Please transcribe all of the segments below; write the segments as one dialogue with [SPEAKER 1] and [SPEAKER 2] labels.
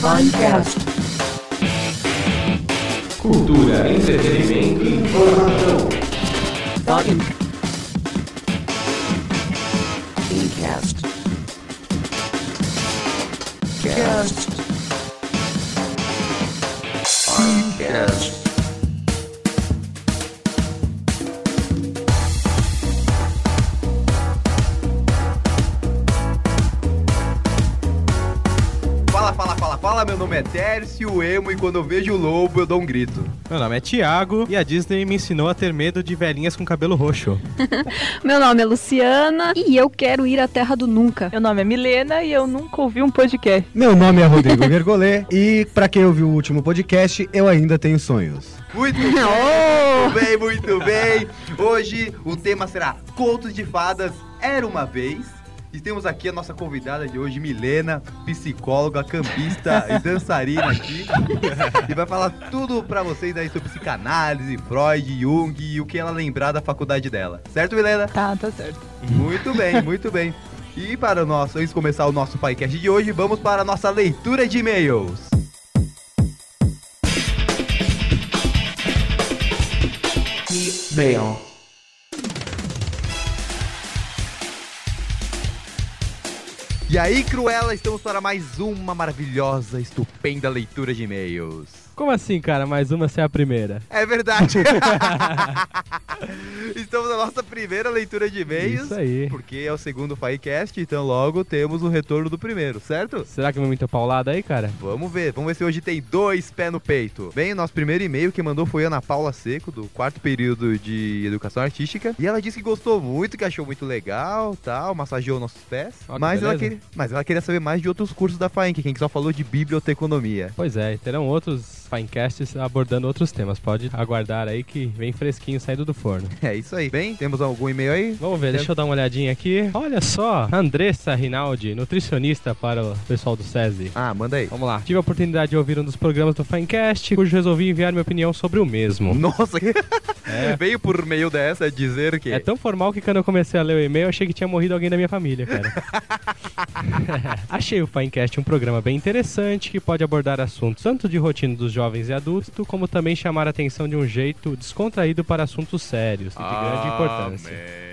[SPEAKER 1] Podcast.
[SPEAKER 2] Cultura, entretenimento e informação.
[SPEAKER 1] Podcast. Podcast. Cast. Podcast.
[SPEAKER 3] Fala, fala, fala, fala, meu nome é Tércio Emo e quando eu vejo o lobo eu dou um grito.
[SPEAKER 4] Meu nome é Thiago e a Disney me ensinou a ter medo de velhinhas com cabelo roxo.
[SPEAKER 5] Meu nome é Luciana e eu quero ir à Terra do Nunca.
[SPEAKER 6] Meu nome é Milena e eu nunca ouvi um podcast.
[SPEAKER 7] Meu nome é Rodrigo Vergolê e pra quem ouviu o último podcast, eu ainda tenho sonhos.
[SPEAKER 3] Muito bem, muito bem, muito bem. Hoje o tema será Contos de Fadas Era Uma Vez. E temos aqui a nossa convidada de hoje, Milena, psicóloga, campista e dançarina aqui. E vai falar tudo pra vocês aí sobre psicanálise, Freud, Jung e o que ela lembrar da faculdade dela. Certo, Milena?
[SPEAKER 6] Tá, tá certo.
[SPEAKER 3] Muito bem, muito bem. E para o nosso, antes de começar o nosso podcast de hoje, vamos para a nossa leitura de e-mails.
[SPEAKER 1] Mail.
[SPEAKER 3] E aí, Cruella, estamos para mais uma maravilhosa, estupenda leitura de e-mails.
[SPEAKER 4] Como assim, cara? Mais uma ser a primeira.
[SPEAKER 3] É verdade. estamos na nossa primeira leitura de e-mails.
[SPEAKER 4] Isso aí.
[SPEAKER 3] Porque é o segundo Firecast, então logo temos o retorno do primeiro, certo?
[SPEAKER 4] Será que não é muita paulada aí, cara?
[SPEAKER 3] Vamos ver, vamos ver se hoje tem dois pés no peito. Bem, o nosso primeiro e-mail que mandou foi Ana Paula Seco, do quarto período de Educação Artística. E ela disse que gostou muito, que achou muito legal, tal, massageou nossos pés.
[SPEAKER 4] Ó, que
[SPEAKER 3] mas, ela
[SPEAKER 4] beleza.
[SPEAKER 3] queria, mas ela queria saber mais de outros cursos da FAENC, quem só falou de biblioteconomia.
[SPEAKER 4] Pois é, terão outros Finecasts abordando outros temas. Pode aguardar aí que vem fresquinho saindo do forno.
[SPEAKER 3] É isso aí. Bem, temos algum e-mail aí?
[SPEAKER 4] Vamos ver, deixa eu dar uma olhadinha aqui. Olha só, Andressa Rinaldi, nutricionista para o pessoal do SESI.
[SPEAKER 3] Ah, manda aí.
[SPEAKER 4] Vamos lá. Tive a oportunidade de ouvir um dos programas do Finecast, cujo resolvi enviar minha opinião sobre o mesmo.
[SPEAKER 3] Nossa, que- veio por meio dessa dizer que.
[SPEAKER 4] É tão formal que quando eu comecei a ler o e-mail, eu achei que tinha morrido alguém da minha família, cara. achei o Pinecast um programa bem interessante que pode abordar assuntos tanto de rotina dos jovens e adultos, como também chamar a atenção de um jeito descontraído para assuntos sérios e de grande
[SPEAKER 3] Ah,
[SPEAKER 4] importância.
[SPEAKER 3] Amém.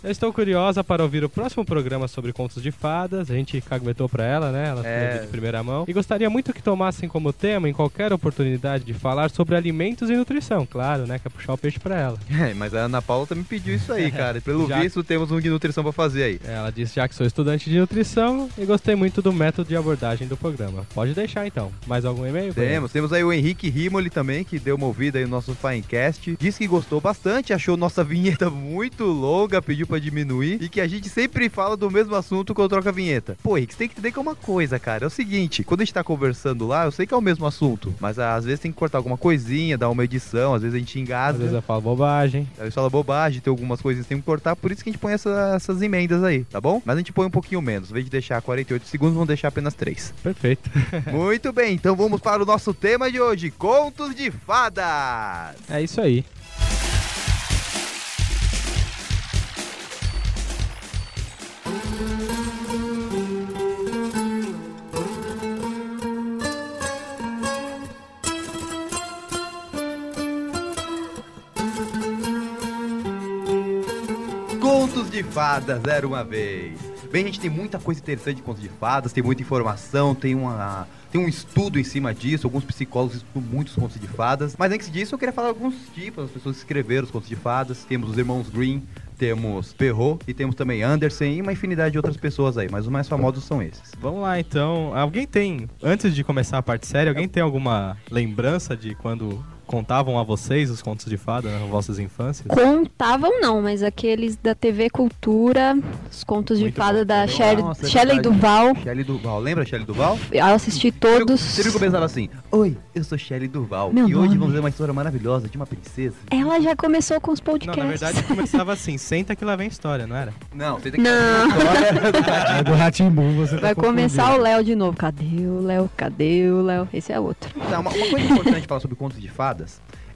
[SPEAKER 4] Eu estou curiosa para ouvir o próximo programa sobre contos de fadas. A gente caguetou pra ela, né? Ela
[SPEAKER 3] É.
[SPEAKER 4] teve de primeira mão. E gostaria muito que tomassem como tema, em qualquer oportunidade, de falar sobre alimentos e nutrição. Claro, né? Que é puxar o peixe pra ela.
[SPEAKER 3] É, mas a Ana Paula também pediu isso aí, cara. Pelo
[SPEAKER 4] É, Já-
[SPEAKER 3] visto, temos um de nutrição pra fazer aí.
[SPEAKER 4] Ela disse já que sou estudante de nutrição e gostei muito do método de abordagem do programa. Pode deixar então. Mais algum e-mail?
[SPEAKER 3] Temos, temos aí o Henrique Rimoli também, que deu uma ouvida aí no nosso Finecast. Disse que gostou bastante, achou nossa vinheta muito longa, pediu pra diminuir e que a gente sempre fala do mesmo assunto quando troca a vinheta. Pô, Henrique, você tem que entender que é uma coisa, cara. É o seguinte, quando a gente tá conversando lá, eu sei que é o mesmo assunto, mas ah, às vezes tem que cortar alguma coisinha, dar uma edição, às vezes a gente
[SPEAKER 4] Às
[SPEAKER 3] engasga.
[SPEAKER 4] vezes eu falo bobagem.
[SPEAKER 3] Aí eles falam bobagem, tem algumas coisas que tem que cortar, por isso que a gente põe essa- essas emendas aí, tá bom? Mas a gente põe um pouquinho menos. Em vez de deixar 48 segundos, vamos deixar apenas 3.
[SPEAKER 4] Perfeito.
[SPEAKER 3] Muito bem, então vamos para o nosso tema de hoje: Contos de Fadas.
[SPEAKER 4] É isso aí.
[SPEAKER 3] Contos de Fadas era uma vez. Bem, gente, tem muita coisa interessante de contos de fadas, tem muita informação, tem uma. Tem um estudo em cima disso, alguns psicólogos estudam muitos contos de fadas. Mas antes disso, eu queria falar alguns tipos, as pessoas que escreveram os contos de fadas. Temos os irmãos Green, temos Perrault e temos também Andersen e uma infinidade de outras pessoas aí, mas os mais famosos são esses.
[SPEAKER 4] Vamos lá então. Alguém tem, antes de começar a parte séria, alguém tem alguma lembrança de quando contavam a vocês os contos de fada nas vossas infâncias?
[SPEAKER 5] Contavam não, mas aqueles da TV Cultura, os contos de
[SPEAKER 4] Muito
[SPEAKER 5] fada
[SPEAKER 4] bom.
[SPEAKER 5] da
[SPEAKER 3] Nossa,
[SPEAKER 5] Shelley,
[SPEAKER 3] é
[SPEAKER 5] Shelley
[SPEAKER 3] verdade.
[SPEAKER 5] Duval.
[SPEAKER 3] Shelley Duval, lembra Shelley Duval?
[SPEAKER 5] Eu assisti todos.
[SPEAKER 3] Você viu que eu pensava assim: Oi, eu sou Shelley Duval
[SPEAKER 5] Meu
[SPEAKER 3] e hoje
[SPEAKER 5] nome. É
[SPEAKER 3] vamos ver uma história maravilhosa de uma princesa.
[SPEAKER 5] Ela já começou com os
[SPEAKER 4] Não,
[SPEAKER 5] podcasts.
[SPEAKER 4] na verdade começava assim, senta que lá vem história, não era?
[SPEAKER 3] Não, você tem que.
[SPEAKER 5] Não,
[SPEAKER 7] É do Ratimbu, você tá
[SPEAKER 5] vai começar o
[SPEAKER 7] confundindo.
[SPEAKER 5] Léo de novo. Cadê o Léo? Cadê o Léo? Esse é outro.
[SPEAKER 3] Tá, uma, uma coisa importante falar sobre contos de fadas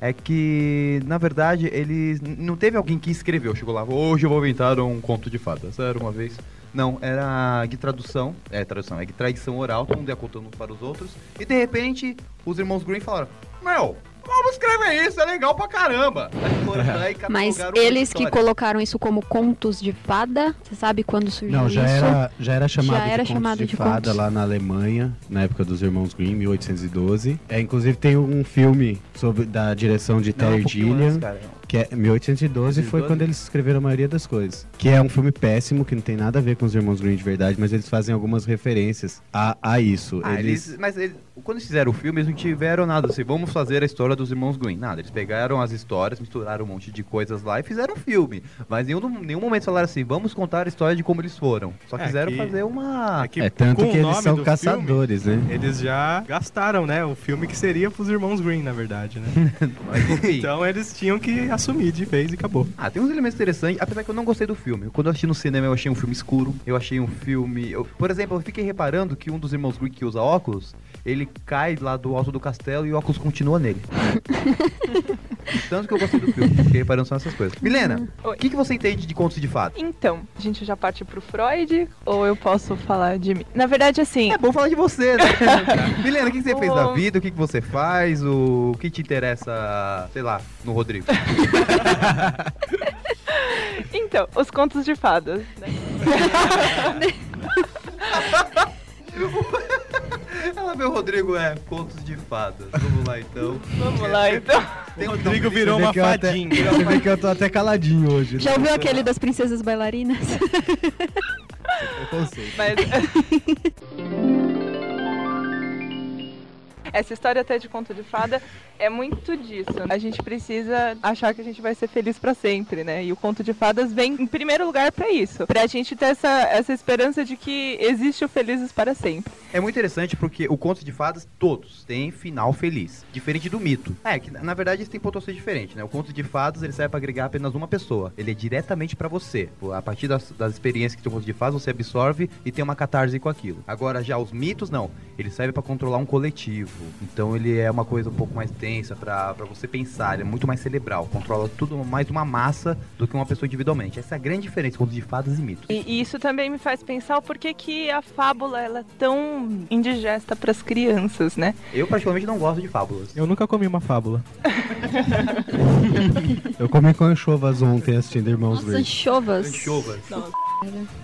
[SPEAKER 3] é que, na verdade, eles. n- Não teve alguém que escreveu, chegou lá, hoje eu vou inventar um conto de fadas. Era uma vez. Não, era de tradução. É, tradução, é de tradição oral, um ia contando para os outros. E de repente, os irmãos Green falaram: Meu, vamos escrever isso, é legal pra caramba. Aí foram lá e
[SPEAKER 5] Mas
[SPEAKER 3] catalogaram uma
[SPEAKER 5] eles que
[SPEAKER 3] história.
[SPEAKER 5] colocaram isso como contos de fada, você sabe quando surgiu
[SPEAKER 7] Não, já
[SPEAKER 5] isso?
[SPEAKER 7] era, já era chamado
[SPEAKER 5] Já era
[SPEAKER 7] de contos
[SPEAKER 5] chamado
[SPEAKER 7] de,
[SPEAKER 5] de
[SPEAKER 7] fada
[SPEAKER 5] contos.
[SPEAKER 7] lá na Alemanha, na época dos irmãos Grimm, 1812. É, inclusive tem um filme sobre, da direção de
[SPEAKER 3] Não,
[SPEAKER 7] Terry
[SPEAKER 3] um pouquinho antes,
[SPEAKER 7] Gilliam,
[SPEAKER 3] cara.
[SPEAKER 7] que é 1812 foi
[SPEAKER 3] 1812.
[SPEAKER 7] quando eles escreveram a maioria das coisas. Que é um filme péssimo, que não tem nada a ver com os irmãos Grimm de verdade, mas eles fazem algumas referências a, a isso.
[SPEAKER 3] Ah, eles... mas eles- quando eles fizeram o filme, eles não tiveram nada. Assim, vamos fazer a história dos irmãos Green. Nada. Eles pegaram as histórias, misturaram um monte de coisas lá e fizeram um filme. Mas em nenhum, nenhum momento falaram assim, vamos contar a história de como eles foram. Só
[SPEAKER 8] É,
[SPEAKER 3] quiseram
[SPEAKER 8] que-
[SPEAKER 3] fazer uma.
[SPEAKER 8] É, que
[SPEAKER 7] É tanto
[SPEAKER 8] com o
[SPEAKER 7] que eles
[SPEAKER 8] nome do
[SPEAKER 7] são
[SPEAKER 8] filme,
[SPEAKER 7] caçadores, né?
[SPEAKER 8] eles já gastaram, né? O filme que seria pros irmãos Green, na verdade, né?
[SPEAKER 3] Mas, enfim.
[SPEAKER 8] Então eles tinham que assumir de vez e acabou.
[SPEAKER 3] Ah, tem uns elementos interessantes, apesar que eu não gostei do filme. Quando eu assisti no cinema, eu achei um filme escuro. Eu achei um filme. eu- Por exemplo, eu fiquei reparando que um dos irmãos Green que usa óculos, ele cai lá do alto do castelo e o óculos continua nele. De Tanto que eu gostei do filme, fiquei reparando só nessas coisas. Milena, o
[SPEAKER 1] Uhum. Oi.
[SPEAKER 3] que, que você entende de contos de fada?
[SPEAKER 1] Então, a gente já parte pro Freud ou eu posso falar de mim? Na verdade, assim,
[SPEAKER 3] É bom falar de você, né? Milena, o que, que você fez na
[SPEAKER 1] O-
[SPEAKER 3] vida? O que, que você faz? O... o que te interessa, sei lá, no Rodrigo?
[SPEAKER 1] então, os contos de fadas, né?
[SPEAKER 3] Ela vê o Rodrigo, é, contos de fadas. Vamos lá então.
[SPEAKER 1] Vamos lá, então.
[SPEAKER 3] Tem um
[SPEAKER 8] Rodrigo virou
[SPEAKER 7] Você vê
[SPEAKER 8] uma
[SPEAKER 7] que eu até-
[SPEAKER 8] fadinha.
[SPEAKER 7] Você vê que eu tô até caladinho hoje.
[SPEAKER 5] Já ouviu aquele das princesas bailarinas?
[SPEAKER 7] Eu consigo.
[SPEAKER 1] Mas... Essa história até de conto de fada é muito disso. A gente precisa achar que a gente vai ser feliz pra sempre, né? E o conto de fadas vem em primeiro lugar pra isso, pra gente ter essa, essa esperança de que existe o felizes para sempre.
[SPEAKER 3] É muito interessante porque o conto de fadas, todos têm final feliz. Diferente do mito. É, que na verdade eles têm pontuação diferente, né? O conto de fadas, ele serve pra agregar apenas uma pessoa. Ele é diretamente pra você. A partir das, das experiências que tem o conto de fadas, você absorve e tem uma catarse com aquilo. Agora, já os mitos, não. Ele serve pra controlar um coletivo. Então ele é uma coisa um pouco mais tensa pra pra você pensar. Ele é muito mais cerebral. Controla tudo mais uma massa do que uma pessoa individualmente. Essa é a grande diferença, conto de fadas e mitos.
[SPEAKER 1] E, e isso também me faz pensar o porquê que a fábula ela é tão indigesta pras crianças, né?
[SPEAKER 3] Eu, particularmente, não gosto de fábulas.
[SPEAKER 9] Eu nunca comi uma fábula.
[SPEAKER 7] Eu comi com anchovas ontem assistindo Irmãos
[SPEAKER 5] Nossa,
[SPEAKER 7] Grimm.
[SPEAKER 5] anchovas.
[SPEAKER 3] Anchovas.
[SPEAKER 1] Nossa.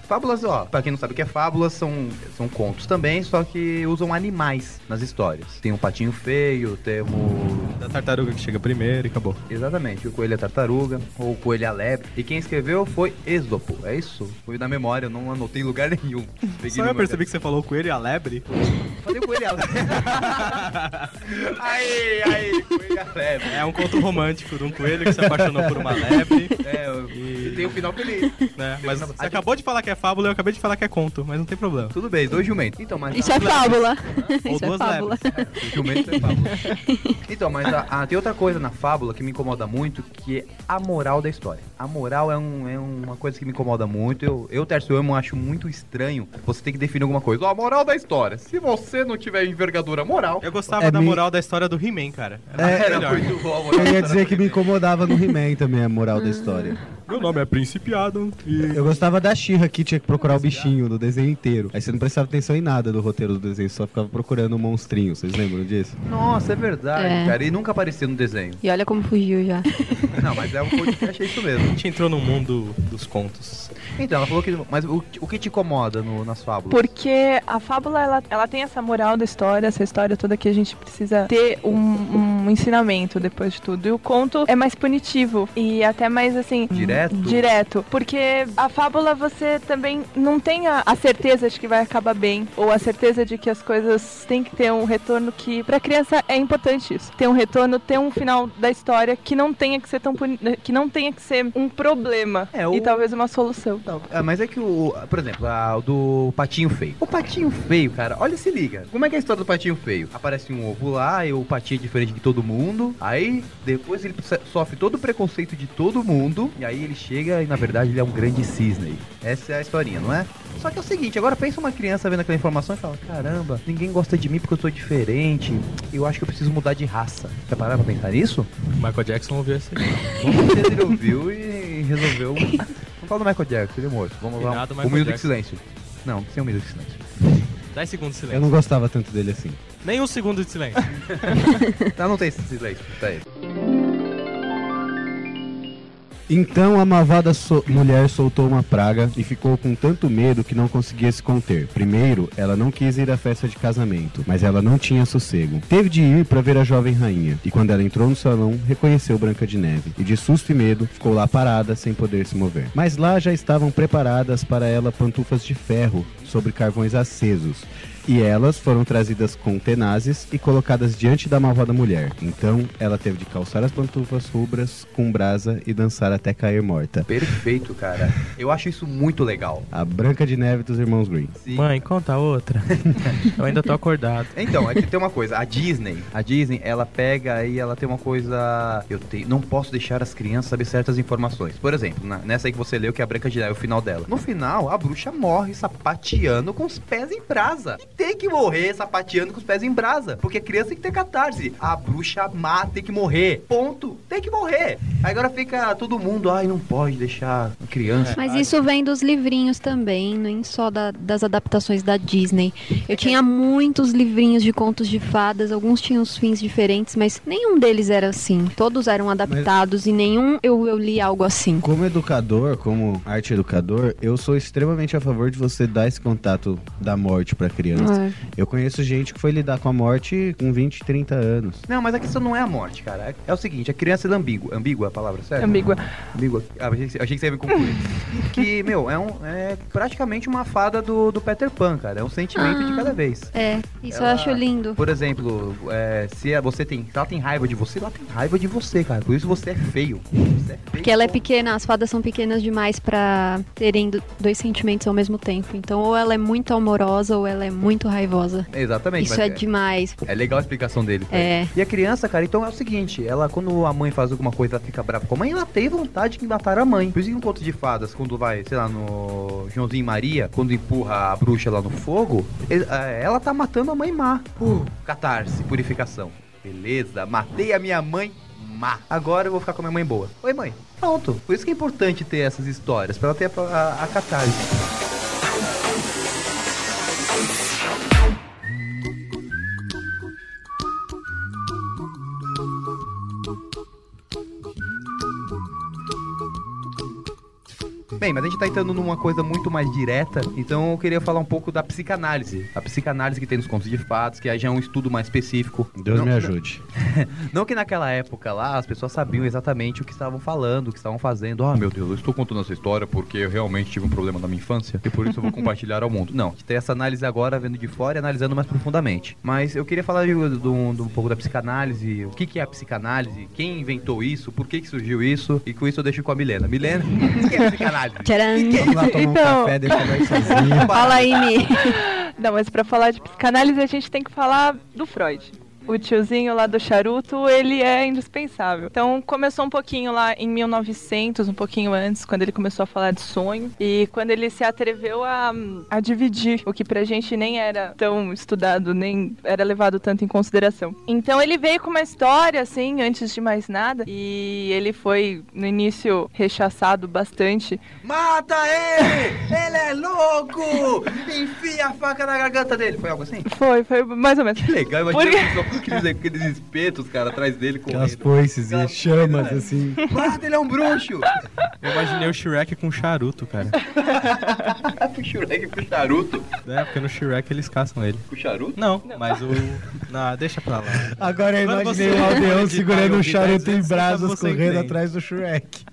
[SPEAKER 3] Fábulas, ó, pra quem não sabe o que é fábulas, são, são contos também, só que usam animais nas histórias. Tem o patinho feio, temos.
[SPEAKER 8] Da tartaruga que chega primeiro e acabou.
[SPEAKER 3] Exatamente, o coelho é tartaruga, ou o coelho é a lebre. E quem escreveu foi Esopo, é isso? Foi da memória, eu não anotei em lugar nenhum. Peguei
[SPEAKER 8] Só
[SPEAKER 3] no
[SPEAKER 8] eu
[SPEAKER 3] meu
[SPEAKER 8] percebi que você falou coelho e a lebre.
[SPEAKER 3] caderno. Falei coelho e a lebre. aí, aí, coelho e a lebre.
[SPEAKER 8] É um conto romântico de um coelho que se apaixonou por uma lebre.
[SPEAKER 3] É, eu-
[SPEAKER 8] E-
[SPEAKER 3] e tem um final feliz.
[SPEAKER 8] Né? Mas você acabou de falar que é fábula, eu acabei de falar que é conto, mas não tem problema.
[SPEAKER 3] Tudo bem, dois jumentos. Então, mas.
[SPEAKER 5] Isso é fábula.
[SPEAKER 8] Ou
[SPEAKER 5] Isso é
[SPEAKER 8] duas
[SPEAKER 5] fábula.
[SPEAKER 8] lebres.
[SPEAKER 3] Jumento é fábula. Então, mas a- a- tem outra coisa na fábula que me incomoda muito, que é a moral da história. A moral é, um- é uma coisa que me incomoda muito. Eu, eu Tercio Emo, acho muito estranho você ter que definir alguma coisa. Ó, a moral da história. Se você não tiver envergadura moral...
[SPEAKER 8] Eu gostava
[SPEAKER 7] É
[SPEAKER 8] da
[SPEAKER 7] mi-
[SPEAKER 8] moral da história do He-Man, cara.
[SPEAKER 7] É,
[SPEAKER 8] melhor.
[SPEAKER 3] muito bom a moral
[SPEAKER 7] Eu
[SPEAKER 3] da
[SPEAKER 7] ia
[SPEAKER 3] história.
[SPEAKER 7] dizer que me incomodava no He-Man também, a moral da história.
[SPEAKER 8] Meu nome é Príncipe Adam e
[SPEAKER 7] Eu gostava da Xirra que tinha que procurar o bichinho do desenho inteiro. Aí você não prestava atenção em nada do roteiro do desenho, só ficava procurando o monstrinho. Vocês lembram disso?
[SPEAKER 3] Nossa, é verdade,
[SPEAKER 5] É.
[SPEAKER 3] cara. E nunca apareceu no desenho.
[SPEAKER 5] E olha como fugiu já.
[SPEAKER 3] Não, mas é um podcast, é isso mesmo.
[SPEAKER 8] a gente entrou no mundo dos contos.
[SPEAKER 3] Então, ela falou que... Mas o, o que te incomoda no- nas fábulas?
[SPEAKER 1] Porque a fábula, ela, ela tem essa moral da história, essa história toda que a gente precisa ter um, um ensinamento depois de tudo. E o conto é mais punitivo e até mais assim.
[SPEAKER 3] Direto?
[SPEAKER 1] Direto, porque a fábula você também não tem a, a certeza de que vai acabar bem, ou a certeza de que as coisas têm que ter um retorno que, pra criança, é importante isso. Ter um retorno, ter um final da história que não tenha que ser tão puni- que não tenha que ser um problema
[SPEAKER 3] É, o-
[SPEAKER 1] e talvez uma solução.
[SPEAKER 3] Não, é, mas é que o. Por exemplo, a, o do Patinho Feio. O Patinho Feio, cara, olha se liga. Como é que é a história do Patinho Feio? Aparece um ovo lá, e o patinho é diferente de todo mundo. Aí, depois ele so- sofre todo o preconceito de todo mundo. E aí ele chega e, na verdade, ele é um grande cisne. Essa é a historinha, não é? Só que é o seguinte, agora pensa uma criança vendo aquela informação e fala, caramba, ninguém gosta de mim porque eu sou diferente. Eu acho que eu preciso mudar de raça. Já pararam pra pensar nisso?
[SPEAKER 4] Michael Jackson ouviu esse.
[SPEAKER 3] Com certeza ele ouviu e resolveu. Não fala do Michael Jackson, ele é morto. Vamos lá.
[SPEAKER 4] Finado
[SPEAKER 3] Um
[SPEAKER 4] Michael
[SPEAKER 3] minuto de
[SPEAKER 4] Jackson.
[SPEAKER 3] silêncio. Não, sem um minuto de silêncio.
[SPEAKER 4] 10 segundos de
[SPEAKER 7] Eu
[SPEAKER 4] silêncio.
[SPEAKER 7] não gostava tanto dele assim.
[SPEAKER 4] Nem um segundo de silêncio.
[SPEAKER 3] Não, não tem esse silêncio. Tá aí.
[SPEAKER 7] Então a malvada so- mulher soltou uma praga e ficou com tanto medo que não conseguia se conter. Primeiro, ela não quis ir à festa de casamento, mas ela não tinha sossego. Teve de ir pra ver a jovem rainha, e quando ela entrou no salão, reconheceu Branca de Neve, e de susto e medo, ficou lá parada sem poder se mover. Mas lá já estavam preparadas para ela pantufas de ferro sobre carvões acesos. E elas foram trazidas com tenazes e colocadas diante da malvada mulher. Então, ela teve de calçar as pantufas rubras com brasa e dançar até cair morta.
[SPEAKER 3] Perfeito, cara. Eu acho isso muito legal.
[SPEAKER 7] A Branca de Neve dos Irmãos Green.
[SPEAKER 3] Sim.
[SPEAKER 4] Mãe, conta outra. Eu ainda tô acordado.
[SPEAKER 3] Então, é que tem uma coisa, a Disney, a Disney, ela pega e ela tem uma coisa, eu te, não posso deixar as crianças saber certas informações. Por exemplo, na- nessa aí que você leu que é a Branca de Neve, o final dela. No final, a bruxa morre sapateando com os pés em brasa. E tem que morrer sapateando com os pés em brasa, porque a criança tem que ter catarse. A bruxa má tem que morrer. Ponto. Tem que morrer. Aí Agora fica todo mundo, ai, não pode deixar a criança.
[SPEAKER 5] Mas isso vem dos livrinhos também, é nem só da- das adaptações da Disney. Eu tinha muitos livrinhos de contos de fadas, alguns tinham os fins diferentes, mas nenhum deles era assim. Todos eram adaptados e nenhum eu, eu li algo assim.
[SPEAKER 7] Como educador, como arte educador, eu sou extremamente a favor de você dar esse contato da morte pra criança.
[SPEAKER 5] Ah,
[SPEAKER 7] Eu conheço gente que foi lidar com a morte com 20, 30 anos.
[SPEAKER 3] Não, mas a questão não é a morte, cara. É- É o seguinte, a criança é ambígua. Ambígua é a palavra certa?
[SPEAKER 1] Ambígua.
[SPEAKER 3] Amigo, ah, achei, que, você- achei que você ia me concluir. que, meu, é, um, é praticamente uma fada do, do Peter Pan, cara. É um sentimento de cada vez.
[SPEAKER 5] é, isso
[SPEAKER 3] Ela-
[SPEAKER 5] eu acho lindo.
[SPEAKER 3] Por exemplo, é, se é- você tem, se ela tem raiva de você, ela tem raiva de você, cara. Por isso você é feio. Você é feio.
[SPEAKER 5] Porque ela é pequena, as fadas são pequenas demais pra terem do- dois sentimentos ao mesmo tempo. Então, ou ela é muito amorosa ou ela é muito raivosa.
[SPEAKER 3] Exatamente.
[SPEAKER 5] Isso
[SPEAKER 3] mas
[SPEAKER 5] é demais.
[SPEAKER 3] é legal a explicação dele. cara.
[SPEAKER 5] É.
[SPEAKER 3] E a criança, cara, então é o seguinte, ela quando a mãe faz alguma coisa, ela fica brava com a mãe, ela tem vontade de matar a mãe. Por isso que no conto de fadas, quando vai, sei lá, no Joãozinho e Maria, quando empurra a bruxa lá no fogo, ele- eh, ela tá matando a mãe má. Uh, catarse, purificação. Beleza, matei a minha mãe má. Agora eu vou ficar com a minha mãe boa. Oi, mãe. Pronto. Por isso que é importante ter essas histórias, pra ela ter a, a, a catarse. Bem, mas a gente tá entrando numa coisa muito mais direta, então eu queria falar um pouco da psicanálise. A psicanálise que tem nos contos de fadas, que aí já é um estudo mais específico.
[SPEAKER 7] Deus
[SPEAKER 3] Não-
[SPEAKER 7] me ajude.
[SPEAKER 3] Não que naquela época lá as pessoas sabiam exatamente o que estavam falando, o que estavam fazendo. Ah, meu Deus, eu estou contando essa história porque eu realmente tive um problema na minha infância e por isso eu vou compartilhar ao mundo. Não, a gente tem essa análise agora vendo de fora e analisando mais profundamente. Mas eu queria falar de, de um, de um pouco da psicanálise, o que, que é a psicanálise, quem inventou isso, por que, que surgiu isso, e com isso eu deixo com a Milena. Milena, o que é a psicanálise?
[SPEAKER 5] Tcharam!
[SPEAKER 7] Vamos lá tomar um
[SPEAKER 1] Então-
[SPEAKER 7] café, deixa eu sozinho.
[SPEAKER 5] Fala aí, Mi.
[SPEAKER 1] Não, mas pra falar de psicanálise a gente tem que falar do Freud. O tiozinho lá do charuto, ele é indispensável. Então começou um pouquinho lá em 1900, um pouquinho antes, quando ele começou a falar de sonho e quando ele se atreveu a, a dividir o que pra gente nem era tão estudado, nem era levado tanto em consideração. Então ele veio com uma história assim, antes de mais nada, e ele foi no início rechaçado bastante
[SPEAKER 3] Mata ele! Ele é louco! Enfia a faca na garganta dele. Foi algo assim?
[SPEAKER 1] Foi, foi mais ou menos.
[SPEAKER 3] Que legal, imagina
[SPEAKER 1] Por-
[SPEAKER 3] a pessoa com aqueles, aqueles espetos, cara, atrás dele
[SPEAKER 7] Aquelas
[SPEAKER 3] correndo.
[SPEAKER 7] foices e
[SPEAKER 3] Aquelas
[SPEAKER 7] chamas,
[SPEAKER 3] coisas.
[SPEAKER 7] assim.
[SPEAKER 3] Mata, ele é um bruxo!
[SPEAKER 8] Eu imaginei o Shrek com charuto, cara.
[SPEAKER 3] Pro Shrek, pro charuto.
[SPEAKER 8] É, porque no Shrek eles caçam ele.
[SPEAKER 3] Pro charuto?
[SPEAKER 8] Não, mas o. Não, deixa pra lá.
[SPEAKER 7] Agora eu
[SPEAKER 8] Quando
[SPEAKER 7] imaginei
[SPEAKER 8] você-
[SPEAKER 7] o Aldeão
[SPEAKER 8] Quando
[SPEAKER 7] segurando
[SPEAKER 8] editar,
[SPEAKER 7] um
[SPEAKER 8] eu
[SPEAKER 7] charuto
[SPEAKER 8] ouvi
[SPEAKER 7] em
[SPEAKER 8] dez vezes,
[SPEAKER 7] brasas
[SPEAKER 8] você
[SPEAKER 7] correndo
[SPEAKER 8] tem.
[SPEAKER 7] atrás do Shrek.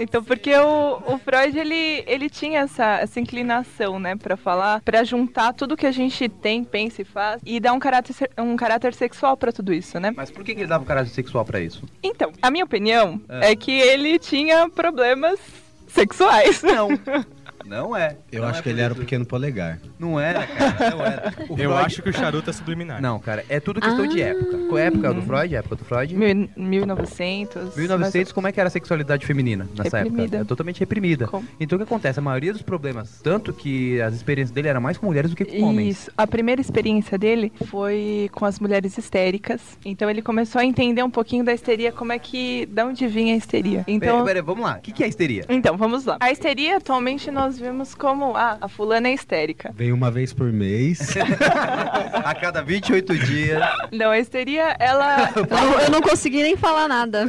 [SPEAKER 1] Então, porque o, o Freud, ele, ele tinha essa, essa inclinação, né, pra falar, pra juntar tudo que a gente tem, pensa e faz, e dar um caráter, se- um caráter sexual pra tudo isso, né?
[SPEAKER 3] Mas por que, que ele dava um caráter sexual pra isso?
[SPEAKER 1] Então, a minha opinião
[SPEAKER 3] É.
[SPEAKER 1] é, que ele tinha problemas sexuais.
[SPEAKER 3] Não. Não é.
[SPEAKER 7] Eu
[SPEAKER 3] Não
[SPEAKER 7] acho
[SPEAKER 3] é
[SPEAKER 7] que
[SPEAKER 3] por
[SPEAKER 7] ele era o
[SPEAKER 3] isso.
[SPEAKER 7] pequeno polegar.
[SPEAKER 3] Não era, cara. Não era. O
[SPEAKER 4] Eu
[SPEAKER 3] Freud-
[SPEAKER 4] acho que o charuto é subliminar.
[SPEAKER 3] Não, cara, é tudo questão de época. Qual é a época do Freud? A época do Freud?
[SPEAKER 1] Mil- 1900.
[SPEAKER 3] 1900, como é que era a sexualidade feminina nessa época?
[SPEAKER 1] Reprimida.
[SPEAKER 3] Era totalmente reprimida.
[SPEAKER 1] Com-
[SPEAKER 3] Então o que acontece? A maioria dos problemas, tanto que as experiências dele eram mais com mulheres do que com homens.
[SPEAKER 1] Isso. A primeira experiência dele foi com as mulheres histéricas. Então ele começou a entender um pouquinho da histeria, como é que. da onde vinha a histeria.
[SPEAKER 3] Pera,
[SPEAKER 1] Então.
[SPEAKER 3] pera, vamos lá. O que, que é histeria?
[SPEAKER 1] Então, vamos lá. A histeria atualmente nós vimos como ah, a fulana é histérica.
[SPEAKER 7] Vem uma vez por mês.
[SPEAKER 3] a cada 28 dias.
[SPEAKER 1] Não, a histeria, ela.
[SPEAKER 5] Eu não, eu não consegui nem falar nada,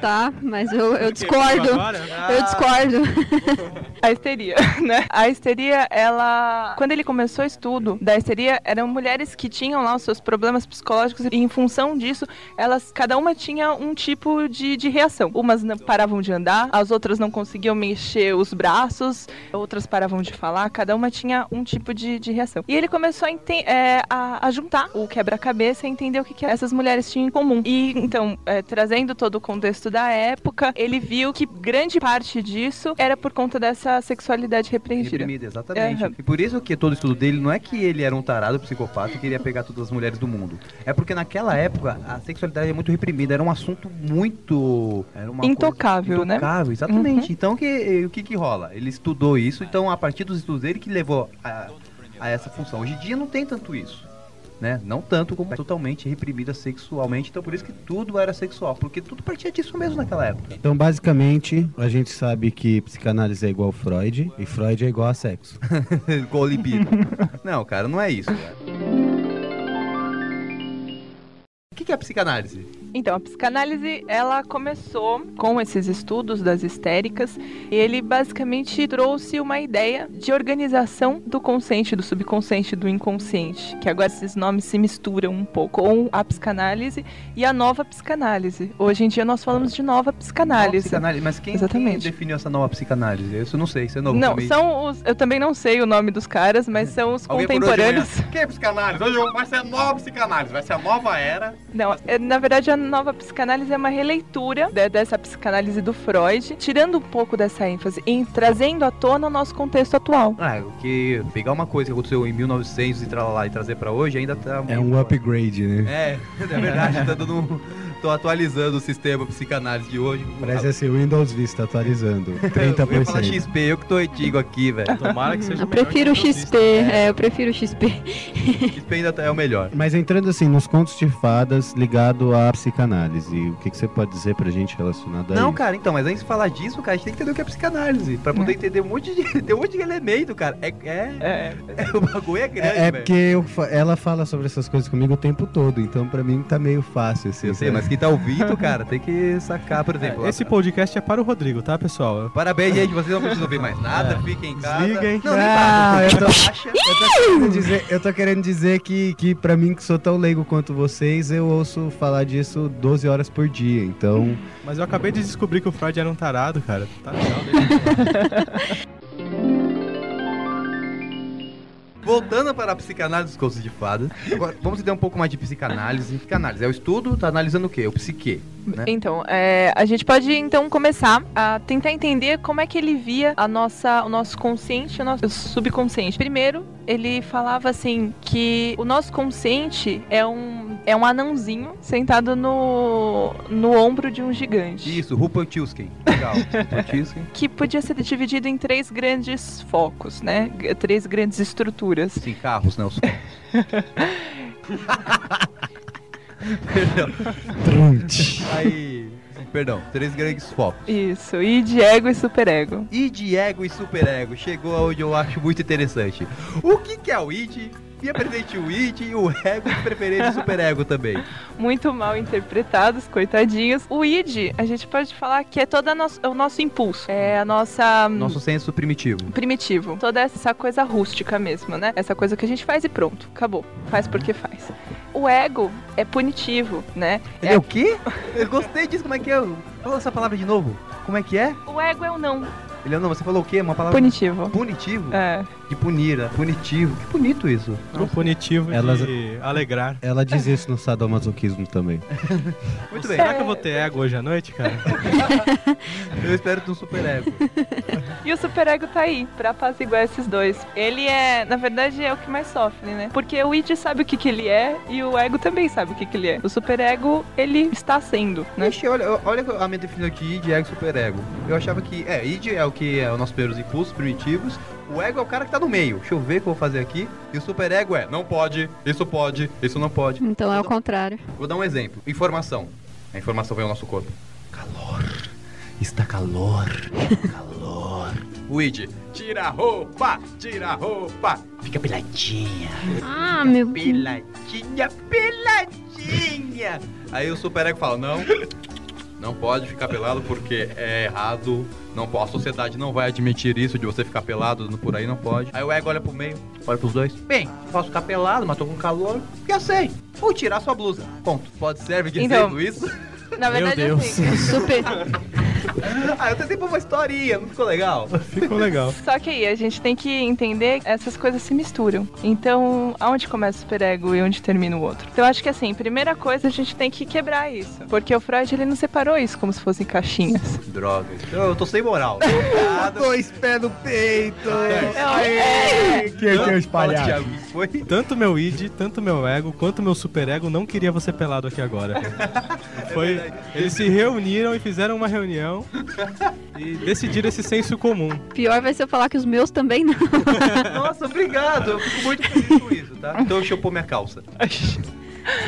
[SPEAKER 5] tá? Mas eu, eu discordo. Eu discordo.
[SPEAKER 1] A histeria, né? A histeria, ela. Quando ele começou o estudo da histeria, eram mulheres que tinham lá os seus problemas psicológicos e, em função disso, elas, cada uma tinha um tipo de, de reação. Umas não paravam de andar, as outras não conseguiam mexer os braços, outras paravam de falar, cada uma tinha um tipo de, de reação. E ele começou a, enten- é, a- a juntar o quebra-cabeça e entender o que, que essas mulheres tinham em comum. E então, é, trazendo todo o contexto da época, ele viu que grande parte disso era por conta dessa sexualidade repreendida.
[SPEAKER 3] Reprimida, exatamente.
[SPEAKER 1] né? Aham.
[SPEAKER 3] E por isso que todo estudo dele não é que ele era um tarado psicopata e queria pegar todas as mulheres do mundo. É porque naquela época a sexualidade era muito reprimida, era um assunto muito. Era uma coisa-
[SPEAKER 1] Intocável, né?
[SPEAKER 3] Intocável, exatamente. Então que- o que, que rola? Ele estudou isso, então a partir dos estudos dele que levou a, a essa função. Hoje em dia não tem tanto isso. Né? Não tanto como é totalmente reprimida sexualmente, então por isso que tudo era sexual, porque tudo partia disso mesmo naquela época.
[SPEAKER 7] Então, basicamente, a gente sabe que psicanálise é igual Freud e Freud é igual a sexo.
[SPEAKER 3] Gol libido. não, cara, não é isso, cara. O que, que é a psicanálise?
[SPEAKER 1] Então, a psicanálise, ela começou com esses estudos das histéricas e ele basicamente trouxe uma ideia de organização do consciente, do subconsciente, do inconsciente, que agora esses nomes se misturam um pouco, com a psicanálise e a nova psicanálise. Hoje em dia nós falamos de nova
[SPEAKER 3] Nova
[SPEAKER 1] psicanálise.
[SPEAKER 3] psicanálise, mas quem, quem
[SPEAKER 1] Exatamente.
[SPEAKER 3] definiu essa nova psicanálise? Isso eu não sei, isso é novo.
[SPEAKER 1] Não,
[SPEAKER 3] pra mim.
[SPEAKER 1] são os. Eu também não sei o nome dos caras, mas são os
[SPEAKER 3] Alguém por hoje
[SPEAKER 1] contemporâneos.
[SPEAKER 3] amanhã, Quem é psicanálise? Hoje vai ser a nova psicanálise, vai ser a nova era.
[SPEAKER 1] Não, é, na verdade a nova psicanálise é uma releitura de- dessa psicanálise do Freud, tirando um pouco dessa ênfase e trazendo à tona o nosso contexto atual. né?
[SPEAKER 3] Ah, o que pegar uma coisa que aconteceu em 1900 e tralalá e trazer pra hoje ainda tá
[SPEAKER 7] É um upgrade, né?
[SPEAKER 3] É, é verdade, tá dando um- tô atualizando o sistema psicanálise de hoje.
[SPEAKER 7] Parece assim, o Windows Vista atualizando.
[SPEAKER 3] Eu ia falar
[SPEAKER 7] 30%.
[SPEAKER 3] XP, eu que tô antigo aqui, velho.
[SPEAKER 4] Tomara que seja
[SPEAKER 5] Eu
[SPEAKER 4] melhor
[SPEAKER 5] prefiro o
[SPEAKER 4] que Deus
[SPEAKER 5] XP. É, eu prefiro o XP.
[SPEAKER 3] XP ainda tá- é o melhor.
[SPEAKER 7] Mas entrando assim, nos contos de fadas ligado à psicanálise, o que, que você pode dizer pra gente relacionado a
[SPEAKER 3] Não,
[SPEAKER 7] isso?
[SPEAKER 3] cara, então, mas antes de falar disso, cara, a gente tem que entender o que é psicanálise. Pra poder entender um monte de. Tem um monte de elemento, cara. É. é-
[SPEAKER 1] É,
[SPEAKER 3] é- o bagulho é grande,
[SPEAKER 7] É, é
[SPEAKER 3] velho.
[SPEAKER 7] porque eu fa- ela fala sobre essas coisas comigo o tempo todo, então pra mim tá meio fácil assim.
[SPEAKER 3] Eu sei,
[SPEAKER 7] sabe?
[SPEAKER 3] mas quem tá ouvindo, cara, tem que sacar, por exemplo.
[SPEAKER 8] É, Esse podcast é para o Rodrigo, tá, pessoal?
[SPEAKER 3] Parabéns, gente. Vocês não precisam ouvir mais nada. Fiquem em casa.
[SPEAKER 8] Desliguem.
[SPEAKER 3] Não, nem
[SPEAKER 7] Ah,
[SPEAKER 3] para.
[SPEAKER 7] eu tô-
[SPEAKER 3] Relaxa.
[SPEAKER 7] Eu tô querendo dizer, eu tô querendo dizer que, que pra mim, que sou tão leigo quanto vocês, eu ouço falar disso 12 horas por dia. Então,
[SPEAKER 8] Mas eu acabei de descobrir que o Freud era um tarado, cara. Tá legal, né?
[SPEAKER 3] Voltando para a psicanálise dos contos de fadas. Agora, vamos entender um pouco mais de psicanálise. Psicanálise é o estudo, tá analisando o quê? O psique. né?
[SPEAKER 1] Então, é, a gente pode então começar a tentar entender como é que ele via a nossa, o nosso consciente, e o nosso subconsciente. Primeiro, ele falava assim que o nosso consciente é um é um anãozinho sentado no, no ombro de um gigante.
[SPEAKER 3] Isso, Rupert Tilskin. Legal. Rupert Tilskin.
[SPEAKER 1] que podia ser dividido em três grandes focos, né? G- Três grandes estruturas.
[SPEAKER 3] Sim, carros, Nelson. Perdão. Aí. Perdão, três grandes focos.
[SPEAKER 1] Isso, e de ego e superego.
[SPEAKER 3] Id, ego e superego. Chegou aonde eu acho muito interessante. O que, que é o id? Me apresente o id e o ego de preferência e o superego também.
[SPEAKER 1] Muito mal interpretados, coitadinhos. O id, a gente pode falar que é todo a nosso- é o nosso impulso, é a nossa hum,
[SPEAKER 3] Nosso senso primitivo.
[SPEAKER 1] primitivo, toda essa coisa rústica mesmo, né? Essa coisa que a gente faz e pronto, acabou. Faz porque faz. O ego é punitivo, né?
[SPEAKER 3] Ele é o quê? Eu gostei disso, como é que é? Fala essa palavra de novo. Como é que é?
[SPEAKER 1] O ego é o não
[SPEAKER 3] Ele não, você falou o quê? Uma palavra.
[SPEAKER 1] punitivo.
[SPEAKER 3] Punitivo?
[SPEAKER 1] É.
[SPEAKER 3] De punir, né? punitivo. Que bonito isso.
[SPEAKER 8] Um punitivo
[SPEAKER 7] Elas-
[SPEAKER 8] de alegrar.
[SPEAKER 7] ela diz isso no sadomasoquismo também.
[SPEAKER 3] Muito bem.
[SPEAKER 8] Será que eu vou ter ego hoje à noite, cara?
[SPEAKER 3] Eu espero ter um superego.
[SPEAKER 1] E o super ego tá aí, pra apaziguar esses dois. Ele é, na verdade, é o que mais sofre, né? Porque o id sabe o que que ele é e o ego também sabe o que que ele é. O super ego, ele está sendo, né?
[SPEAKER 3] Ixi, olha, olha a minha definição de id, ego, superego. Eu achava que, é, id é o que é os nossos primeiros impulsos primitivos, o ego é o cara que tá no meio. Deixa eu ver o que eu vou fazer aqui. E o superego é, não pode, isso pode, isso não pode.
[SPEAKER 5] Então é o contrário.
[SPEAKER 3] Vou dar um exemplo. Informação. A informação vem ao nosso corpo. Calor. Está calor. calor. O id, tira a roupa, tira a roupa. Fica peladinha.
[SPEAKER 5] Ah, meu.
[SPEAKER 3] Peladinha, peladinha. Aí o superego fala, não, não pode ficar pelado porque é errado. Não, po- a sociedade não vai admitir isso de você ficar pelado no- por aí, não pode. Aí o ego olha pro meio, olha pros dois. Bem, posso ficar pelado, mas tô com calor. Já sei. Vou tirar sua blusa. Ponto. Pode serve de
[SPEAKER 1] Então-
[SPEAKER 3] exemplo isso?
[SPEAKER 1] Na verdade,
[SPEAKER 4] Deus.
[SPEAKER 1] assim.
[SPEAKER 5] O super.
[SPEAKER 3] ah, eu tentei pôr uma historinha, não ficou legal?
[SPEAKER 8] Ficou legal.
[SPEAKER 1] Só que aí, a gente tem que entender que essas coisas se misturam. Então, aonde começa o superego e onde termina o outro? Então, eu acho que assim, primeira coisa, a gente tem que quebrar isso. Porque o Freud, ele não separou isso como se fossem caixinhas.
[SPEAKER 3] Droga. Eu, eu tô sem moral. Obrigado.
[SPEAKER 10] Dois pés no peito.
[SPEAKER 1] Aê!
[SPEAKER 10] Que que eu
[SPEAKER 3] Fala,
[SPEAKER 10] espalhar?
[SPEAKER 3] É, Thiago, isso foi?
[SPEAKER 8] Tanto meu id, tanto meu ego, quanto meu super ego não queria você pelado aqui agora. Foi, eles se reuniram e fizeram uma reunião e decidiram esse senso comum.
[SPEAKER 5] Pior vai ser eu falar que os meus também não.
[SPEAKER 3] Nossa, obrigado. Eu fico muito feliz com isso, tá? Então deixa eu pôr minha calça.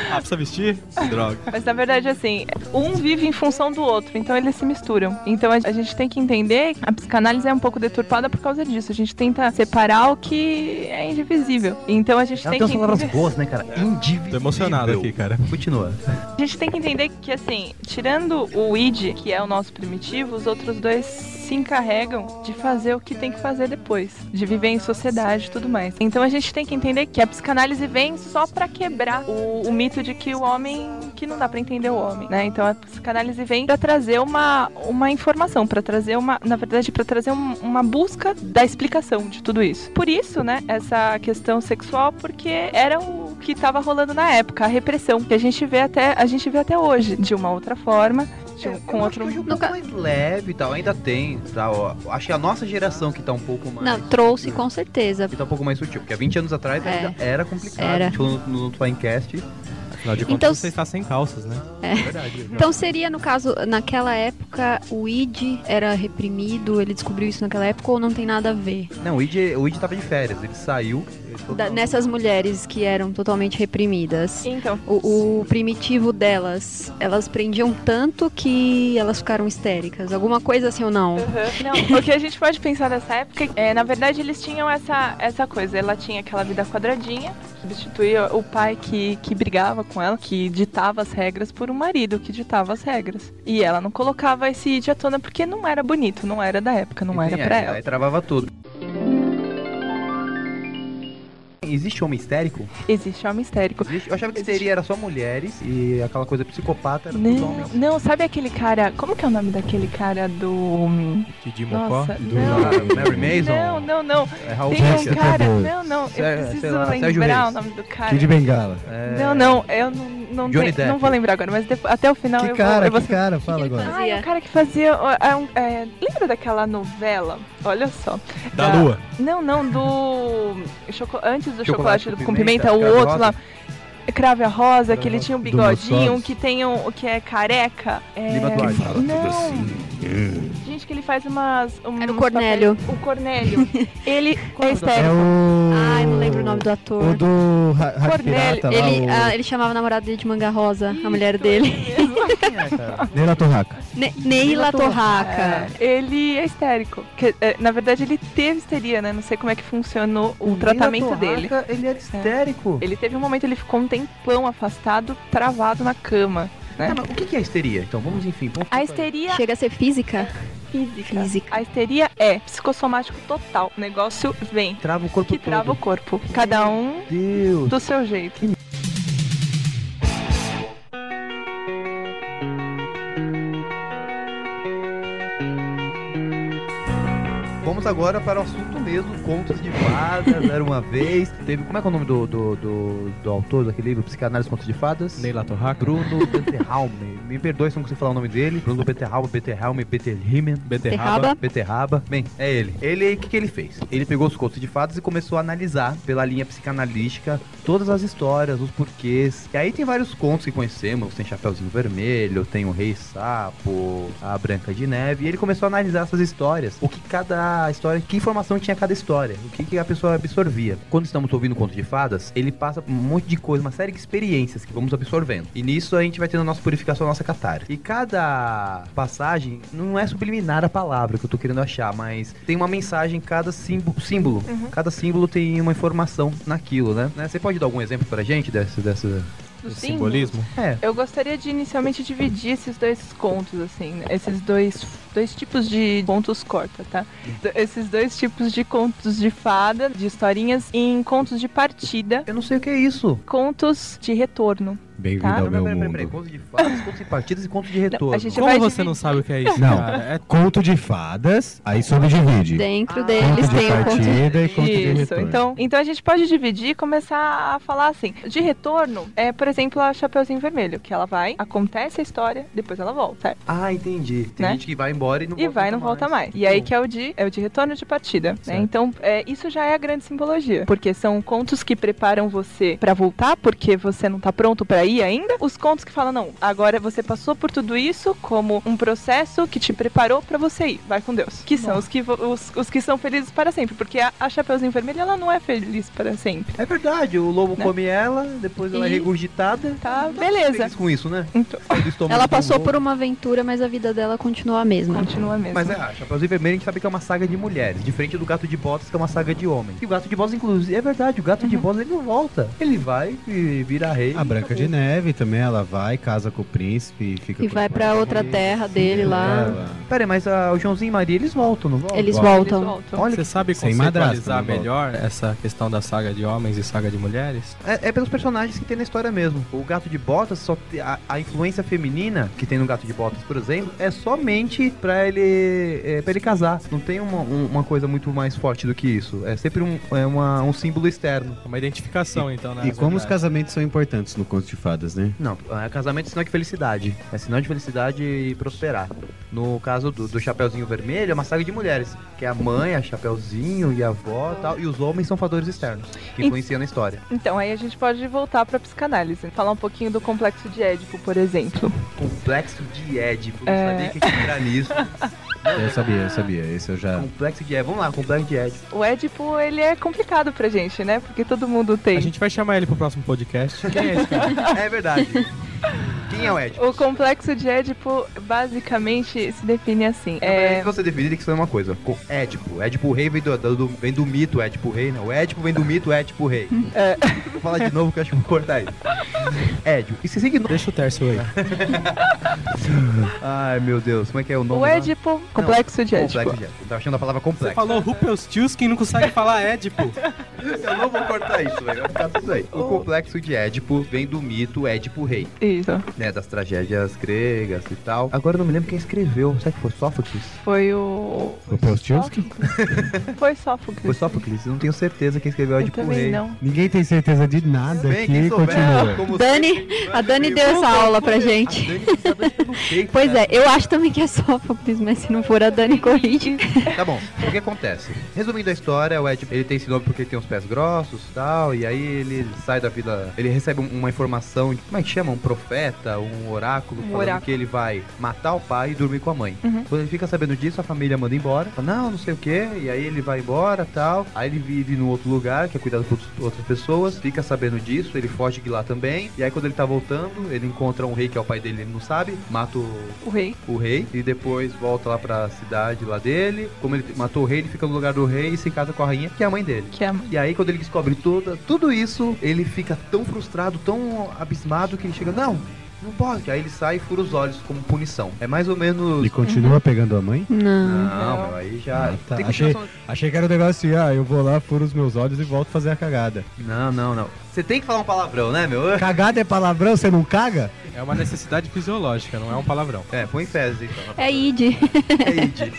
[SPEAKER 8] Ah, precisa vestir? Droga.
[SPEAKER 1] Mas na verdade, assim, um vive em função do outro, então eles se misturam. Então a a gente tem que entender que a psicanálise é um pouco deturpada por causa disso. A gente tenta separar o que é indivisível. Então a gente tem que. entender-
[SPEAKER 3] boas, né, cara? Indivíduo.
[SPEAKER 8] Tô emocionado aqui, cara.
[SPEAKER 3] Continua.
[SPEAKER 1] A gente tem que entender que, assim, tirando o id, que é o nosso primitivo, os outros dois se encarregam de fazer o que tem que fazer depois, de viver em sociedade e tudo mais. Então a gente tem que entender que a psicanálise vem só pra quebrar o, o mito de que o homem que não dá pra entender o homem, né? Então a psicanálise vem pra trazer uma, uma informação, pra trazer uma, na verdade, pra trazer um- uma busca da explicação de tudo isso. Por isso, né, essa questão sexual, porque era um o que estava rolando na época, a repressão, que a gente vê até, a gente vê até hoje, de uma outra forma, de um- com outro.
[SPEAKER 3] Hoje é um pouco
[SPEAKER 5] Nunca-
[SPEAKER 3] mais leve e tal, ainda tem, tá? Ó, acho que a nossa geração que tá um pouco mais.
[SPEAKER 5] Não, trouxe com certeza.
[SPEAKER 3] Que tá um pouco mais sutil, porque há 20 anos atrás
[SPEAKER 5] É.
[SPEAKER 3] ainda era complicado.
[SPEAKER 5] Era.
[SPEAKER 3] A gente falou no, no Finecast.
[SPEAKER 8] Afinal de contas,
[SPEAKER 5] Então-
[SPEAKER 8] você está sem calças, né?
[SPEAKER 3] É verdade.
[SPEAKER 5] Então seria, no caso, naquela época, o id era reprimido, ele descobriu isso naquela época ou não tem nada a ver?
[SPEAKER 3] Não, o Id, o Id tava de férias, ele saiu. ele falou,
[SPEAKER 5] Da-
[SPEAKER 3] "Não,
[SPEAKER 5] nessas mulheres que eram totalmente reprimidas.
[SPEAKER 1] Então,
[SPEAKER 5] O, o primitivo delas, elas prendiam tanto que elas ficaram histéricas. Alguma coisa assim ou não?
[SPEAKER 1] Não, o que a gente pode pensar dessa época é, na verdade, eles tinham essa, essa coisa. Ela tinha aquela vida quadradinha, substituía o pai que, que brigava com ela, que ditava as regras por um marido que ditava as regras. E ela não colocava esse id à tona porque não era bonito, não era da época, não
[SPEAKER 3] Enfim,
[SPEAKER 1] era
[SPEAKER 3] é,
[SPEAKER 1] pra ela.
[SPEAKER 3] Aí travava tudo. Existe homem histérico?
[SPEAKER 1] Existe um homem histérico.
[SPEAKER 3] Existe? Eu achava que histeria era só mulheres e aquela coisa psicopata era dos
[SPEAKER 1] Não,
[SPEAKER 3] homens.
[SPEAKER 1] não, sabe aquele cara. Como que é o nome daquele cara do.
[SPEAKER 4] Didi Mocó.
[SPEAKER 1] Nossa,
[SPEAKER 7] Do-
[SPEAKER 1] não.
[SPEAKER 3] Ah, Mary Mason?
[SPEAKER 1] Não, não, não.
[SPEAKER 3] É Raul
[SPEAKER 1] Tem um
[SPEAKER 7] Seixas,
[SPEAKER 1] cara.
[SPEAKER 7] por favor.
[SPEAKER 1] Não, não.
[SPEAKER 3] Sé-
[SPEAKER 1] Eu preciso
[SPEAKER 3] sei lá, Sérgio
[SPEAKER 1] lembrar o
[SPEAKER 3] Reis.
[SPEAKER 1] nome do cara.
[SPEAKER 7] Kid Bengala.
[SPEAKER 3] É-
[SPEAKER 1] Não, não, eu não, não,
[SPEAKER 3] Johnny
[SPEAKER 1] lem-
[SPEAKER 3] Depp.
[SPEAKER 1] não vou lembrar agora, mas depois- até o final
[SPEAKER 7] Que
[SPEAKER 1] eu
[SPEAKER 7] cara,
[SPEAKER 1] vou. Eu
[SPEAKER 7] que
[SPEAKER 1] vou...
[SPEAKER 7] cara? Fala
[SPEAKER 5] Que que ele
[SPEAKER 7] agora.
[SPEAKER 5] faz?
[SPEAKER 1] Ah, é o cara que fazia. ó, é um- é, lembra daquela novela? Olha só.
[SPEAKER 8] Da lua.
[SPEAKER 1] Não, não, do. choco- Antes do chocolate, com, pimenta,
[SPEAKER 3] Crave
[SPEAKER 1] o outro
[SPEAKER 3] Rosa.
[SPEAKER 1] lá. Crave a rosa, que ele tinha um
[SPEAKER 7] Do
[SPEAKER 1] bigodinho,
[SPEAKER 7] Gonçalves.
[SPEAKER 1] que tem um. o que é careca. É...
[SPEAKER 3] Lima Duarte.
[SPEAKER 1] Não. Gente, que ele faz umas. Um,
[SPEAKER 5] Era o Cornélio.
[SPEAKER 1] O Cornélio. ele é
[SPEAKER 7] É
[SPEAKER 1] estéreo.
[SPEAKER 7] o.
[SPEAKER 5] Ai, não lembro o nome do ator.
[SPEAKER 7] O do Ra- Rádio
[SPEAKER 1] Cornélio,
[SPEAKER 7] Pirata lá.
[SPEAKER 5] Ele,
[SPEAKER 7] o...
[SPEAKER 5] ah, ele chamava a namorada dele de manga rosa, a
[SPEAKER 1] é
[SPEAKER 5] mulher dele.
[SPEAKER 3] é
[SPEAKER 7] Neila Torraca.
[SPEAKER 5] Ne Neila Torraca.
[SPEAKER 1] Ele é histérico. Que, é, na verdade, ele teve histeria, né? Não sei como é que funcionou o tratamento dele. É.
[SPEAKER 3] Ele era histérico.
[SPEAKER 1] Ele teve um momento, ele ficou um tempão afastado, travado na cama.
[SPEAKER 3] Ah, mas o que que é histeria? Então vamos, enfim. Vamos
[SPEAKER 1] A histeria
[SPEAKER 5] Chega a ser física?
[SPEAKER 1] física.
[SPEAKER 5] Física.
[SPEAKER 1] A histeria é psicossomático total. O negócio vem,
[SPEAKER 3] Trava o corpo
[SPEAKER 1] que trava o
[SPEAKER 3] todo.
[SPEAKER 1] corpo. Cada um
[SPEAKER 3] Deus.
[SPEAKER 1] do seu jeito.
[SPEAKER 3] Vamos agora para o assunto mesmo, contos de fadas, era uma vez. Teve, como é que é o nome do, do, do, do autor daquele livro, Psicanálise Contos de Fadas?
[SPEAKER 4] Neila Torraca.
[SPEAKER 3] Bruno Beterraume. Me perdoe se eu não consigo falar o nome dele. Bruno Beterraume, Beterraume, Beterhimen.
[SPEAKER 5] Beterraba.
[SPEAKER 3] Beterraba. Bem, é ele. Ele, o que, que ele fez? Ele pegou os contos de fadas e começou a analisar, pela linha psicanalística, todas as histórias, os porquês. E aí tem vários contos que conhecemos. Tem Chapeuzinho Vermelho, tem o Rei Sapo, a Branca de Neve. E ele começou a analisar essas histórias. O que cada história, que informação tinha cada história. O que, que a pessoa absorvia. Quando estamos ouvindo conto de fadas, ele passa um monte de coisa, uma série de experiências que vamos absorvendo. E nisso a gente vai tendo a nossa purificação, a nossa catarse. E cada passagem não é subliminar a palavra que eu tô querendo achar, mas tem uma mensagem em cada símbo- símbolo.
[SPEAKER 1] Uhum.
[SPEAKER 3] Cada símbolo tem uma informação naquilo, né? Né? Você pode dar algum exemplo pra gente dessa. dessa...
[SPEAKER 1] Do
[SPEAKER 8] Simbolismo?
[SPEAKER 3] É.
[SPEAKER 1] Eu gostaria de inicialmente dividir esses dois contos, assim, né? esses dois, dois tipos de contos corta, tá? D- esses dois tipos de contos de fada, de historinhas, em contos de partida,
[SPEAKER 3] Eu não sei o que é isso.
[SPEAKER 1] contos de retorno.
[SPEAKER 7] Bem-vindo
[SPEAKER 1] Tá,
[SPEAKER 7] ao meu
[SPEAKER 3] peraí,
[SPEAKER 7] mundo.
[SPEAKER 3] peraí, peraí. Conto de fadas, conto de partidas e conto de retorno.
[SPEAKER 1] gente
[SPEAKER 4] Como
[SPEAKER 1] vai
[SPEAKER 4] você
[SPEAKER 1] dividir.
[SPEAKER 4] não sabe o que é isso,
[SPEAKER 7] Não.
[SPEAKER 4] cara? É
[SPEAKER 7] Conto de fadas, aí subdivide.
[SPEAKER 5] Dentro
[SPEAKER 3] Ah,
[SPEAKER 5] deles
[SPEAKER 7] Conto de
[SPEAKER 5] tem o um conto
[SPEAKER 7] partida e conto de
[SPEAKER 1] Isso,
[SPEAKER 7] retorno.
[SPEAKER 1] então, então a gente pode dividir e começar a falar assim. De retorno, é, por exemplo, a Chapeuzinho Vermelho, que ela vai, acontece a história, depois ela volta.
[SPEAKER 3] Ah, entendi. Tem
[SPEAKER 1] Né?
[SPEAKER 3] gente que vai embora e não
[SPEAKER 1] e
[SPEAKER 3] volta
[SPEAKER 1] vai e não volta mais. E aí que é o de, é o de retorno de partida. né? Então, é, isso já é a grande simbologia. Porque são contos que preparam você pra voltar, porque você não tá pronto pra ir ainda. Os contos que falam, não, agora você passou por tudo isso como um processo que te preparou pra você ir. Vai com Deus. Que são os que, vo- os, os que são felizes para sempre. Porque a, a Chapeuzinho Vermelho, ela não é feliz para sempre.
[SPEAKER 3] É verdade, o lobo
[SPEAKER 1] Né?
[SPEAKER 3] come ela, depois ela é
[SPEAKER 1] E-
[SPEAKER 3] regurgitada.
[SPEAKER 1] Tá,
[SPEAKER 3] Feliz
[SPEAKER 1] beleza.
[SPEAKER 3] com isso, né?
[SPEAKER 1] Então,
[SPEAKER 3] Do estômago
[SPEAKER 5] Ela
[SPEAKER 3] do
[SPEAKER 5] passou
[SPEAKER 3] lobo.
[SPEAKER 5] por um uma aventura, mas a vida dela continua a mesma.
[SPEAKER 1] continua mesmo.
[SPEAKER 3] Mas é, a Chapeuzinho Vermelho a gente sabe que é uma saga de mulheres, diferente do Gato de Botas, que é uma saga de homens. E o Gato de Botas, inclusive, é verdade, o Gato
[SPEAKER 5] Uhum.
[SPEAKER 3] de Botas ele não volta. Ele vai e vira rei.
[SPEAKER 7] A Branca de
[SPEAKER 3] acabou.
[SPEAKER 7] Neve também, ela vai, casa com o príncipe e fica
[SPEAKER 5] E
[SPEAKER 7] com É.
[SPEAKER 5] vai
[SPEAKER 7] os
[SPEAKER 5] pra outra terra dele lá.
[SPEAKER 7] Ela-
[SPEAKER 3] Pera aí, mas ah, o Joãozinho e Maria, eles voltam, não voltam?
[SPEAKER 5] Eles
[SPEAKER 7] Volta.
[SPEAKER 1] Eles
[SPEAKER 5] voltam.
[SPEAKER 1] voltam.
[SPEAKER 3] Olha,
[SPEAKER 4] Você sabe
[SPEAKER 7] Sem madrasta,
[SPEAKER 4] conceitualizar
[SPEAKER 7] né, Paulo?
[SPEAKER 4] melhor essa questão da saga de homens e saga de mulheres?
[SPEAKER 3] É, é pelos personagens que tem na história mesmo. O Gato de Botas, só te- a, a influência feminina que tem no Gato de Botas, por exemplo, é somente pra ele é, para ele casar. Não tem uma, um- uma coisa muito mais forte do que isso. É sempre um, é uma- um símbolo externo.
[SPEAKER 4] É uma identificação, então, né?
[SPEAKER 7] E como os
[SPEAKER 4] Verdade.
[SPEAKER 7] casamentos são importantes no conto de fadas, né?
[SPEAKER 3] Não, é casamento é sinal de felicidade. É sinal de felicidade e prosperar. No caso do, do Chapeuzinho Vermelho, é uma saga de mulheres. Que é a mãe, a Chapeuzinho e a avó e tal. E os homens são fatores externos que
[SPEAKER 1] E-
[SPEAKER 3] influenciam na história.
[SPEAKER 1] Então, aí a gente pode voltar pra psicanálise. Falar um pouquinho do complexo de Édipo, por exemplo.
[SPEAKER 3] Complexo de Édipo. Não
[SPEAKER 1] É.
[SPEAKER 3] sabia que tinha que entrar nisso.
[SPEAKER 7] Eu sabia, eu sabia. Esse eu já.
[SPEAKER 3] Complexo de Édipo. Vamos lá, complexo de Édipo.
[SPEAKER 1] O Édipo, ele é complicado pra gente, né? Porque todo mundo tem.
[SPEAKER 4] A gente vai chamar ele pro próximo podcast. Quem é esse cara?
[SPEAKER 3] É verdade. Quem é o Édipo?
[SPEAKER 1] O complexo de Édipo, basicamente, se define assim.
[SPEAKER 3] É...
[SPEAKER 1] É...
[SPEAKER 3] Você deveria que isso é uma coisa. Co- Édipo. Édipo rei vem do, do- vem do mito Édipo rei, né? O Édipo vem do mito Édipo rei. Vou falar de novo que eu acho que vou cortar isso. Édipo. E se significa...
[SPEAKER 4] Deixa o Tércio aí.
[SPEAKER 3] Ai, meu Deus. Como é que é o nome?
[SPEAKER 1] O
[SPEAKER 3] lá?
[SPEAKER 1] Édipo, complexo de Édipo.
[SPEAKER 3] Complexo de Édipo. Tá achando a palavra
[SPEAKER 4] Você
[SPEAKER 3] complexo.
[SPEAKER 4] falou Rupelstiltskin e não consegue falar Édipo.
[SPEAKER 3] Eu não vou cortar isso, velho. Vai ficar tudo aí. O complexo de Édipo vem do mito Édipo rei,
[SPEAKER 1] Isso.
[SPEAKER 3] né? Das tragédias gregas e tal. Agora eu não me lembro quem escreveu. Será que foi Sófocles?
[SPEAKER 1] Foi o...
[SPEAKER 7] O Pelstilski?
[SPEAKER 1] Foi Sófocles.
[SPEAKER 3] Foi Sófocles. Eu não tenho certeza quem escreveu
[SPEAKER 1] Eu
[SPEAKER 3] Édipo rei.
[SPEAKER 1] também não.
[SPEAKER 7] Ninguém tem certeza de nada
[SPEAKER 3] Bem,
[SPEAKER 7] aqui.
[SPEAKER 3] quem souber,
[SPEAKER 7] Continua.
[SPEAKER 3] como
[SPEAKER 5] Dani, a Dani deu essa aula pra
[SPEAKER 3] Ah,
[SPEAKER 5] gente. Pois
[SPEAKER 3] né?
[SPEAKER 5] é, eu acho também que é Sófocles, mas se não for a Dani corrige.
[SPEAKER 3] Tá bom, o que acontece? Resumindo a história, o Ed, ele tem esse nome porque ele tem os pés grossos e tal, e aí ele sai da vida, ele recebe um- uma informação, de- como é que chama? Um profeta, um oráculo,
[SPEAKER 1] Um
[SPEAKER 3] falando
[SPEAKER 1] oráculo.
[SPEAKER 3] que ele vai matar o pai e dormir com a mãe. Quando ele fica sabendo disso, a família manda embora, fala, não, não sei o que, e aí ele vai embora e tal, aí ele vive num outro lugar, que é cuidado por outros- outras pessoas, fica sabendo disso, ele foge de lá também, e aí quando ele tá voltando, ele encontra um rei que é o pai dele, ele não sabe, mata o,
[SPEAKER 1] O rei.
[SPEAKER 3] o rei e depois volta lá pra cidade lá dele. Como ele matou o rei, ele fica no lugar do rei e se casa com a rainha, que é a mãe dele.
[SPEAKER 1] Que é...
[SPEAKER 3] E aí quando ele descobre toda, tudo isso, ele fica tão frustrado, tão abismado que ele chega, não, não pode. Aí ele sai e fura os olhos como punição. É mais ou menos
[SPEAKER 7] Ele continua pegando a mãe?
[SPEAKER 5] Não.
[SPEAKER 3] não, meu, aí já.
[SPEAKER 7] Ah, tá.
[SPEAKER 3] Tem
[SPEAKER 7] Achei-
[SPEAKER 3] continuação-
[SPEAKER 7] Achei que era o negócio assim, ah, eu vou lá, furo os meus olhos e volto fazer a cagada.
[SPEAKER 3] Não, não, não. Você tem que falar um palavrão, né, meu?
[SPEAKER 7] Cagada é palavrão, você não caga?
[SPEAKER 4] É uma necessidade fisiológica, não é um palavrão.
[SPEAKER 3] É, põe fezes então.
[SPEAKER 5] É Id.
[SPEAKER 3] É id.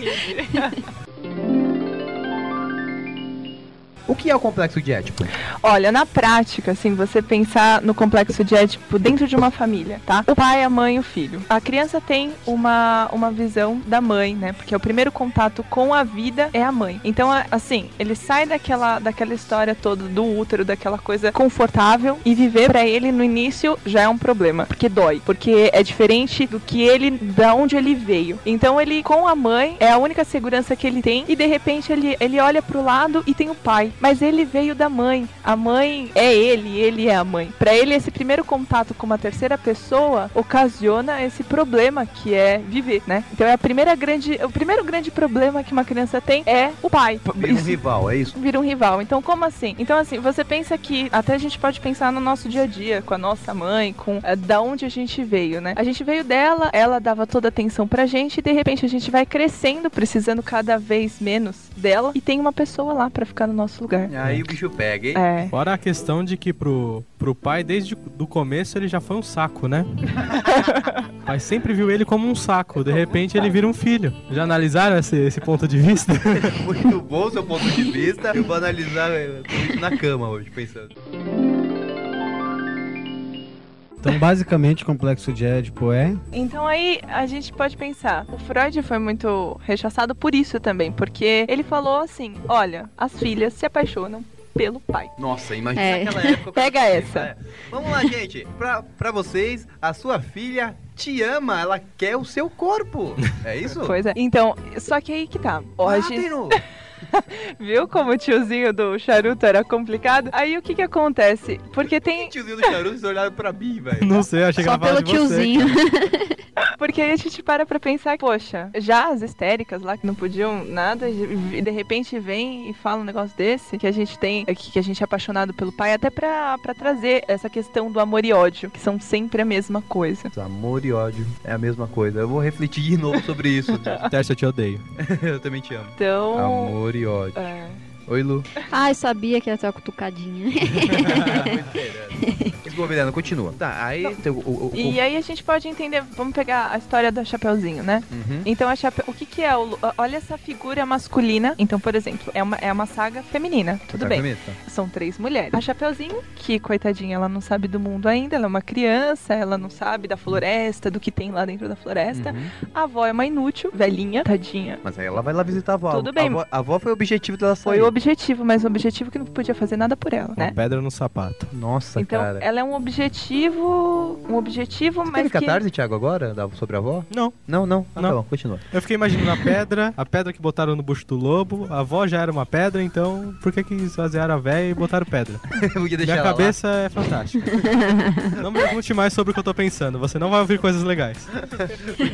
[SPEAKER 3] O que é o complexo de Édipo?
[SPEAKER 1] Olha, na prática, assim, você pensar no complexo de Édipo dentro de uma família, tá? O pai, a mãe e o filho. A criança tem uma, uma visão da mãe, né? Porque o primeiro contato com a vida é a mãe. Então, a- assim, ele sai daquela, daquela história toda do útero, daquela coisa confortável e viver pra ele no início já é um problema, porque dói, porque é diferente do que ele, da onde ele veio. Então, ele com a mãe é a única segurança que ele tem e de repente ele, ele olha pro lado e tem o pai, mas ele veio da mãe. A mãe é ele, ele é a mãe. Pra ele esse primeiro contato com uma terceira pessoa ocasiona esse problema que é viver, né? Então é a primeira grande, o primeiro grande problema que uma criança tem é o pai.
[SPEAKER 3] Vira um
[SPEAKER 1] Isso
[SPEAKER 3] rival, é isso?
[SPEAKER 1] vira um rival. Então, como assim? Então, assim, você pensa que até a gente pode pensar no nosso dia a dia, com a nossa mãe, com eh, da onde a gente veio, né? A gente veio dela, ela dava toda a atenção pra gente e de repente a gente vai crescendo, precisando cada vez menos dela e tem uma pessoa lá pra ficar no nosso lugar.
[SPEAKER 3] Aí o bicho pega, hein?
[SPEAKER 1] É.
[SPEAKER 4] Fora a questão de que pro, pro pai, desde o começo, ele já foi um saco, né? O pai sempre viu ele como um saco. De repente, ele vira um filho. Já analisaram esse, esse ponto de vista?
[SPEAKER 3] Muito bom o seu ponto de vista. Eu vou analisar eh, tudo isso na cama hoje, pensando.
[SPEAKER 7] Então, basicamente, o complexo de Édipo é.
[SPEAKER 1] Então aí a gente pode pensar, o Freud foi muito rechaçado por isso também, porque ele falou assim, olha, as filhas se apaixonam pelo pai.
[SPEAKER 3] Nossa, imagina
[SPEAKER 5] É.
[SPEAKER 3] aquela época.
[SPEAKER 1] Pega
[SPEAKER 3] Vai.
[SPEAKER 1] essa.
[SPEAKER 3] Vamos lá, gente. Pra, pra vocês, a sua filha te ama, ela quer o seu corpo. É isso?
[SPEAKER 1] Coisa. Então, só que aí que tá. Ó, a gente-
[SPEAKER 3] Magno!
[SPEAKER 1] Viu como o tiozinho do charuto era complicado? Aí o que que acontece? Porque tem.
[SPEAKER 3] tiozinho do charuto, eles olharam pra mim, velho.
[SPEAKER 4] Não sei, achei que
[SPEAKER 5] Só
[SPEAKER 4] ela falava
[SPEAKER 5] pelo
[SPEAKER 4] de você.
[SPEAKER 5] tiozinho.
[SPEAKER 1] Porque aí a gente para pra pensar, poxa, já as histéricas lá que não podiam nada, e de repente vem e fala um negócio desse, que a gente tem, que que a gente é apaixonado pelo pai, até pra, pra trazer essa questão do amor e ódio, que são sempre a mesma coisa.
[SPEAKER 3] Amor e ódio é a mesma coisa. Eu vou refletir de novo sobre isso.
[SPEAKER 4] Teste, eu te odeio.
[SPEAKER 3] Eu também te amo.
[SPEAKER 1] Então.
[SPEAKER 3] Amor e ódio.
[SPEAKER 1] é.
[SPEAKER 3] Oi, Lu.
[SPEAKER 5] Ai, sabia que ia ter uma cutucadinha.
[SPEAKER 3] Desculpa, Milena, continua. Tá, aí. tem o- o- o-
[SPEAKER 1] E aí a gente pode entender, vamos pegar a história do Chapeuzinho, né?
[SPEAKER 3] Uhum.
[SPEAKER 1] Então, a Chape... o que, que é? o lu- Olha essa figura masculina. Então, por exemplo, é uma, é uma saga feminina. Tudo bem.
[SPEAKER 3] Exatamente, tá.
[SPEAKER 1] São três mulheres. A Chapeuzinho, que coitadinha, ela não sabe do mundo ainda, ela é uma criança, ela não sabe da floresta, do que tem lá dentro da floresta.
[SPEAKER 3] Uhum.
[SPEAKER 1] A avó é uma inútil, velhinha, tadinha.
[SPEAKER 3] Mas aí ela vai lá visitar a avó.
[SPEAKER 1] Tudo
[SPEAKER 3] A
[SPEAKER 1] bem.
[SPEAKER 3] avó- A avó foi o objetivo dela sair.
[SPEAKER 1] Foi o objetivo, mas o objetivo que não podia fazer nada por ela,
[SPEAKER 4] Uma
[SPEAKER 5] É?
[SPEAKER 1] né?
[SPEAKER 4] pedra no sapato.
[SPEAKER 3] Nossa,
[SPEAKER 1] Então,
[SPEAKER 3] cara.
[SPEAKER 1] ela é um objetivo. Um objetivo,
[SPEAKER 3] Você
[SPEAKER 1] mas.
[SPEAKER 3] teve
[SPEAKER 1] Que...
[SPEAKER 3] catarse, Thiago, agora? da- Sobre a avó?
[SPEAKER 4] Não.
[SPEAKER 3] Não, não. Ah,
[SPEAKER 4] Não.
[SPEAKER 3] tá bom, continua.
[SPEAKER 4] Eu fiquei imaginando a pedra, a pedra que botaram no bucho do lobo. A avó já era uma pedra, então por que que esvaziaram a véia e botaram pedra?
[SPEAKER 3] Podia deixar
[SPEAKER 4] Minha
[SPEAKER 3] ela lá.
[SPEAKER 4] cabeça é fantástica. não me pergunte mais sobre o que eu tô pensando. Você não vai ouvir coisas legais.
[SPEAKER 3] Tá,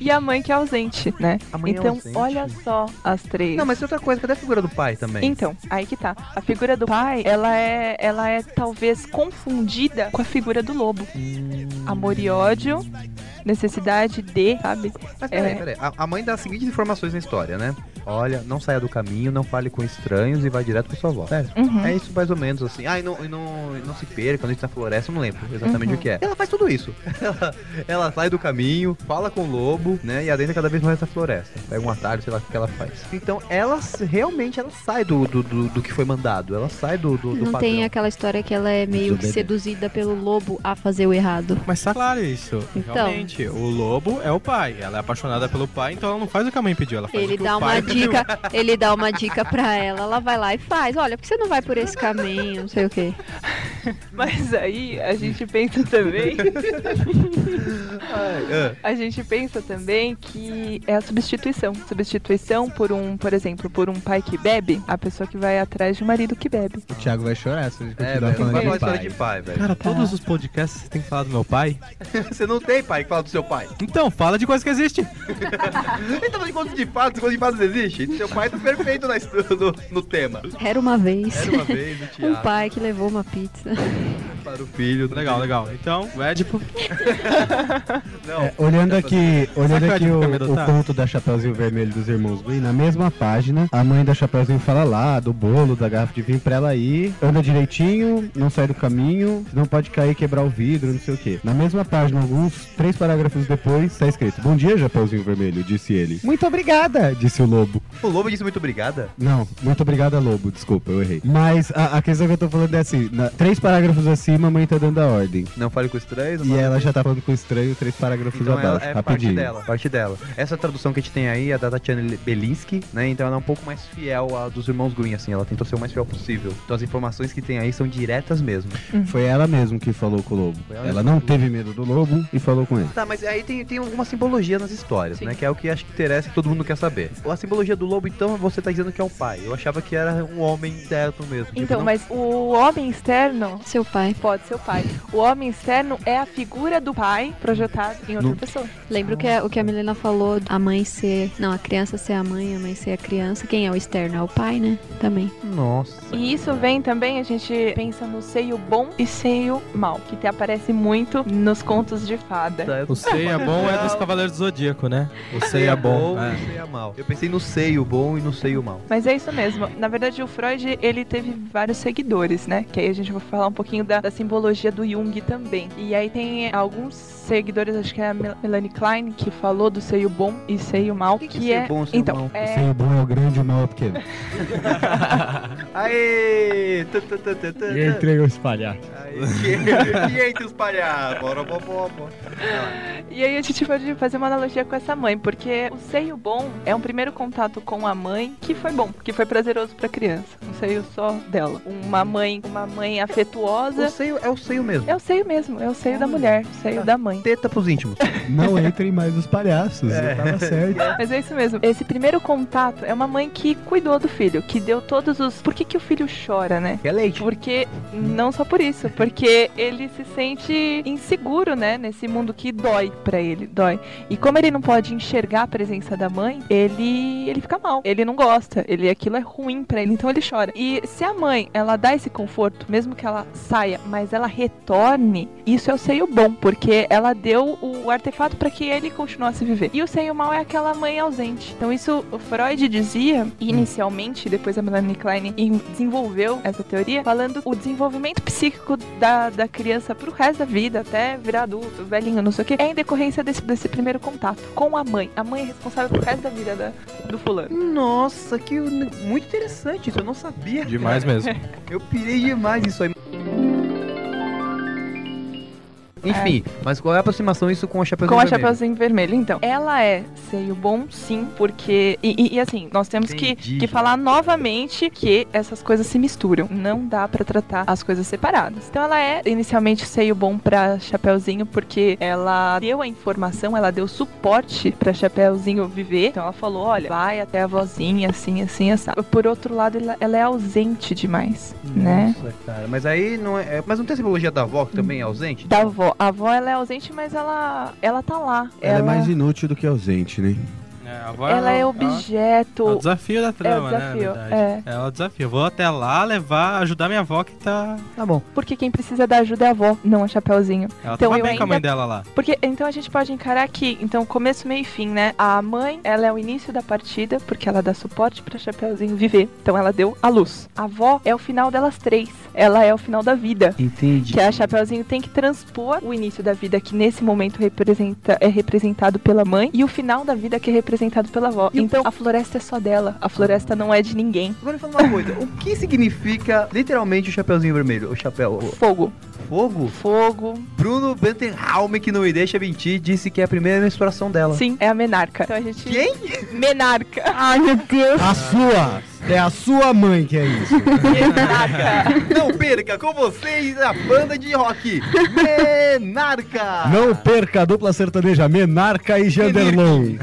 [SPEAKER 1] E a mãe que é ausente, né?
[SPEAKER 3] A mãe é
[SPEAKER 1] então,
[SPEAKER 3] ausente.
[SPEAKER 1] olha só as três.
[SPEAKER 3] Não, mas tem outra coisa, cadê a figura do pai também?
[SPEAKER 1] Então, aí que tá. A figura do pai, ela é, ela é talvez confundida com a figura do lobo.
[SPEAKER 3] Hum.
[SPEAKER 1] Amor e ódio, necessidade de, sabe?
[SPEAKER 3] Mas peraí,
[SPEAKER 1] É.
[SPEAKER 3] peraí. A, a mãe dá as seguintes informações na história, né? Olha, não saia do caminho, não fale com estranhos e vá direto pra sua avó. É,
[SPEAKER 1] Uhum.
[SPEAKER 3] é isso mais ou menos assim. Ah, e não, e não, e não se perca, não entre tá na floresta, eu não lembro exatamente
[SPEAKER 5] Uhum.
[SPEAKER 3] o que é. Ela faz tudo isso. Ela, ela sai do caminho, fala com o lobo, né? E adentra cada vez mais na floresta. Pega um atalho, sei lá o que ela faz. Então, ela s- realmente ela sai do, do, do, do que foi mandado. Ela sai do, do, do
[SPEAKER 5] Não
[SPEAKER 3] padrão.
[SPEAKER 5] tem aquela história que ela é meio que
[SPEAKER 7] Desobedece.
[SPEAKER 5] seduzida pelo lobo a fazer o errado.
[SPEAKER 4] Mas tá claro isso.
[SPEAKER 5] Então.
[SPEAKER 4] Realmente, o lobo é o pai. Ela é apaixonada pelo pai, então ela não faz o que a mãe pediu. Ela faz
[SPEAKER 5] Ele
[SPEAKER 4] o que
[SPEAKER 5] dá
[SPEAKER 4] o
[SPEAKER 5] uma
[SPEAKER 4] pai pediu.
[SPEAKER 5] dica, ele dá uma dica pra ela, ela vai lá e faz. Olha, por que você não vai por esse caminho, não sei o quê.
[SPEAKER 1] Mas aí a gente pensa também. a gente pensa também que é a substituição. Substituição por um, por exemplo, por um pai que bebe, a pessoa que vai atrás de um marido que bebe.
[SPEAKER 3] Tipo,
[SPEAKER 7] O Thiago vai chorar se a gente
[SPEAKER 3] É, velho,
[SPEAKER 7] continuar
[SPEAKER 3] não vai falar
[SPEAKER 7] falando de
[SPEAKER 3] história
[SPEAKER 7] pai.
[SPEAKER 3] de pai, velho.
[SPEAKER 4] Cara, todos os podcasts você tem que falar do meu pai?
[SPEAKER 3] Você não tem pai que fala do seu pai.
[SPEAKER 4] Então, fala de coisa que existe.
[SPEAKER 3] Então, mas conto de fatos, conto de fatos existe? Seu pai tá perfeito na, his- no, no tema.
[SPEAKER 5] Era uma vez.
[SPEAKER 3] Era uma vez, o Thiago.
[SPEAKER 5] Um pai que levou uma pizza.
[SPEAKER 3] Para o filho.
[SPEAKER 8] Legal, legal. Então, o Édipo.
[SPEAKER 3] Não,
[SPEAKER 7] É, olhando aqui, olhando
[SPEAKER 8] Sacode
[SPEAKER 7] aqui
[SPEAKER 8] pro
[SPEAKER 3] um
[SPEAKER 7] o,
[SPEAKER 8] Camelo,
[SPEAKER 7] o
[SPEAKER 8] tá?
[SPEAKER 7] conto da Chapeuzinho Vermelho dos Irmãos Green, na mesma página, a mãe da Chapeuzinho fala lá do bolo, da garrafa de vinho pra ela ir, anda direitinho, não sai do caminho, não pode cair e quebrar o vidro, não sei o quê. Na mesma página, alguns três parágrafos depois, tá escrito: Bom dia, Chapeuzinho Vermelho, disse ele. Muito obrigada, disse o lobo.
[SPEAKER 3] o Lobo disse muito obrigada.
[SPEAKER 7] Não, muito obrigada, Lobo. Desculpa, eu errei. Mas a, a questão que eu tô falando é assim: na- três parágrafos acima, a mãe tá dando a ordem.
[SPEAKER 3] Não fale com estranhos.
[SPEAKER 7] E
[SPEAKER 3] mas-
[SPEAKER 7] ela já tá falando com o estranho três parágrafos
[SPEAKER 3] Então ela
[SPEAKER 7] abaixo.
[SPEAKER 3] é parte
[SPEAKER 7] rapidinho.
[SPEAKER 3] dela, parte dela. Essa tradução que a gente tem aí é da Tatiana Le- Belinsky, né? Então ela é um pouco mais fiel à dos irmãos Green, assim. Ela tentou ser o mais fiel possível. Então as informações que tem aí são diretas mesmo.
[SPEAKER 7] Foi ela mesmo que falou com o lobo.
[SPEAKER 3] Foi ela
[SPEAKER 7] Ela
[SPEAKER 3] mesma
[SPEAKER 7] não
[SPEAKER 3] que falou.
[SPEAKER 7] teve medo do lobo e falou com ele.
[SPEAKER 3] Tá, mas aí tem, tem alguma simbologia nas histórias, né? Que é o que acho que interessa e todo mundo quer saber. A simbologia do lobo, então, você tá dizendo que é o pai. Eu achava que era um homem certo mesmo. Tipo,
[SPEAKER 1] Então,
[SPEAKER 3] não-
[SPEAKER 1] mas o homem externo
[SPEAKER 5] Seu pai.
[SPEAKER 1] pode ser o pai. O homem externo é a figura do pai projetado em outra
[SPEAKER 3] No-
[SPEAKER 1] pessoa.
[SPEAKER 5] Lembra o que a- o que a Milena falou, a mãe ser. Não, a criança ser a mãe, a mãe ser a criança. Quem é o externo? É o pai, né? Também.
[SPEAKER 3] Nossa.
[SPEAKER 1] E isso vem também, a gente pensa no seio bom e seio mal, que te aparece muito nos contos de fada.
[SPEAKER 3] Eu-
[SPEAKER 8] O Seiya bom é dos Cavaleiros do Zodíaco, né? O Seiya bom.
[SPEAKER 3] e
[SPEAKER 8] é.
[SPEAKER 3] o Seia mal. Eu pensei no seio bom e no seio mal.
[SPEAKER 1] Mas é isso mesmo. Na verdade, o Freud, ele teve vários seguidores, né? Que aí a gente vai falar um pouquinho da, da simbologia do Jung também. E aí tem alguns seguidores, acho que é a Mel- Melanie Klein, que falou do seio bom e seio mal,
[SPEAKER 3] O que
[SPEAKER 1] que,
[SPEAKER 3] que é seio
[SPEAKER 1] é...
[SPEAKER 3] bom e seio
[SPEAKER 1] então,
[SPEAKER 3] mal?
[SPEAKER 1] é-
[SPEAKER 7] Sem o bom é o grande e o mal é o pequeno.
[SPEAKER 3] Aê! Tu, tu, tu, tu, tu, tu.
[SPEAKER 8] é
[SPEAKER 7] entrei os palhaços.
[SPEAKER 3] Aí, que- e entre os palhaços? Bora, bora, bora, bora.
[SPEAKER 1] E aí a gente pode fazer uma analogia com essa mãe, porque o seio bom é um primeiro contato com a mãe que foi bom, que foi prazeroso pra criança. Um seio só dela. Uma mãe, uma mãe
[SPEAKER 3] O
[SPEAKER 1] afetuosa.
[SPEAKER 3] seio é o seio mesmo.
[SPEAKER 1] É o seio mesmo, é o seio da mulher, o seio da mãe.
[SPEAKER 3] Teta pros íntimos.
[SPEAKER 7] Não entrem mais os palhaços, eu tava certo.
[SPEAKER 1] Mas é isso mesmo. Esse primeiro contato é uma mãe que cuidou do filho, que deu todos os. Por que, que o filho chora, né?
[SPEAKER 3] É leite.
[SPEAKER 1] Porque, não só por isso, porque ele se sente inseguro, né? Nesse mundo que dói pra ele, dói. E como ele não pode enxergar a presença da mãe, ele ele fica mal. Ele não gosta, ele aquilo é ruim pra ele, então ele chora. E se a mãe, ela dá esse conforto, mesmo que ela saia, mas ela retorne, isso é o seio bom, porque ela deu o artefato pra que ele continuasse a viver. E o seio mal é aquela mãe ausente. Então isso o Freud dizia inicialmente, depois a Melanie Klein em- desenvolveu essa teoria, falando o desenvolvimento psíquico da, da criança pro resto da vida, até virar adulto, velhinho, não sei o que, é em decorrência desse, desse primeiro contato com a mãe. A mãe é responsável pro resto da vida da- do fulano.
[SPEAKER 3] Nossa, que muito interessante isso. Eu não sabia.
[SPEAKER 8] Demais mesmo.
[SPEAKER 3] Eu pirei demais isso aí. Enfim, mas qual é a aproximação isso com a Chapeuzinho
[SPEAKER 1] Com a
[SPEAKER 3] Vermelho?
[SPEAKER 1] Chapeuzinho Vermelho, então. Ela é seio bom, sim, porque. E, e- e assim, nós temos que,
[SPEAKER 3] Entendi.
[SPEAKER 1] que falar novamente que essas coisas se misturam. Não dá pra tratar as coisas separadas. Então ela é inicialmente seio bom pra Chapeuzinho, porque ela deu a informação, ela deu suporte pra Chapeuzinho viver. Então ela falou: olha, vai até a vozinha, assim, assim, assim. Por outro lado, ela, ela é ausente demais, né?
[SPEAKER 3] Nossa, cara. Mas aí não é. é- Mas não tem a simbologia da avó que também é ausente?
[SPEAKER 1] Da avó. A avó, ela é ausente, mas ela, ela tá lá.
[SPEAKER 7] Ela é mais inútil do que ausente, né?
[SPEAKER 8] É, a voz-
[SPEAKER 1] Ela é
[SPEAKER 8] É o
[SPEAKER 1] objeto.
[SPEAKER 8] desafio da trama,
[SPEAKER 1] desafio,
[SPEAKER 8] né? na verdade. É o desafio. Vou até lá levar, ajudar minha avó que tá.
[SPEAKER 3] Tá bom.
[SPEAKER 1] Porque quem precisa da ajuda é a avó, não a Chapeuzinho.
[SPEAKER 8] Ela
[SPEAKER 1] Então,
[SPEAKER 8] tava
[SPEAKER 1] eu
[SPEAKER 8] bem com a mãe
[SPEAKER 1] ainda-
[SPEAKER 8] dela lá.
[SPEAKER 1] Porque então a gente pode encarar aqui, então começo, meio e fim, né? A mãe, ela é o início da partida, porque ela dá suporte pra Chapeuzinho viver. Então ela deu a luz. A avó é o final delas três. Ela é o final da vida.
[SPEAKER 3] Entendi.
[SPEAKER 1] Que a Chapeuzinho tem que transpor o início da vida, que nesse momento representa, é representado pela mãe, e o final da vida, que é representado pela avó.
[SPEAKER 3] E o-
[SPEAKER 1] Então a floresta é só dela, a floresta não é de ninguém.
[SPEAKER 3] Agora me fala uma coisa. o que significa literalmente o Chapeuzinho Vermelho? O chapéu. o-
[SPEAKER 1] Fogo.
[SPEAKER 3] Fogo?
[SPEAKER 1] Fogo,
[SPEAKER 3] Bruno Bentenhalme, que não me deixa mentir, disse que é a primeira menstruação dela.
[SPEAKER 1] sim, é a menarca. Então a gente.
[SPEAKER 3] Quem?
[SPEAKER 1] Menarca. Ai, meu Deus.
[SPEAKER 7] A sua! É a sua mãe que é isso.
[SPEAKER 1] Menarca.
[SPEAKER 3] Não perca com vocês a banda de rock Menarca!
[SPEAKER 7] Não perca a dupla sertaneja Menarca e Janderlon.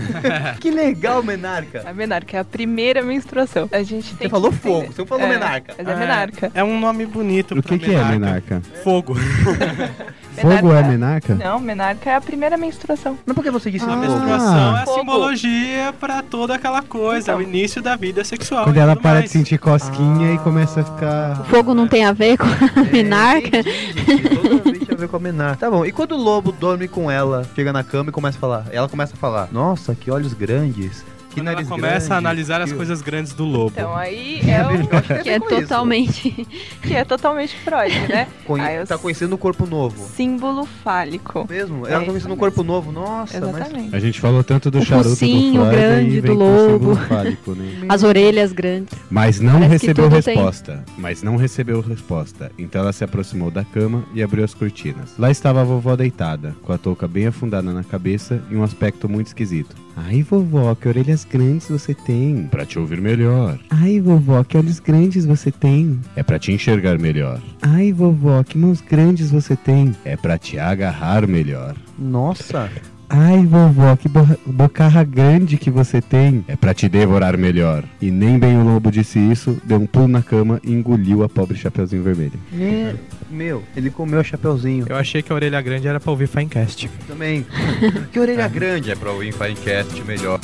[SPEAKER 3] Que legal, Menarca!
[SPEAKER 1] A menarca é a primeira menstruação. A gente tem
[SPEAKER 3] Você falou
[SPEAKER 1] que
[SPEAKER 3] fogo,
[SPEAKER 1] entender.
[SPEAKER 3] você não falou
[SPEAKER 1] É,
[SPEAKER 3] Menarca. Ah.
[SPEAKER 1] Mas é menarca.
[SPEAKER 8] É um nome bonito.
[SPEAKER 7] O
[SPEAKER 8] pra
[SPEAKER 7] que, que é Menarca?
[SPEAKER 8] Fogo.
[SPEAKER 7] Fogo é menarca?
[SPEAKER 1] Não, menarca é a primeira menstruação.
[SPEAKER 3] Mas por que você disse
[SPEAKER 7] Ah.
[SPEAKER 8] A
[SPEAKER 3] fogo?
[SPEAKER 8] menstruação é a
[SPEAKER 1] Fogo.
[SPEAKER 8] simbologia pra toda aquela coisa, É
[SPEAKER 1] Então.
[SPEAKER 8] o início da vida sexual.
[SPEAKER 7] Quando
[SPEAKER 8] e
[SPEAKER 7] ela
[SPEAKER 8] tudo
[SPEAKER 7] para de
[SPEAKER 8] mais.
[SPEAKER 7] sentir cosquinha e começa a ficar.
[SPEAKER 5] Fogo não tem a ver com a
[SPEAKER 3] É,
[SPEAKER 5] menarca?
[SPEAKER 3] entendi, gente. Totalmente a ver com a menarca. Tá bom, e quando o lobo dorme com ela, chega na cama e começa a falar? Ela começa a falar, nossa, que olhos grandes, que
[SPEAKER 8] Quando ela
[SPEAKER 3] nariz
[SPEAKER 8] começa a
[SPEAKER 3] grande,
[SPEAKER 8] analisar as
[SPEAKER 3] que-
[SPEAKER 8] coisas grandes do lobo.
[SPEAKER 1] Então aí é o
[SPEAKER 5] Que é
[SPEAKER 3] com isso.
[SPEAKER 5] totalmente.
[SPEAKER 1] que é totalmente Freud, né?
[SPEAKER 3] Conhe-
[SPEAKER 1] Ah, eu-
[SPEAKER 3] Tá conhecendo o corpo novo.
[SPEAKER 1] Símbolo fálico.
[SPEAKER 3] Mesmo?
[SPEAKER 1] É
[SPEAKER 3] Ela tá
[SPEAKER 1] isso
[SPEAKER 3] conhecendo um
[SPEAKER 1] mesmo.
[SPEAKER 3] corpo novo, nossa, mas...
[SPEAKER 1] Exatamente.
[SPEAKER 7] A gente falou tanto do
[SPEAKER 5] O
[SPEAKER 7] charuto
[SPEAKER 5] focinho
[SPEAKER 7] do Freud,
[SPEAKER 5] grande do
[SPEAKER 7] aí vem com
[SPEAKER 5] lobo.
[SPEAKER 7] símbolo fálico, né?
[SPEAKER 5] As orelhas grandes.
[SPEAKER 7] Mas não
[SPEAKER 5] Parece que
[SPEAKER 7] recebeu
[SPEAKER 5] tudo tem.
[SPEAKER 7] resposta. Mas não recebeu resposta. Então ela se aproximou da cama e abriu as cortinas. Lá estava a vovó deitada, com a touca bem afundada na cabeça e um aspecto muito esquisito. Ai, vovó, que orelhas grandes você tem. Pra te ouvir melhor. Ai, vovó, que olhos grandes você tem. É pra te enxergar melhor. Ai, vovó, que mãos grandes você tem. É pra te agarrar melhor.
[SPEAKER 3] Nossa!
[SPEAKER 7] Ai, vovó, que borra- bocarra grande que você tem. É pra te devorar melhor. E nem bem o lobo disse isso, deu um pulo na cama e engoliu a pobre Chapeuzinho Vermelho.
[SPEAKER 3] Me- Meu, ele comeu o chapeuzinho.
[SPEAKER 4] Eu achei que a orelha grande era pra ouvir Finecast.
[SPEAKER 3] Também. que orelha grande é pra ouvir em Finecast melhor.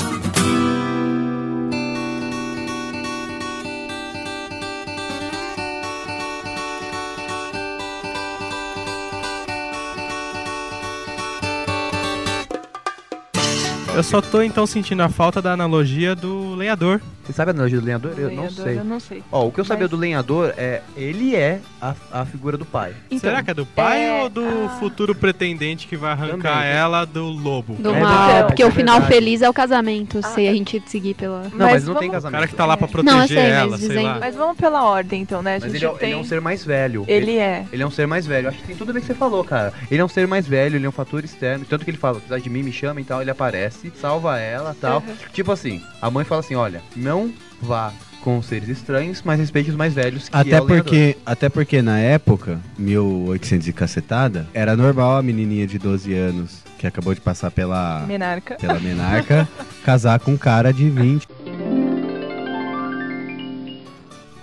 [SPEAKER 4] Eu só tô então sentindo a falta da analogia do lenhador.
[SPEAKER 3] Você sabe a analogia do lenhador? Eu não
[SPEAKER 1] Lenhador,
[SPEAKER 3] sei.
[SPEAKER 1] Eu não sei.
[SPEAKER 3] Ó, o que eu sabia
[SPEAKER 1] Mas-
[SPEAKER 3] do lenhador é. Ele é a, a figura do pai.
[SPEAKER 1] Então,
[SPEAKER 4] Será que é do pai
[SPEAKER 1] é-
[SPEAKER 4] ou do
[SPEAKER 1] ah.
[SPEAKER 4] futuro pretendente que vai arrancar
[SPEAKER 3] Também.
[SPEAKER 4] ela do lobo?
[SPEAKER 5] Do
[SPEAKER 3] É
[SPEAKER 5] mal.
[SPEAKER 1] verdade,
[SPEAKER 5] porque
[SPEAKER 3] é
[SPEAKER 5] o final
[SPEAKER 3] verdade.
[SPEAKER 5] feliz é o casamento, se
[SPEAKER 1] Ah.
[SPEAKER 5] a gente seguir pela.
[SPEAKER 3] Não, mas, não
[SPEAKER 1] vamos-
[SPEAKER 3] tem
[SPEAKER 4] O
[SPEAKER 3] casamento.
[SPEAKER 4] cara que tá lá pra
[SPEAKER 1] É.
[SPEAKER 4] proteger
[SPEAKER 5] Não, eu sei, mas
[SPEAKER 4] ela, sei
[SPEAKER 5] dizendo-
[SPEAKER 4] lá.
[SPEAKER 1] Mas vamos pela ordem, então, né? A
[SPEAKER 3] Mas
[SPEAKER 1] gente
[SPEAKER 3] ele é,
[SPEAKER 1] tem...
[SPEAKER 3] ele é um ser mais velho.
[SPEAKER 1] Ele é.
[SPEAKER 3] Ele é um ser mais velho. Acho que tem tudo a ver com o que você falou, cara. Ele é um ser mais velho, ele é um fator externo. Tanto que ele fala, apesar de mim, me chama e tal. Ele aparece, salva ela tal.
[SPEAKER 1] Uhum.
[SPEAKER 3] Tipo assim, a mãe fala assim: olha, não vá com os seres estranhos, mas respeite os mais velhos. Que
[SPEAKER 7] Até
[SPEAKER 3] é o lenhador."
[SPEAKER 7] porque, até porque na época, 1800 e cacetada, era normal a menininha de 12 anos que acabou de passar pela,
[SPEAKER 1] Menarca.
[SPEAKER 7] pela menarca casar com um cara de 20.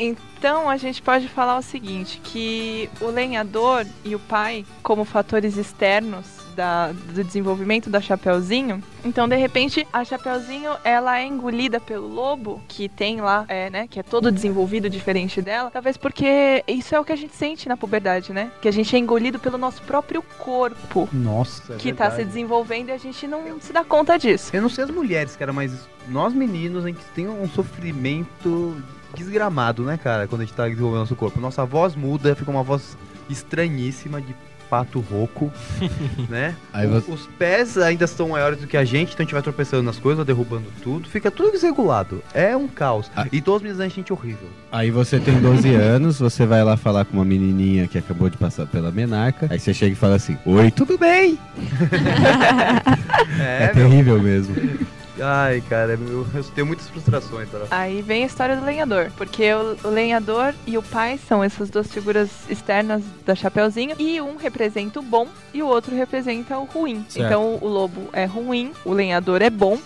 [SPEAKER 1] Então a gente pode falar o seguinte, que o lenhador e o pai, como fatores externos da- do desenvolvimento da Chapeuzinho, então de repente a Chapeuzinho ela é engolida pelo lobo que tem lá, é, né, que é todo desenvolvido diferente dela, talvez porque isso é o que a gente sente na puberdade, né? Que a gente é engolido pelo nosso próprio corpo
[SPEAKER 3] Nossa, é
[SPEAKER 1] que tá se
[SPEAKER 3] verdade.
[SPEAKER 1] desenvolvendo e a gente não se dá conta disso.
[SPEAKER 3] Eu não sei as mulheres, cara, mas nós meninos, a gente tem um sofrimento desgramado, né, cara, quando a gente tá desenvolvendo nosso corpo. Nossa voz muda, fica uma voz estranhíssima de pato rouco, né?
[SPEAKER 7] Aí
[SPEAKER 3] O-
[SPEAKER 7] você-
[SPEAKER 3] Os pés ainda são maiores do que a gente, então a gente vai tropeçando nas coisas, vai derrubando tudo, fica tudo desregulado. É um caos.
[SPEAKER 7] Ah.
[SPEAKER 3] E todos os meninos a gente é horrível.
[SPEAKER 7] Aí você tem 12 anos, você vai lá falar com uma menininha que acabou de passar pela menarca. Aí você chega e fala assim: Oi, tudo bem? É,
[SPEAKER 3] É, meu.
[SPEAKER 7] terrível mesmo.
[SPEAKER 3] Ai, cara, eu, eu tenho muitas frustrações, cara.
[SPEAKER 1] Aí vem a história do lenhador, porque o, o lenhador e o pai são essas duas figuras externas da Chapeuzinho, e um representa o bom e o outro representa o ruim.
[SPEAKER 4] Certo.
[SPEAKER 1] Então o, o lobo é ruim, o lenhador é bom.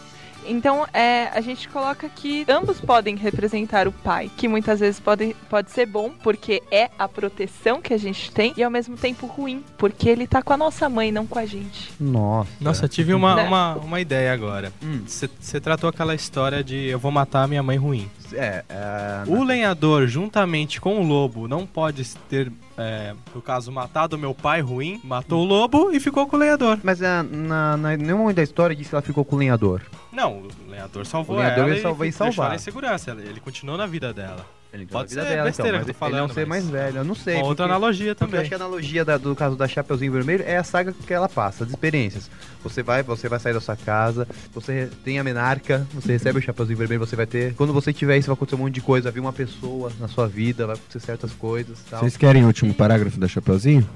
[SPEAKER 1] Então é, a gente coloca que ambos podem representar o pai, que muitas vezes pode, pode ser bom, porque é a proteção que a gente tem, e ao mesmo tempo ruim, porque ele tá com a nossa mãe, não com a gente.
[SPEAKER 3] Nossa.
[SPEAKER 4] Nossa, tive uma,
[SPEAKER 1] Né?
[SPEAKER 4] uma, uma ideia agora.
[SPEAKER 3] Hum.
[SPEAKER 4] Você tratou aquela história de eu vou matar a minha mãe ruim.
[SPEAKER 3] É, é...
[SPEAKER 4] O lenhador, juntamente com o lobo, não pode ter, é, no caso, matado meu pai ruim, matou o lobo e ficou com o lenhador.
[SPEAKER 3] Mas ah, na, na, em nenhum momento da história disse que ela ficou com o lenhador.
[SPEAKER 4] Não, o lenhador salvou
[SPEAKER 3] O lenhador
[SPEAKER 4] ela
[SPEAKER 3] ele salvou e
[SPEAKER 4] deixou
[SPEAKER 3] salvar.
[SPEAKER 4] ela em segurança, ela- ele continuou na vida dela.
[SPEAKER 3] Ele
[SPEAKER 4] Pode
[SPEAKER 3] deu a
[SPEAKER 4] ser
[SPEAKER 3] vida
[SPEAKER 4] besteira que eu
[SPEAKER 3] mas
[SPEAKER 4] tô
[SPEAKER 3] ele é um
[SPEAKER 4] falando,
[SPEAKER 3] ser
[SPEAKER 4] mas-
[SPEAKER 3] mais velho, eu não sei.
[SPEAKER 4] Uma outra
[SPEAKER 3] porque-
[SPEAKER 4] analogia
[SPEAKER 3] porque eu acho
[SPEAKER 4] também.
[SPEAKER 3] que é a analogia da- do caso da Chapeuzinho Vermelho é a saga que ela passa, as experiências. Você vai, você vai sair da sua casa, você tem a menarca, você recebe o Chapeuzinho Vermelho, você vai ter. Quando você tiver isso, vai acontecer um monte de coisa, vai vir uma pessoa na sua vida, vai acontecer certas coisas e tal.
[SPEAKER 7] Vocês querem o último parágrafo da Chapeuzinho?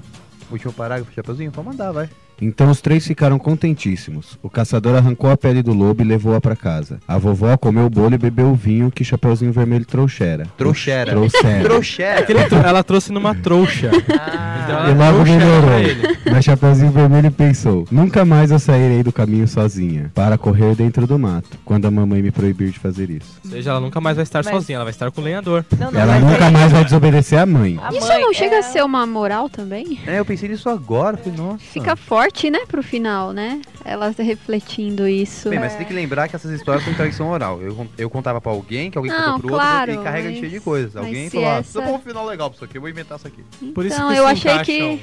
[SPEAKER 3] Último parágrafo, Chapeuzinho? Pode mandar, vai.
[SPEAKER 7] Então os três ficaram contentíssimos. O caçador arrancou a pele do lobo e levou-a pra casa. A vovó comeu o bolo e bebeu o vinho que Chapeuzinho Vermelho trouxera.
[SPEAKER 3] Trouxera.
[SPEAKER 7] Trouxera.
[SPEAKER 3] Trouxera.
[SPEAKER 4] Ele tro- É, ela trouxe numa trouxa.
[SPEAKER 3] Ah.
[SPEAKER 4] Então ela
[SPEAKER 7] E logo
[SPEAKER 4] trouxa era pra
[SPEAKER 7] melhorou.
[SPEAKER 4] ele.
[SPEAKER 7] Mas Chapeuzinho Vermelho pensou: nunca mais eu sairei do caminho sozinha para correr dentro do mato, quando a mamãe me proibir de fazer isso.
[SPEAKER 4] Ou seja, ela nunca mais vai estar
[SPEAKER 1] Mas-
[SPEAKER 4] sozinha, ela vai estar com o lenhador.
[SPEAKER 1] Não, não, é
[SPEAKER 7] Ela
[SPEAKER 1] mas
[SPEAKER 7] nunca
[SPEAKER 1] aí-
[SPEAKER 7] mais vai desobedecer a mãe.
[SPEAKER 1] a
[SPEAKER 5] Isso
[SPEAKER 1] mãe
[SPEAKER 5] não chega
[SPEAKER 1] é-
[SPEAKER 5] a ser uma moral também?
[SPEAKER 3] É, eu pensei nisso agora, falei, nossa.
[SPEAKER 5] Fica forte, né, pro final, né? Ela refletindo isso.
[SPEAKER 3] Bem, mas você tem que lembrar que essas histórias são tradição oral. Eu, con- eu contava pra alguém, que alguém
[SPEAKER 5] Não,
[SPEAKER 3] contou pro
[SPEAKER 5] claro,
[SPEAKER 3] outro, e carrega
[SPEAKER 5] mas-
[SPEAKER 3] cheio de coisas.
[SPEAKER 5] mas
[SPEAKER 3] Alguém
[SPEAKER 5] se
[SPEAKER 3] falou, ah,
[SPEAKER 5] essa-
[SPEAKER 3] tô com um final legal pra isso aqui, eu vou inventar isso aqui.
[SPEAKER 4] Por isso
[SPEAKER 5] então,
[SPEAKER 4] que
[SPEAKER 5] eu
[SPEAKER 4] se
[SPEAKER 5] achei que.
[SPEAKER 4] encaixam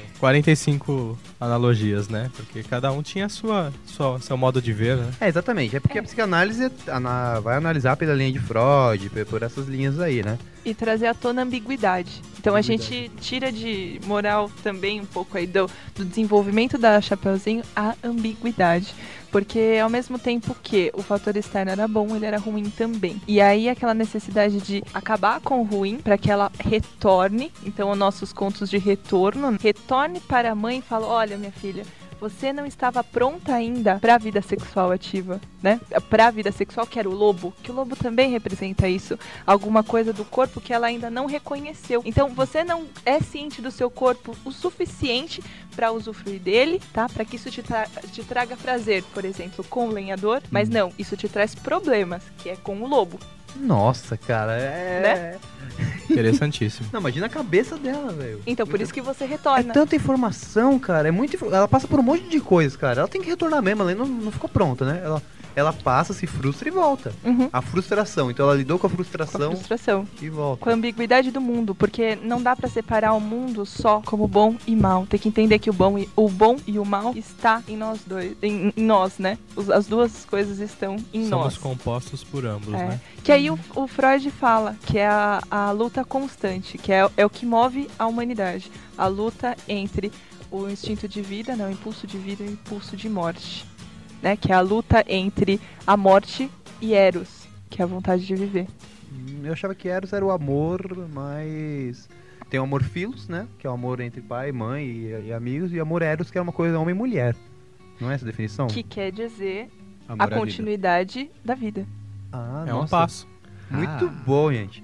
[SPEAKER 4] 45 analogias, né? Porque cada um tinha a sua, sua seu modo de ver, né?
[SPEAKER 3] É, exatamente. É porque a psicanálise ana- vai analisar pela linha de Freud, pe- por essas linhas aí, né?
[SPEAKER 1] e trazer à tona a ambiguidade. Então a
[SPEAKER 3] Ambiguidade.
[SPEAKER 1] gente tira de moral também um pouco aí do, do desenvolvimento da Chapeuzinho a ambiguidade. Porque ao mesmo tempo que o fator externo era bom, ele era ruim também. E aí aquela necessidade de acabar com o ruim para que ela retorne. Então os nossos contos de retorno. Retorne para a mãe e fala, olha minha filha, você não estava pronta ainda para a vida sexual ativa, né? Para a vida sexual que era o lobo, que o lobo também representa isso, alguma coisa do corpo que ela ainda não reconheceu. Então você não é ciente do seu corpo o suficiente para usufruir dele, tá? Para que isso te, tra- te traga prazer, por exemplo, com o lenhador, mas
[SPEAKER 3] Uhum.
[SPEAKER 1] não, isso te traz problemas, que é com o lobo.
[SPEAKER 3] Nossa, cara, é...
[SPEAKER 4] Interessantíssimo.
[SPEAKER 3] Não, imagina a cabeça dela, velho.
[SPEAKER 1] Então por isso que você
[SPEAKER 3] É
[SPEAKER 1] retorna.
[SPEAKER 3] tanta informação, cara. É muito. infor- Ela passa por um monte de coisas, cara. Ela tem que retornar mesmo. Ela não, não ficou pronta, né? Ela, ela passa, se frustra e volta.
[SPEAKER 1] Uhum.
[SPEAKER 3] A frustração. Então ela lidou com a
[SPEAKER 1] Com a
[SPEAKER 3] frustração
[SPEAKER 1] frustração.
[SPEAKER 3] e volta.
[SPEAKER 1] com a ambiguidade do mundo, porque não dá pra separar o mundo só como bom e mal. Tem que entender que o bom e o bom e o mal está em nós dois, em, em nós, né? Os- as duas coisas estão em
[SPEAKER 4] Somos
[SPEAKER 1] nós.
[SPEAKER 4] compostos por ambos,
[SPEAKER 1] É.
[SPEAKER 4] né?
[SPEAKER 1] Que aí o, o Freud fala que é a, a luta constante, que é, é o que move a humanidade, a luta entre o instinto de vida, né, o impulso de vida e o impulso de morte, né? Que é a luta entre a morte e Eros, que é a vontade de viver.
[SPEAKER 3] Hum, Eu achava que Eros era o amor, mas. Tem o amor filos, né? Que é o amor entre pai, mãe e, e amigos. E amor Eros, que é uma coisa homem e mulher. Não é essa a definição?
[SPEAKER 1] Que quer dizer
[SPEAKER 7] Amor
[SPEAKER 1] é a
[SPEAKER 7] à vida.
[SPEAKER 1] continuidade da vida.
[SPEAKER 3] Ah,
[SPEAKER 4] É um
[SPEAKER 3] nossa.
[SPEAKER 4] passo.
[SPEAKER 3] Muito bom, gente.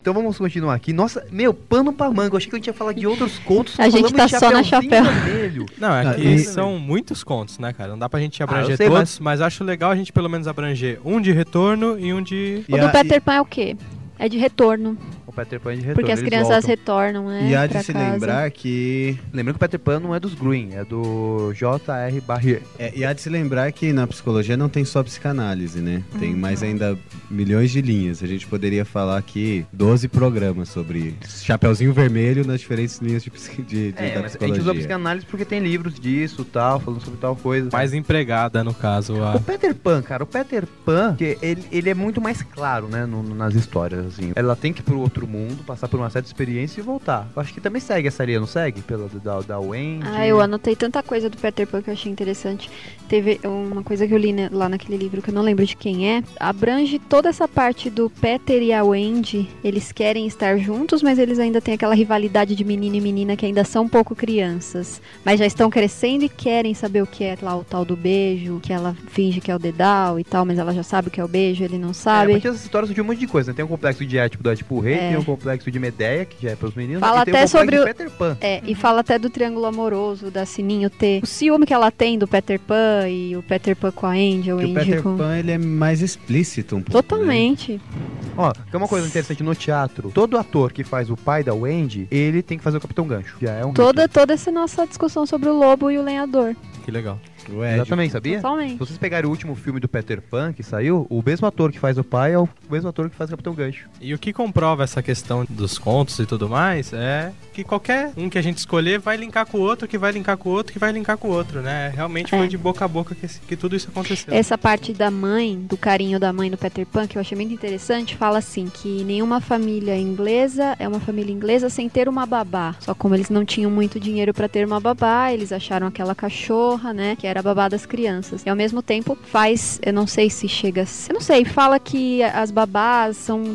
[SPEAKER 3] Então vamos continuar aqui. Nossa, meu, pano pra manga. Eu achei que a gente ia falar de outros contos.
[SPEAKER 5] A gente
[SPEAKER 3] Falamos
[SPEAKER 5] tá
[SPEAKER 3] de
[SPEAKER 5] só na
[SPEAKER 3] Chapeuzinho
[SPEAKER 5] chapéu.
[SPEAKER 3] Vermelho.
[SPEAKER 4] Não, é
[SPEAKER 7] Ah,
[SPEAKER 4] que
[SPEAKER 7] e-
[SPEAKER 4] são muitos contos, né, cara? Não dá pra gente abranger
[SPEAKER 3] Ah, eu sei,
[SPEAKER 4] todos, mas... acho legal a gente pelo menos abranger um de retorno e um de.
[SPEAKER 5] O
[SPEAKER 7] E
[SPEAKER 5] do
[SPEAKER 7] a-
[SPEAKER 5] Peter Pan é o quê? É de retorno.
[SPEAKER 3] O Peter Pan de retorno.
[SPEAKER 5] Porque as
[SPEAKER 3] eles
[SPEAKER 5] crianças
[SPEAKER 3] voltam.
[SPEAKER 5] retornam, né?
[SPEAKER 7] E há de
[SPEAKER 5] pra
[SPEAKER 7] se
[SPEAKER 5] casa.
[SPEAKER 7] lembrar que
[SPEAKER 3] Lembrando que o Peter Pan não é dos Green, é do J.R. Barrier.
[SPEAKER 7] É, e há de se lembrar que na psicologia não tem só psicanálise, né? Tem mais ainda milhões de linhas. A gente poderia falar aqui 12 programas sobre Chapeuzinho Vermelho nas diferentes linhas de, psiqui- de, de-
[SPEAKER 3] É,
[SPEAKER 7] da
[SPEAKER 3] mas a gente
[SPEAKER 7] psicologia.
[SPEAKER 3] usa psicanálise porque tem livros disso tal, falando sobre tal coisa.
[SPEAKER 4] Mais empregada, no caso. A...
[SPEAKER 3] O Peter Pan, cara, o Peter Pan, que ele, ele é muito mais claro, né, no- no- nas histórias, assim. Ela tem que ir pro outro mundo, passar por uma certa experiência e voltar. Eu acho que também segue essa linha, não segue? Pela da, da Wendy.
[SPEAKER 5] Ah, eu anotei tanta coisa do Peter Pan que eu achei interessante. Teve uma coisa que eu li né, lá naquele livro, que eu não lembro de quem é. Abrange toda essa parte do Peter e a Wendy. Eles querem estar juntos, mas eles ainda têm aquela rivalidade de menino e menina que ainda são um pouco crianças. Mas já estão crescendo e querem saber o que é lá o tal do beijo, que ela finge que é o dedal e tal, mas ela já sabe o que é o beijo, ele não
[SPEAKER 3] É,
[SPEAKER 5] sabe.
[SPEAKER 3] porque essas histórias surgiu um monte de coisa, né? Tem o complexo de Édipo do Édipo Rei,
[SPEAKER 5] É.
[SPEAKER 3] tem o complexo de Medeia, que já é pros meninos,
[SPEAKER 5] Fala
[SPEAKER 3] e tem
[SPEAKER 5] até
[SPEAKER 3] o complexo
[SPEAKER 5] sobre
[SPEAKER 3] de
[SPEAKER 5] o-
[SPEAKER 3] Peter Pan.
[SPEAKER 5] É, e fala até do triângulo amoroso da Sininho T. O ciúme que ela tem do Peter Pan e o Peter Pan com a Angel,
[SPEAKER 7] Que o
[SPEAKER 5] Angel
[SPEAKER 7] Peter
[SPEAKER 5] com...
[SPEAKER 7] Pan ele é mais explícito um pouco. né?
[SPEAKER 5] Totalmente.
[SPEAKER 3] é Ó, tem uma coisa interessante no teatro. Todo ator que faz o pai da Wendy, ele tem que fazer o Capitão Gancho. Já é um
[SPEAKER 5] Toda,
[SPEAKER 3] hit.
[SPEAKER 5] toda essa nossa discussão sobre o lobo e o lenhador.
[SPEAKER 4] Que legal.
[SPEAKER 7] O Ed,
[SPEAKER 3] Exatamente, sabia? Se
[SPEAKER 5] Totalmente.
[SPEAKER 3] vocês pegarem o último filme do Peter Pan que saiu, o mesmo ator que faz o pai é o mesmo ator que faz o Capitão Gancho.
[SPEAKER 4] E o que comprova essa questão dos contos e tudo mais é que qualquer um que a gente escolher vai linkar com o outro, que vai linkar com o outro, que vai linkar com o outro, né? Realmente foi
[SPEAKER 5] É.
[SPEAKER 4] de boca a boca que, esse- que tudo isso aconteceu.
[SPEAKER 5] Essa parte da mãe, do carinho da mãe do Peter Pan, que eu achei muito interessante, fala assim: que nenhuma família inglesa é uma família inglesa sem ter uma babá. Só como eles não tinham muito dinheiro pra ter uma babá, eles acharam aquela cachorra, né? Que era para babá das crianças. E ao mesmo tempo faz, eu não sei se chega, eu não sei, fala que as babás são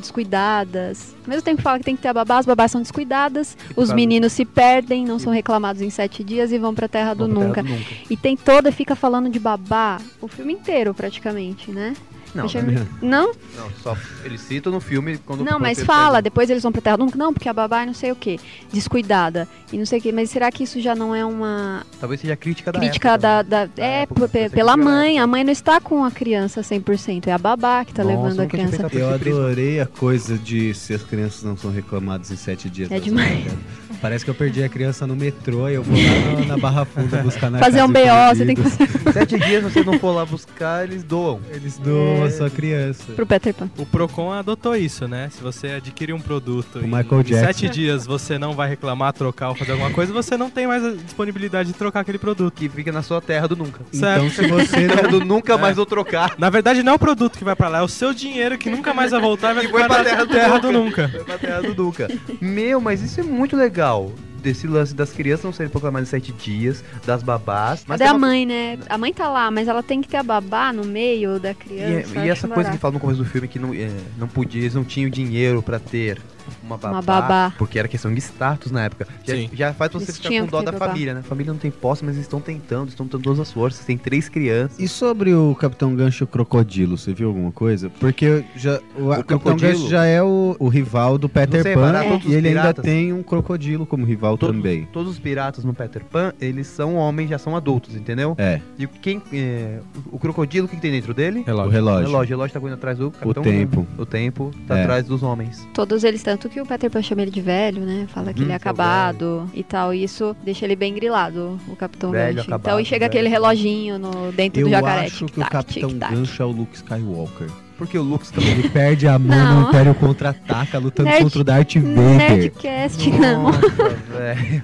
[SPEAKER 5] descuidadas. Ao mesmo tempo fala que tem que ter a babá, as babás são descuidadas, os
[SPEAKER 3] fala-
[SPEAKER 5] meninos se perdem, não são reclamados em sete dias e vão para terra do
[SPEAKER 3] Vamos pra
[SPEAKER 5] nunca.
[SPEAKER 3] terra do nunca.
[SPEAKER 5] E tem toda, fica falando de babá o filme inteiro praticamente, né?
[SPEAKER 3] Não,
[SPEAKER 5] Deixa eu-
[SPEAKER 3] né?
[SPEAKER 5] Não?
[SPEAKER 3] não, só ele cita no filme quando
[SPEAKER 5] Não, mas
[SPEAKER 3] quando-
[SPEAKER 5] fala, depois eles vão pra Terra do Nunca. Não, porque a babá é não sei o que, descuidada e não sei o que. Mas será que isso já não é uma
[SPEAKER 3] Talvez seja a crítica da
[SPEAKER 5] crítica
[SPEAKER 3] época, né?
[SPEAKER 5] da, da-
[SPEAKER 3] Da
[SPEAKER 5] É,
[SPEAKER 3] época,
[SPEAKER 5] p- pe-
[SPEAKER 3] dessa
[SPEAKER 5] pela
[SPEAKER 3] crítica da
[SPEAKER 5] mãe.
[SPEAKER 3] época.
[SPEAKER 5] A mãe não está com a criança 100%, é a babá que tá
[SPEAKER 3] Nossa,
[SPEAKER 5] levando a
[SPEAKER 3] nunca tinha pensado
[SPEAKER 5] criança.
[SPEAKER 7] Eu
[SPEAKER 3] por esse prisma.
[SPEAKER 7] adorei a coisa de se as crianças não são reclamadas em sete dias.
[SPEAKER 5] É
[SPEAKER 7] das
[SPEAKER 5] demais.
[SPEAKER 7] Olimpíadas. Parece que eu perdi a criança no metrô e eu vou lá na, na Barra Funda buscar na
[SPEAKER 5] Fazer
[SPEAKER 7] casa
[SPEAKER 5] um
[SPEAKER 7] de
[SPEAKER 5] BO, você tem que
[SPEAKER 7] perdidos.
[SPEAKER 5] fazer
[SPEAKER 3] Sete dias, se você não for lá buscar, eles doam.
[SPEAKER 7] Eles doam a sua criança.
[SPEAKER 5] pro Peter Pan.
[SPEAKER 4] O Procon adotou isso, né? Se você adquirir um produto
[SPEAKER 7] O
[SPEAKER 4] em
[SPEAKER 7] Michael
[SPEAKER 4] em
[SPEAKER 7] Jackson.
[SPEAKER 4] sete dias você não vai reclamar, trocar ou fazer alguma coisa, você não tem mais a disponibilidade de trocar aquele produto.
[SPEAKER 3] Que fica na sua terra do nunca.
[SPEAKER 4] Certo.
[SPEAKER 7] Então se você
[SPEAKER 3] Terra
[SPEAKER 7] não...
[SPEAKER 3] do nunca mais vou trocar.
[SPEAKER 4] Na verdade, não é o produto que vai pra lá, é o seu dinheiro que nunca mais vai voltar e vai
[SPEAKER 3] Foi
[SPEAKER 4] ficar
[SPEAKER 3] pra
[SPEAKER 4] na
[SPEAKER 3] terra
[SPEAKER 4] terra,
[SPEAKER 3] do
[SPEAKER 4] do
[SPEAKER 3] nunca.
[SPEAKER 4] nunca.
[SPEAKER 3] Foi pra É terra do nunca. Meu, mas isso é muito legal. Desse lance das crianças não serem proclamadas em sete dias, das babás. Mas
[SPEAKER 5] Cadê
[SPEAKER 3] tem
[SPEAKER 5] a
[SPEAKER 3] uma-
[SPEAKER 5] mãe, né? A mãe tá lá, mas ela tem que ter a babá no meio da
[SPEAKER 3] E, é,
[SPEAKER 5] criança.
[SPEAKER 3] e
[SPEAKER 5] acho é
[SPEAKER 3] essa coisa que
[SPEAKER 5] barato.
[SPEAKER 3] fala no começo do filme que não, é, não podia, eles não tinham dinheiro pra ter uma babá,
[SPEAKER 5] Uma babá.
[SPEAKER 3] Porque era questão de status na época. Já,
[SPEAKER 4] Sim.
[SPEAKER 3] já faz você
[SPEAKER 5] Eles
[SPEAKER 3] ficar
[SPEAKER 5] tinham
[SPEAKER 3] com
[SPEAKER 5] que
[SPEAKER 3] dó
[SPEAKER 5] ter
[SPEAKER 3] da
[SPEAKER 5] babá.
[SPEAKER 3] família, né? A família não tem posse, mas eles estão tentando, estão tentando todas as forças. Tem três crianças.
[SPEAKER 7] E sobre o Capitão Gancho Crocodilo, você viu alguma coisa? Porque eu já, o, a- Capitão
[SPEAKER 3] crocodilo-
[SPEAKER 7] Gancho já é o, o rival do Peter
[SPEAKER 3] Você
[SPEAKER 7] Pan
[SPEAKER 3] reparar, todos os
[SPEAKER 7] e ele ainda
[SPEAKER 3] piratas-
[SPEAKER 7] tem um crocodilo como rival
[SPEAKER 3] Todos-
[SPEAKER 7] também.
[SPEAKER 3] Todos os piratas no Peter Pan, eles são homens, já são adultos, entendeu?
[SPEAKER 7] É,
[SPEAKER 3] E quem. é, o crocodilo, o que que tem dentro dele?
[SPEAKER 7] o relógio.
[SPEAKER 3] O relógio, o relógio tá correndo atrás do
[SPEAKER 7] O
[SPEAKER 3] Capitão
[SPEAKER 7] tempo.
[SPEAKER 3] O tempo tá
[SPEAKER 7] É.
[SPEAKER 3] atrás dos homens.
[SPEAKER 5] Todos eles, tanto que o Peter Pan chama ele de velho, né? Fala que
[SPEAKER 3] Uhum,
[SPEAKER 5] ele é
[SPEAKER 3] seu
[SPEAKER 5] acabado e tal. E isso deixa ele bem grilado, o Capitão
[SPEAKER 3] Velho,
[SPEAKER 5] Gancho.
[SPEAKER 3] acabado,
[SPEAKER 5] então, e chega
[SPEAKER 3] velho.
[SPEAKER 5] aquele reloginho no, dentro do
[SPEAKER 7] Eu
[SPEAKER 5] jacaré.
[SPEAKER 7] acho que o
[SPEAKER 5] tic-tac,
[SPEAKER 7] Capitão
[SPEAKER 5] tic-tac.
[SPEAKER 7] Gancho é o Luke Skywalker.
[SPEAKER 3] Porque o Lux tá também.
[SPEAKER 7] Ele perde a mão
[SPEAKER 5] Não.
[SPEAKER 7] no Império Contra-Ataca, lutando
[SPEAKER 5] Nerd-
[SPEAKER 7] contra o Darth Vader.
[SPEAKER 5] Nerdcast, não.
[SPEAKER 3] velho.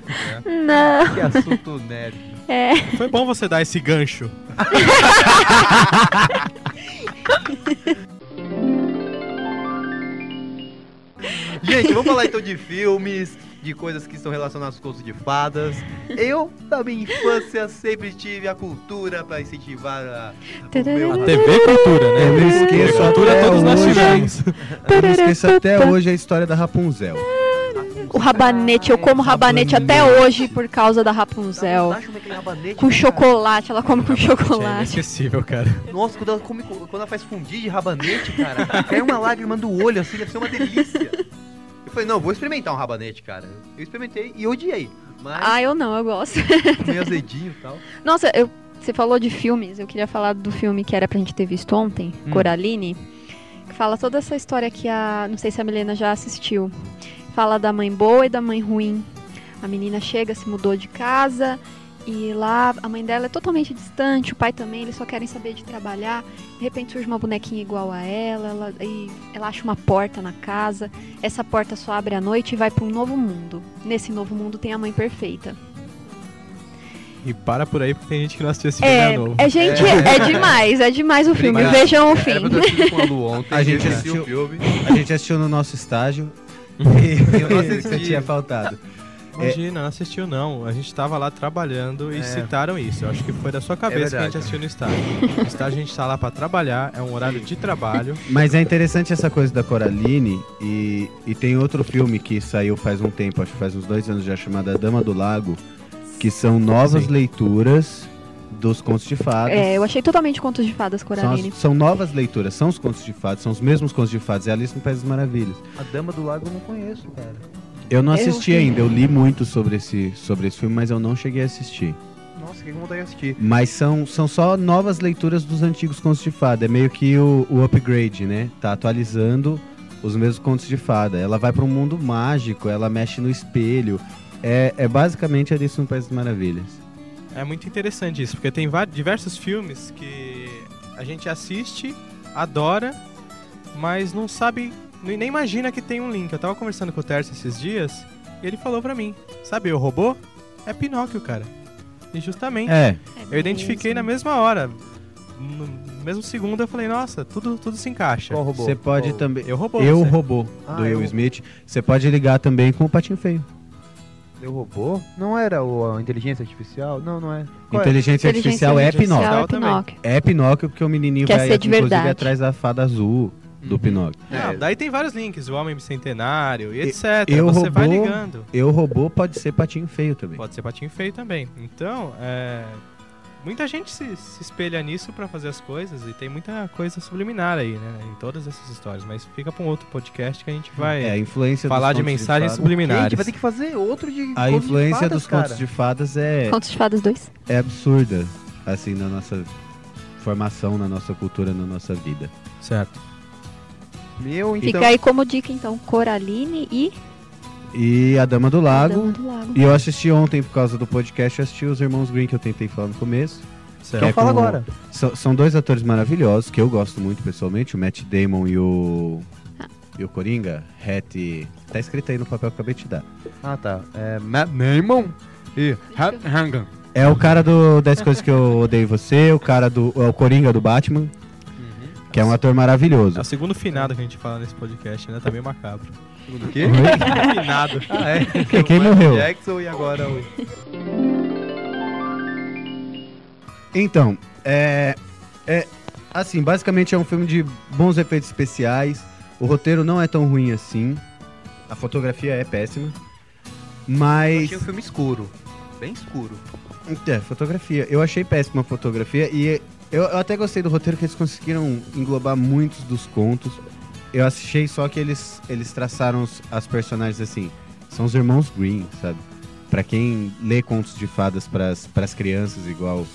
[SPEAKER 5] Não.
[SPEAKER 3] Que assunto nerd.
[SPEAKER 5] É.
[SPEAKER 4] Foi bom você dar esse gancho.
[SPEAKER 3] Gente, vamos falar então de filmes, de coisas que são relacionadas com contos de fadas. Eu, na minha infância, sempre tive a cultura pra incentivar a. o meu-
[SPEAKER 5] A
[SPEAKER 4] TV Cultura, né?
[SPEAKER 7] Eu não esqueço
[SPEAKER 4] Cultura
[SPEAKER 7] até
[SPEAKER 4] todos nós
[SPEAKER 7] hoje.
[SPEAKER 4] tivemos.
[SPEAKER 7] Eu não esqueço até hoje a história da Rapunzel.
[SPEAKER 5] O rabanete, eu como rabanete até hoje por causa da Rapunzel.
[SPEAKER 3] Dá aquele rabanete,
[SPEAKER 5] Com
[SPEAKER 3] né, cara?
[SPEAKER 5] chocolate, ela come com
[SPEAKER 4] É
[SPEAKER 5] chocolate.
[SPEAKER 4] inesquecível, cara.
[SPEAKER 3] Nossa, quando ela, come, quando ela faz fundir de rabanete, cara, cai uma lágrima do olho, assim, deve ser uma delícia. Eu falei, não, vou experimentar um rabanete, cara. Eu experimentei e odiei. Mas
[SPEAKER 5] Ah, tá. eu não, eu gosto.
[SPEAKER 3] meio azedinho e tal.
[SPEAKER 5] Nossa, eu- você falou de filmes, eu queria falar do filme que era pra gente ter visto ontem, Coraline, que fala toda essa história que a. Não sei se a Milena já assistiu. Fala da mãe boa e da mãe ruim. A menina chega, se mudou de casa. E lá a mãe dela é totalmente distante, o pai também, eles só querem saber de trabalhar. De repente surge uma bonequinha igual a ela, ela, e ela acha uma porta na casa. Essa porta só abre à noite e vai pra um novo mundo. Nesse novo mundo tem a mãe perfeita.
[SPEAKER 4] E para por aí, porque tem gente que não assistiu esse filme
[SPEAKER 5] É,
[SPEAKER 4] é novo.
[SPEAKER 5] é gente,
[SPEAKER 3] É.
[SPEAKER 5] é, demais, é demais o filme.
[SPEAKER 3] Obrigado.
[SPEAKER 7] É,
[SPEAKER 5] Vejam o
[SPEAKER 3] Era pra
[SPEAKER 5] fim.
[SPEAKER 3] ter assistido com a Lu ontem.
[SPEAKER 7] A gente
[SPEAKER 3] eu
[SPEAKER 7] assistiu-
[SPEAKER 3] o filme.
[SPEAKER 7] A gente assistiu no nosso estágio.
[SPEAKER 3] Eu não
[SPEAKER 7] E
[SPEAKER 3] assisti.
[SPEAKER 7] você tinha faltado.
[SPEAKER 4] Imagina, não assistiu não. A gente tava lá trabalhando e
[SPEAKER 3] É.
[SPEAKER 4] citaram isso. Eu acho que foi da sua cabeça que a
[SPEAKER 3] verdade.
[SPEAKER 4] gente assistiu no estádio. No estádio a gente tá lá pra trabalhar, é um horário de trabalho.
[SPEAKER 7] Mas é interessante essa coisa da Coraline. E, e tem outro filme que saiu faz um tempo, acho que faz uns dois anos já, chamado A Dama do Lago. Que são novas
[SPEAKER 4] Sim.
[SPEAKER 7] leituras dos contos de fadas.
[SPEAKER 5] É, eu achei totalmente contos de fadas,
[SPEAKER 7] São, as-
[SPEAKER 5] Coraline.
[SPEAKER 7] são novas leituras, são os contos de fadas, são os mesmos contos de fadas, é a Alice no País das Maravilhas.
[SPEAKER 3] A Dama do Lago eu não conheço, cara.
[SPEAKER 7] Eu não
[SPEAKER 5] Eu
[SPEAKER 7] assisti
[SPEAKER 5] vi.
[SPEAKER 7] ainda, eu li muito sobre esse, sobre esse filme, mas eu não cheguei a assistir.
[SPEAKER 3] Nossa, que vontade de assistir.
[SPEAKER 7] Mas são, são só novas leituras dos antigos contos de fada, é meio que o, o upgrade, né? Tá atualizando os mesmos contos de fada. Ela vai para um mundo mágico, ela mexe no espelho. É, é basicamente Alice no País das Maravilhas.
[SPEAKER 4] É muito interessante isso, porque tem va- diversos filmes que a gente assiste, adora, mas não sabe, nem nem imagina que tem um link. Eu tava conversando com o Tercio esses dias e ele falou pra mim: Sabe, o robô é Pinóquio, cara. E justamente.
[SPEAKER 7] É,
[SPEAKER 4] Eu identifiquei na mesma hora. No mesmo segundo eu falei, nossa, tudo, tudo se encaixa.
[SPEAKER 3] Qual robô?
[SPEAKER 7] você pode
[SPEAKER 3] Qual-
[SPEAKER 7] também.
[SPEAKER 4] Eu robô.
[SPEAKER 7] Eu
[SPEAKER 4] você.
[SPEAKER 7] Robô,
[SPEAKER 3] Ah,
[SPEAKER 7] do
[SPEAKER 3] Eu,
[SPEAKER 7] Will
[SPEAKER 3] Robô.
[SPEAKER 7] Smith. Você pode ligar também com o Patinho Feio.
[SPEAKER 3] Eu robô? Não era o a inteligência artificial? Não, não é. Qual é?
[SPEAKER 7] Inteligência artificial é
[SPEAKER 5] artificial
[SPEAKER 7] Pinóquio.
[SPEAKER 5] é Pinóquio.
[SPEAKER 7] É Pinóquio porque o menininho
[SPEAKER 5] Quer
[SPEAKER 7] vai,
[SPEAKER 5] ser de
[SPEAKER 7] inclusive,
[SPEAKER 5] verdade.
[SPEAKER 7] atrás da fada azul do
[SPEAKER 3] Uhum.
[SPEAKER 7] Pinóquio.
[SPEAKER 3] É,
[SPEAKER 4] Não, Ah, daí tem vários links, o Homem Bicentenário e
[SPEAKER 7] E-
[SPEAKER 4] etc.
[SPEAKER 7] eu
[SPEAKER 4] Você vai
[SPEAKER 7] robô-
[SPEAKER 4] ligando.
[SPEAKER 7] Eu robô pode ser patinho feio também.
[SPEAKER 4] Pode ser patinho feio também. Então, é, muita gente se, se espelha nisso pra fazer as coisas e tem muita coisa subliminar aí, né? Em todas essas histórias. Mas fica pra um outro podcast que a gente vai
[SPEAKER 7] É, a influência dos
[SPEAKER 4] falar de
[SPEAKER 7] contos
[SPEAKER 4] mensagens
[SPEAKER 7] fadas-
[SPEAKER 3] Gente,
[SPEAKER 4] subliminares.
[SPEAKER 3] vai ter que fazer outro de contos
[SPEAKER 7] A
[SPEAKER 3] de
[SPEAKER 7] influência
[SPEAKER 3] fadas,
[SPEAKER 7] dos
[SPEAKER 3] cara.
[SPEAKER 7] contos de fadas é,
[SPEAKER 5] Contos de Fadas 2.
[SPEAKER 7] é absurda, assim, na nossa formação, na nossa cultura, na nossa vida.
[SPEAKER 4] Certo.
[SPEAKER 3] Meu, então...
[SPEAKER 5] Fica aí como dica, então, Coraline e
[SPEAKER 7] E a Dama do
[SPEAKER 5] A
[SPEAKER 7] Lago.
[SPEAKER 5] Dama do Lago.
[SPEAKER 7] E eu assisti ontem, por causa do podcast, eu assisti os Irmãos Green que eu tentei falar no começo.
[SPEAKER 4] certo.
[SPEAKER 3] Então
[SPEAKER 7] é
[SPEAKER 3] fala
[SPEAKER 7] com-
[SPEAKER 3] agora.
[SPEAKER 7] São, são dois atores maravilhosos que eu gosto muito pessoalmente, o Matt Damon e o. E o Coringa, Hattie. Tá escrito aí no papel que eu acabei de te dar.
[SPEAKER 3] Ah, tá. É Matt Damon e Hat Hangan.
[SPEAKER 7] É o cara do 10 Coisas Que Eu Odeio em Você, o cara do. É o Coringa do Batman,
[SPEAKER 3] Uhum.
[SPEAKER 7] que é um ator maravilhoso.
[SPEAKER 4] É o segundo finado que a gente fala nesse podcast, né? Tá meio macabro.
[SPEAKER 3] Segundo o quê?
[SPEAKER 4] finado.
[SPEAKER 3] Ah, é.
[SPEAKER 7] Quem- quem
[SPEAKER 3] O Michael
[SPEAKER 7] morreu?
[SPEAKER 3] Jackson e agora o...
[SPEAKER 7] Então, é, é. Assim, basicamente é um filme de bons efeitos especiais. O roteiro não é tão ruim assim. A fotografia é péssima.
[SPEAKER 3] Eu
[SPEAKER 7] Mas.
[SPEAKER 3] Achei o um filme escuro. Bem escuro.
[SPEAKER 7] É, fotografia. Eu achei péssima a fotografia e eu, eu até gostei do roteiro que eles conseguiram englobar muitos dos contos. Eu achei só que eles, eles traçaram os- as personagens assim. São os irmãos Green, sabe? Pra quem lê contos de fadas pras, pras crianças, igual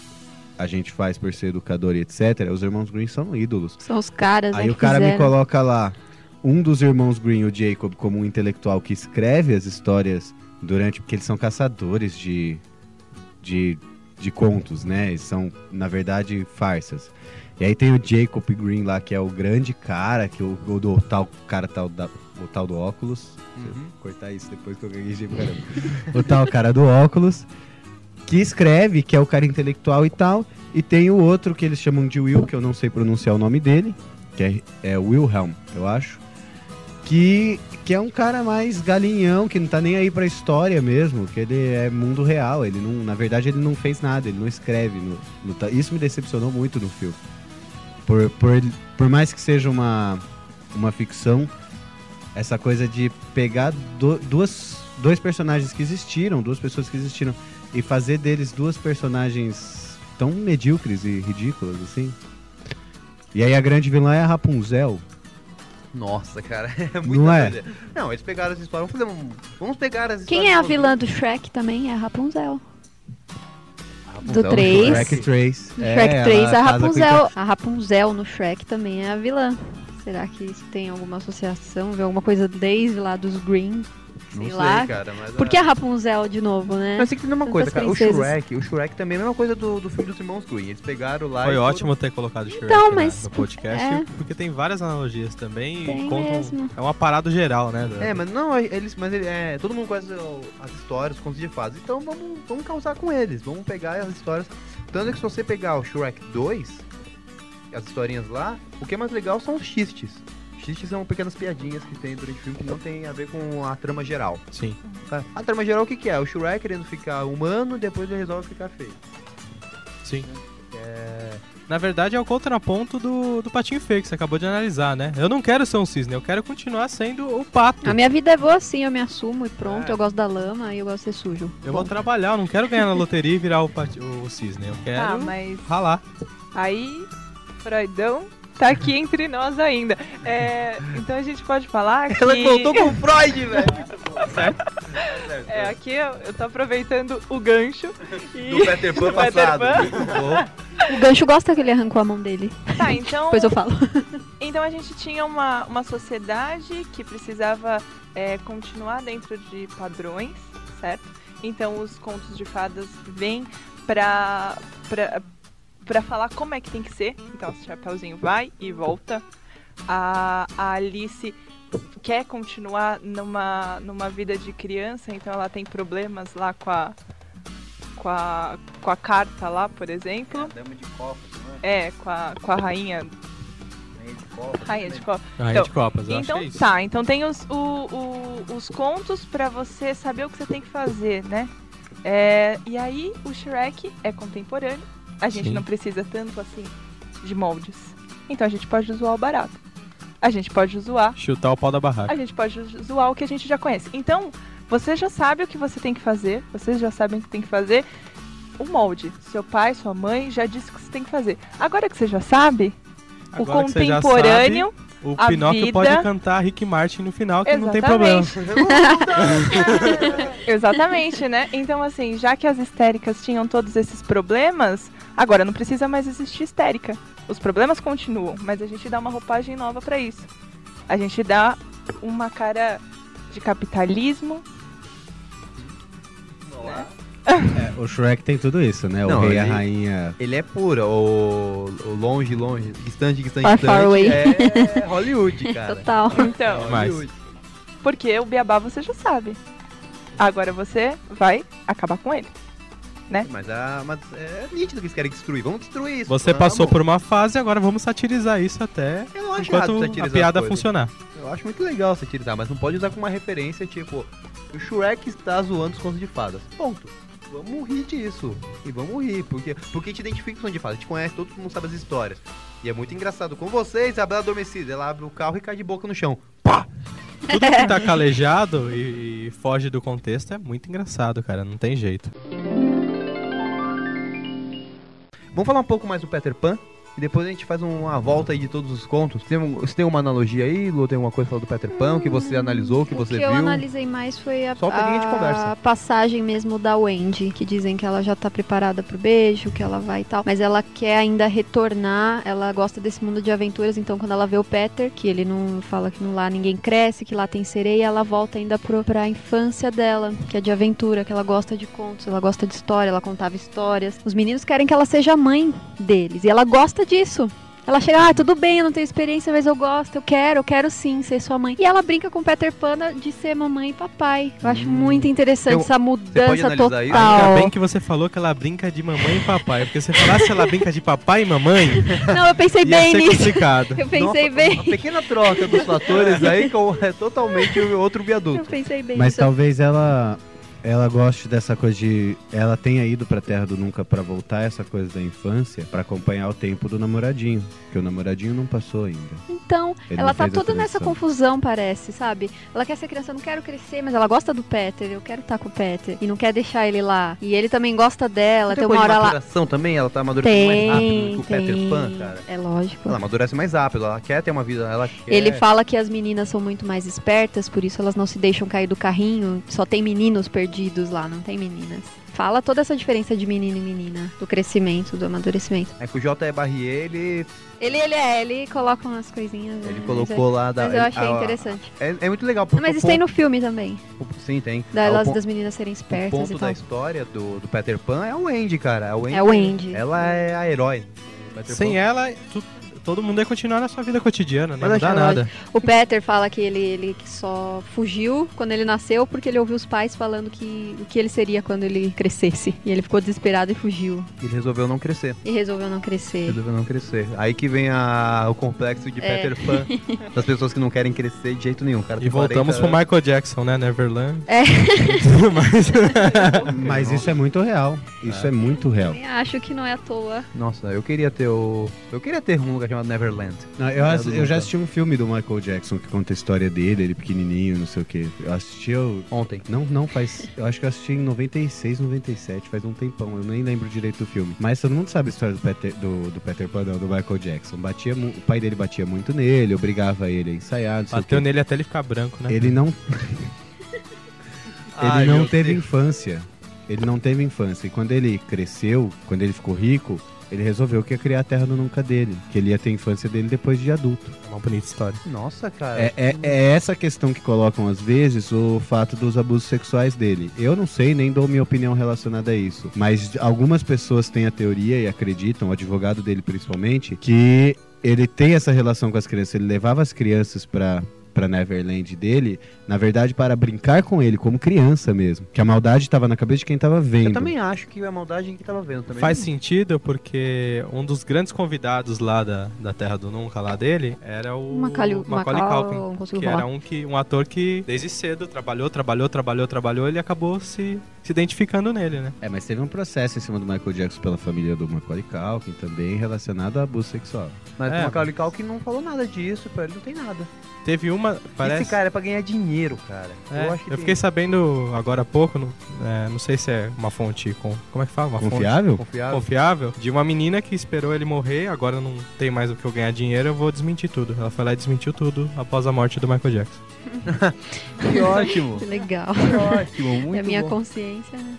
[SPEAKER 7] a gente faz por ser educador e etc., os irmãos Green são ídolos.
[SPEAKER 5] São os caras, né,
[SPEAKER 7] Aí o
[SPEAKER 5] que
[SPEAKER 7] cara me
[SPEAKER 5] fizeram.
[SPEAKER 7] coloca lá um dos irmãos Green, o Jacob, como um intelectual que escreve as histórias durante. Porque eles são caçadores de. de, de contos, né? Eles são, na verdade, farsas. E aí tem o Jacob Green lá, que é o grande cara, que o, o do tal cara tal da. O tal do óculos.
[SPEAKER 3] Uhum.
[SPEAKER 7] Vou cortar isso depois que eu ganhei dinheiro, caramba. o tal cara do óculos. Que escreve, que é o cara intelectual e tal. E tem o outro que eles chamam de Will, que eu não sei pronunciar o nome dele que é, é Wilhelm, eu acho, que, que é um cara mais galinhão, que não tá nem aí pra história mesmo, que ele é mundo real, ele não, na verdade ele não fez nada, ele não escreve. no- no ta- isso me decepcionou muito no filme. Por, por, ele- por mais que seja uma, uma ficção, essa coisa de pegar do- duas, dois personagens que existiram, duas pessoas que existiram, e fazer deles duas personagens tão medíocres e ridículas, assim. E aí a grande vilã é a Rapunzel.
[SPEAKER 3] Nossa, cara, é muito
[SPEAKER 7] Não é?
[SPEAKER 3] Não, eles pegaram essa história, vamos fazer um... Vamos pegar as
[SPEAKER 5] Quem
[SPEAKER 3] histórias
[SPEAKER 5] é a
[SPEAKER 3] do-
[SPEAKER 5] vilã do Shrek também? É a Rapunzel.
[SPEAKER 3] Rapunzel,
[SPEAKER 5] do três?
[SPEAKER 3] Shrek.
[SPEAKER 7] Shrek É, 3.
[SPEAKER 5] No
[SPEAKER 3] É,
[SPEAKER 5] Shrek 3, a Rapunzel. A Rapunzel no Shrek também é a vilã. Será que isso tem alguma associação, vê alguma coisa desde lá dos Green?
[SPEAKER 3] Não
[SPEAKER 5] Sei
[SPEAKER 3] sei,
[SPEAKER 5] lá.
[SPEAKER 3] cara, mas...
[SPEAKER 5] Por que a Rapunzel de novo, né?
[SPEAKER 3] Mas tem que entender uma coisa,
[SPEAKER 5] Tantas
[SPEAKER 3] cara. O
[SPEAKER 5] princesas.
[SPEAKER 3] Shrek, o Shrek também é a mesma coisa do, do filme dos irmãos Green. Eles pegaram lá.
[SPEAKER 4] Foi
[SPEAKER 3] e foram-
[SPEAKER 4] ótimo ter colocado o Shrek
[SPEAKER 5] Então,
[SPEAKER 4] na-
[SPEAKER 5] mas-
[SPEAKER 4] no podcast,
[SPEAKER 5] é.
[SPEAKER 4] porque tem várias analogias também
[SPEAKER 5] Tem
[SPEAKER 4] e contam.
[SPEAKER 5] mesmo.
[SPEAKER 4] É uma parada geral, né? da-
[SPEAKER 3] É, mas não, eles. Mas ele- é, todo mundo conhece o- as histórias, os contos de fadas. Então vamos, vamos causar com eles. Vamos pegar as histórias. Tanto é que se você pegar o Shrek 2, as historinhas lá, o que é mais legal são os xistes. Xistes são pequenas piadinhas que tem durante o filme que não tem a ver com a trama geral.
[SPEAKER 4] Sim.
[SPEAKER 3] tá? A trama geral o que, que é? O Shrek querendo ficar humano e depois ele resolve ficar feio.
[SPEAKER 4] Sim. Na verdade, é o contraponto do, do patinho feio que você acabou de analisar, né? Eu não quero ser um cisne, eu quero continuar sendo o pato.
[SPEAKER 1] Ah,
[SPEAKER 5] A minha vida é boa assim, eu me assumo e
[SPEAKER 3] É.
[SPEAKER 5] pronto, eu gosto da lama e eu gosto de ser sujo.
[SPEAKER 4] Eu vou trabalhar, eu não quero ganhar na loteria e virar o, pati- o cisne. Eu quero
[SPEAKER 1] Ah, mas
[SPEAKER 4] ralar.
[SPEAKER 1] aí, Freudão tá aqui entre nós ainda. É, então a gente pode falar que...
[SPEAKER 3] Ela voltou com o Freud, velho!
[SPEAKER 1] É, aqui eu, eu tô aproveitando o gancho
[SPEAKER 3] Do
[SPEAKER 1] e...
[SPEAKER 3] Peter Pan
[SPEAKER 1] Do Peter
[SPEAKER 3] passado.
[SPEAKER 1] Pan.
[SPEAKER 3] Muito bom.
[SPEAKER 5] O gancho gosta que ele arrancou a mão dele.
[SPEAKER 1] Tá, então...
[SPEAKER 5] Depois eu falo.
[SPEAKER 1] Então a gente tinha uma, uma sociedade que precisava é, continuar dentro de padrões, certo? Então os contos de fadas vêm pra, pra, pra falar como é que tem que ser. Então o Chapeuzinho vai e volta. A, a Alice quer continuar numa, numa vida de criança, então ela tem problemas lá com a, com a, com a carta lá, por exemplo.
[SPEAKER 3] Dama de copos, né?
[SPEAKER 1] É, com a, com a rainha Rainha de Copas.
[SPEAKER 8] Rainha
[SPEAKER 1] Então,
[SPEAKER 8] de Copas, eu
[SPEAKER 1] Então
[SPEAKER 8] acho que Ah, é isso.
[SPEAKER 1] tá, então tem os, o- o- os contos pra você saber o que você tem que fazer, né? É, e aí o Shrek é contemporâneo, a gente
[SPEAKER 8] Sim.
[SPEAKER 1] não precisa tanto assim de moldes. Então a gente pode zoar o barato. A gente pode zoar,
[SPEAKER 8] Chutar o pau da
[SPEAKER 1] a
[SPEAKER 8] barraca.
[SPEAKER 1] gente pode zoar o que a gente já conhece. Então, você já sabe o que você tem que fazer, vocês já sabem o que tem que fazer. O molde. Seu pai, sua mãe já disse o que você tem que fazer. Agora que você já sabe, o
[SPEAKER 8] Agora que você já
[SPEAKER 1] contemporâneo.
[SPEAKER 8] O
[SPEAKER 1] a
[SPEAKER 8] Pinóquio
[SPEAKER 1] vida-
[SPEAKER 8] pode cantar Rick Martin no final, que não tem problema.
[SPEAKER 1] Exatamente. Exatamente, né? Então, assim, já que as histéricas tinham todos esses problemas, agora não precisa mais existir histérica. Os problemas continuam, mas a gente dá uma roupagem nova pra isso. A gente dá uma cara de capitalismo.
[SPEAKER 7] É, o Shrek tem tudo isso, né? O
[SPEAKER 3] Não,
[SPEAKER 7] rei, a
[SPEAKER 3] ele-
[SPEAKER 7] rainha.
[SPEAKER 3] Ele é pura, o, o longe, longe, distante, distante,
[SPEAKER 5] Far,
[SPEAKER 3] distante.
[SPEAKER 5] far away.
[SPEAKER 3] É Hollywood, cara. É
[SPEAKER 5] Total.
[SPEAKER 1] Então,
[SPEAKER 8] Mas-
[SPEAKER 3] Hollywood.
[SPEAKER 1] porque o beabá você já sabe. Agora você vai acabar com ele.
[SPEAKER 3] Mas, a, mas é nítido que eles querem destruir. Vamos destruir isso.
[SPEAKER 8] Você
[SPEAKER 3] vamos.
[SPEAKER 8] passou por uma fase, agora vamos satirizar isso até
[SPEAKER 3] Eu não acho errado
[SPEAKER 8] enquanto
[SPEAKER 3] satirizar
[SPEAKER 8] a piada
[SPEAKER 3] as coisas.
[SPEAKER 8] funcionar.
[SPEAKER 3] Eu acho muito legal satirizar, mas não pode usar como uma referência, tipo, o Shrek está zoando os contos de fadas. Ponto. Vamos rir disso. E vamos rir, porque, porque a gente identifica os contos de fadas, a gente conhece, todo mundo sabe as histórias. E é muito engraçado. Com vocês, é a Bela Adormecida, ela abre o carro e cai de boca no chão.
[SPEAKER 8] Tudo que tá calejado e, e foge do contexto é muito engraçado, cara. Não tem jeito.
[SPEAKER 3] Vamos falar um pouco mais do Peter Pan? E depois a gente faz um, uma volta aí de todos os contos. Tem, um- você tem uma analogia aí, Lu? Tem alguma coisa falando do Peter Pan? que você analisou, que
[SPEAKER 5] Hum, O
[SPEAKER 3] você
[SPEAKER 5] que
[SPEAKER 3] viu?
[SPEAKER 5] eu analisei mais foi a,
[SPEAKER 3] Só um pouquinho de
[SPEAKER 5] a
[SPEAKER 3] conversa.
[SPEAKER 5] passagem mesmo da Wendy, que dizem que ela já tá preparada pro beijo, que ela vai e tal. Mas ela quer ainda retornar, ela gosta desse mundo de aventuras, então quando ela vê o Peter, que ele não fala que não lá ninguém cresce, que lá tem sereia, ela volta ainda pro, pra infância dela, que é de aventura, que ela gosta de contos, ela gosta de história, ela contava histórias. Os meninos querem que ela seja a mãe deles, e ela gosta disso. Ela chega, ah, tudo bem, eu não tenho experiência, mas eu gosto, eu quero, eu quero sim ser sua mãe. E ela brinca com o Peter Pan de ser mamãe e papai. Eu acho muito interessante
[SPEAKER 3] Hum. Eu-
[SPEAKER 5] essa
[SPEAKER 3] pode
[SPEAKER 5] mudança
[SPEAKER 3] analisar isso?
[SPEAKER 8] Ainda bem
[SPEAKER 5] total.
[SPEAKER 8] que você falou que ela brinca de mamãe e papai. Porque se falasse ela brinca de papai e mamãe,
[SPEAKER 5] Não, eu pensei
[SPEAKER 8] ia
[SPEAKER 5] bem
[SPEAKER 8] ser
[SPEAKER 5] nisso.
[SPEAKER 8] complicado.
[SPEAKER 5] Eu pensei
[SPEAKER 3] Nossa,
[SPEAKER 5] bem.
[SPEAKER 3] Uma pequena troca dos fatores aí com, é totalmente outro
[SPEAKER 5] Eu
[SPEAKER 3] viaduto.
[SPEAKER 5] pensei bem
[SPEAKER 7] Mas
[SPEAKER 5] nisso.
[SPEAKER 3] então,
[SPEAKER 7] talvez ela ela goste dessa coisa de ela tenha ido pra terra do nunca pra voltar essa coisa da infância pra acompanhar o tempo do namoradinho, que o namoradinho não passou ainda.
[SPEAKER 5] Então,
[SPEAKER 7] Ele
[SPEAKER 5] ela
[SPEAKER 7] não
[SPEAKER 5] tá
[SPEAKER 7] fez a
[SPEAKER 5] toda nessa
[SPEAKER 7] transição.
[SPEAKER 5] confusão, parece, sabe? Ela quer ser criança, eu não quero crescer, mas ela gosta do Peter, eu quero estar com o Peter. E não quer deixar ele lá. E ele também gosta dela,
[SPEAKER 3] Não
[SPEAKER 5] tem
[SPEAKER 3] coisa
[SPEAKER 5] uma
[SPEAKER 3] de
[SPEAKER 5] hora lá.
[SPEAKER 3] maturação também, ela tá amadurecendo mais
[SPEAKER 5] Tem,
[SPEAKER 3] rápido que o
[SPEAKER 5] tem.
[SPEAKER 3] Peter Pan, cara.
[SPEAKER 5] É lógico.
[SPEAKER 3] Ela amadurece mais rápido, ela quer ter uma vida, ela quer...
[SPEAKER 5] Ele fala que as meninas são muito mais espertas, por isso elas não se deixam cair do carrinho. Só tem meninos perdidos lá, não tem meninas. Fala toda essa diferença de menino e menina, do crescimento, do amadurecimento.
[SPEAKER 3] É que o J.E. Barrier, ele,
[SPEAKER 5] Ele, ele é, ele coloca umas coisinhas. né,
[SPEAKER 3] ele
[SPEAKER 5] mas
[SPEAKER 3] colocou lá...
[SPEAKER 5] é-
[SPEAKER 3] Da,
[SPEAKER 5] Mas eu
[SPEAKER 3] ele-
[SPEAKER 5] achei
[SPEAKER 3] a-
[SPEAKER 5] interessante.
[SPEAKER 3] É, é muito legal.
[SPEAKER 5] Não,
[SPEAKER 3] porque
[SPEAKER 5] mas
[SPEAKER 3] o
[SPEAKER 5] isso tem
[SPEAKER 3] ponto-
[SPEAKER 5] no filme também.
[SPEAKER 3] o- Sim, tem. É, o
[SPEAKER 5] Delas,
[SPEAKER 3] pon-
[SPEAKER 5] das meninas serem
[SPEAKER 3] o
[SPEAKER 5] espertas e
[SPEAKER 3] ponto
[SPEAKER 5] tal.
[SPEAKER 3] da história do, do Peter Pan é o Andy, cara. É o Andy.
[SPEAKER 5] É o Andy.
[SPEAKER 3] Ela é a herói. O Peter
[SPEAKER 8] Sem
[SPEAKER 4] é,
[SPEAKER 3] Pan-
[SPEAKER 8] ela, tu- todo mundo ia continuar na sua vida cotidiana, né?
[SPEAKER 3] Mas
[SPEAKER 8] Não dá
[SPEAKER 5] acho
[SPEAKER 8] nada.
[SPEAKER 5] O Peter fala que ele, ele só fugiu quando ele nasceu porque ele ouviu os pais falando que o que ele seria quando ele crescesse. E ele ficou desesperado e fugiu.
[SPEAKER 3] Ele resolveu não crescer.
[SPEAKER 5] E resolveu não crescer.
[SPEAKER 3] Resolveu não crescer. Aí que vem a- o complexo de
[SPEAKER 5] É.
[SPEAKER 3] Peter Pan. das pessoas que não querem crescer de jeito nenhum. Cara,
[SPEAKER 8] E voltamos pro
[SPEAKER 3] pro
[SPEAKER 8] Michael Jackson, né? Neverland.
[SPEAKER 5] É.
[SPEAKER 8] Mas-
[SPEAKER 7] Mas isso é muito real. Isso é muito real.
[SPEAKER 5] Também acho que não é à toa.
[SPEAKER 3] Nossa, eu queria ter o. Eu queria ter um lugar chamado Neverland.
[SPEAKER 7] Não, eu, ass- eu já
[SPEAKER 3] Nunca.
[SPEAKER 7] assisti um filme do Michael Jackson que conta a história dele, ele pequenininho, não sei o quê. Eu assisti, eu
[SPEAKER 3] Ontem.
[SPEAKER 7] Não, não, faz. Eu acho que eu assisti em 96, 97, faz um tempão. Eu nem lembro direito do filme. Mas todo mundo sabe a história do Peter, do, do Peter Pan, não, do Michael Jackson. Batia, mu- o pai dele batia muito nele, obrigava ele a ensaiar, não sei
[SPEAKER 8] Bateu
[SPEAKER 7] o quê.
[SPEAKER 8] nele até ele ficar branco, né?
[SPEAKER 7] Ele não, ele
[SPEAKER 3] Ai,
[SPEAKER 7] não
[SPEAKER 3] meu
[SPEAKER 7] teve
[SPEAKER 3] Deus.
[SPEAKER 7] infância. Ele não teve infância. E quando ele cresceu, quando ele ficou rico, ele resolveu que ia criar a terra do nunca dele. Que ele ia ter a infância dele depois de adulto.
[SPEAKER 8] É uma bonita história.
[SPEAKER 3] Nossa, cara.
[SPEAKER 7] É, é- é essa questão que colocam às vezes o fato dos abusos sexuais dele. Eu não sei, nem dou minha opinião relacionada a isso. Mas algumas pessoas têm a teoria e acreditam, o advogado dele principalmente, que ele tem essa relação com as crianças. Ele levava as crianças pra pra Neverland dele, na verdade, para brincar com ele, como criança mesmo. Que a maldade tava na cabeça de quem tava vendo.
[SPEAKER 3] Eu também acho que é a maldade que tava vendo também.
[SPEAKER 4] Faz sentido porque um dos grandes convidados lá da, da Terra do Nunca lá dele era o
[SPEAKER 5] Macaulay- Macaulay-
[SPEAKER 4] Culkin,
[SPEAKER 5] conseguiu
[SPEAKER 4] que
[SPEAKER 5] falar.
[SPEAKER 4] era um que um ator que desde cedo trabalhou, trabalhou, trabalhou, trabalhou, ele acabou se se identificando nele, né?
[SPEAKER 7] É, mas teve um processo em cima do Michael Jackson pela família do Macaulay Culkin também relacionado a abuso sexual.
[SPEAKER 3] Mas
[SPEAKER 4] É,
[SPEAKER 3] o Macaulay Culkin não falou nada disso, pra ele não tem nada.
[SPEAKER 4] Teve uma, parece
[SPEAKER 3] Esse cara é pra ganhar dinheiro, cara.
[SPEAKER 4] É,
[SPEAKER 3] eu acho que
[SPEAKER 4] eu
[SPEAKER 3] tem-
[SPEAKER 4] fiquei sabendo agora há pouco, não, é, não sei se é uma fonte com. Como é que fala? Uma
[SPEAKER 7] Confiável?
[SPEAKER 4] fonte
[SPEAKER 3] confiável.
[SPEAKER 4] confiável? De uma menina que esperou ele morrer, agora não tem mais o que eu ganhar dinheiro, eu vou desmentir tudo. Ela foi lá e desmentiu tudo após a morte do Michael Jackson.
[SPEAKER 3] Que ótimo.
[SPEAKER 5] Que legal.
[SPEAKER 3] que ótimo,
[SPEAKER 5] E a
[SPEAKER 3] muito
[SPEAKER 5] minha
[SPEAKER 3] bom.
[SPEAKER 5] consciência. né?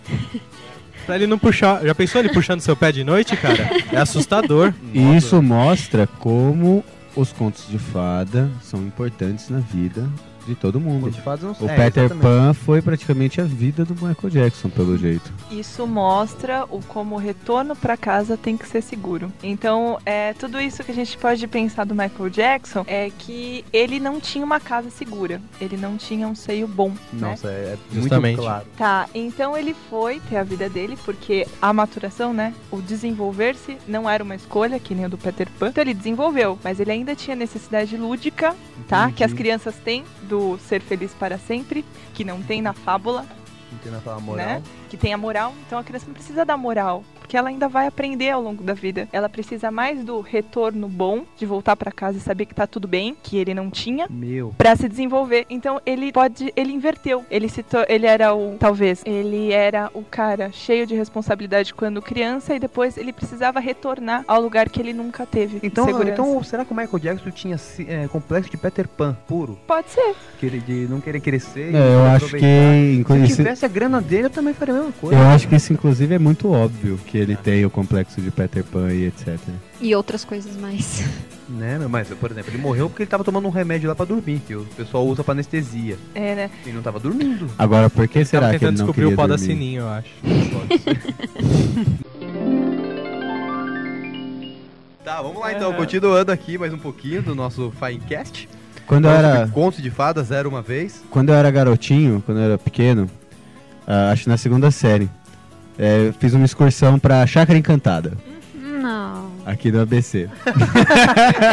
[SPEAKER 4] Pra ele não puxar. Já pensou ele puxando seu pé de noite, cara? É assustador.
[SPEAKER 7] E isso mostra como os contos de fada são importantes na vida de todo mundo.
[SPEAKER 3] Conto de fadas não
[SPEAKER 7] O
[SPEAKER 3] é,
[SPEAKER 7] Peter
[SPEAKER 3] exatamente.
[SPEAKER 7] Pan foi praticamente a vida do Michael Jackson, pelo jeito.
[SPEAKER 1] Isso mostra o como o retorno para casa tem que ser seguro. Então, é, tudo isso que a gente pode pensar do Michael Jackson é que ele não tinha uma casa segura, ele não tinha um seio bom. né?
[SPEAKER 3] Nossa, é, é
[SPEAKER 4] Justamente.
[SPEAKER 3] muito claro.
[SPEAKER 1] Tá, então ele foi ter a vida dele, porque a maturação, né? O desenvolver-se não era uma escolha, que nem o do Peter Pan. Então ele desenvolveu, mas ele ainda tinha necessidade lúdica, tá? Que
[SPEAKER 3] Uhum.
[SPEAKER 1] as crianças têm do ser feliz para sempre, que não tem na fábula,
[SPEAKER 3] Não tem naquela moral.
[SPEAKER 1] Né? que tem a moral. Então a criança não precisa da moral, porque ela ainda vai aprender ao longo da vida. Ela precisa mais do retorno bom, de voltar pra casa e saber que tá tudo bem, que ele não tinha.
[SPEAKER 3] Meu.
[SPEAKER 1] Pra se desenvolver. Então ele pode, ele inverteu. Ele se to- ele era o talvez, ele era o cara cheio de responsabilidade quando criança e depois ele precisava retornar ao lugar que ele nunca teve.
[SPEAKER 3] Então,
[SPEAKER 1] segurança.
[SPEAKER 3] então, será que o Michael Jackson tinha se- é, complexo de Peter Pan puro?
[SPEAKER 1] pode ser.
[SPEAKER 3] Que ele, de não querer crescer? e
[SPEAKER 7] É, eu
[SPEAKER 3] não
[SPEAKER 7] acho
[SPEAKER 3] aproveitar?
[SPEAKER 7] que,
[SPEAKER 3] Se
[SPEAKER 7] inclusive,
[SPEAKER 3] tivesse a grana dele, eu também faria a mesma coisa.
[SPEAKER 7] eu acho que isso, inclusive, é muito óbvio que ele tem o complexo de Peter Pan e etc.
[SPEAKER 5] E outras coisas mais.
[SPEAKER 3] Né, meu? Mas, por exemplo, ele morreu porque ele tava tomando um remédio lá pra dormir, que o pessoal usa pra anestesia.
[SPEAKER 1] É, né?
[SPEAKER 3] Ele não tava dormindo.
[SPEAKER 7] Agora, por que
[SPEAKER 4] Tava
[SPEAKER 7] será que ele
[SPEAKER 4] tentando
[SPEAKER 7] não
[SPEAKER 4] descobrir
[SPEAKER 7] queria
[SPEAKER 4] o pó da
[SPEAKER 7] dormir?
[SPEAKER 4] sininho, eu acho.
[SPEAKER 3] Tá, vamos lá então, continuando aqui mais um pouquinho do nosso Finecast.
[SPEAKER 7] Quando eu era...
[SPEAKER 3] Conto de fadas, era uma vez.
[SPEAKER 7] quando eu era garotinho, quando eu era pequeno, ah, acho que na segunda série, eh, eu fiz uma excursão pra Chácara Encantada,
[SPEAKER 5] Não.
[SPEAKER 7] aqui do ABC.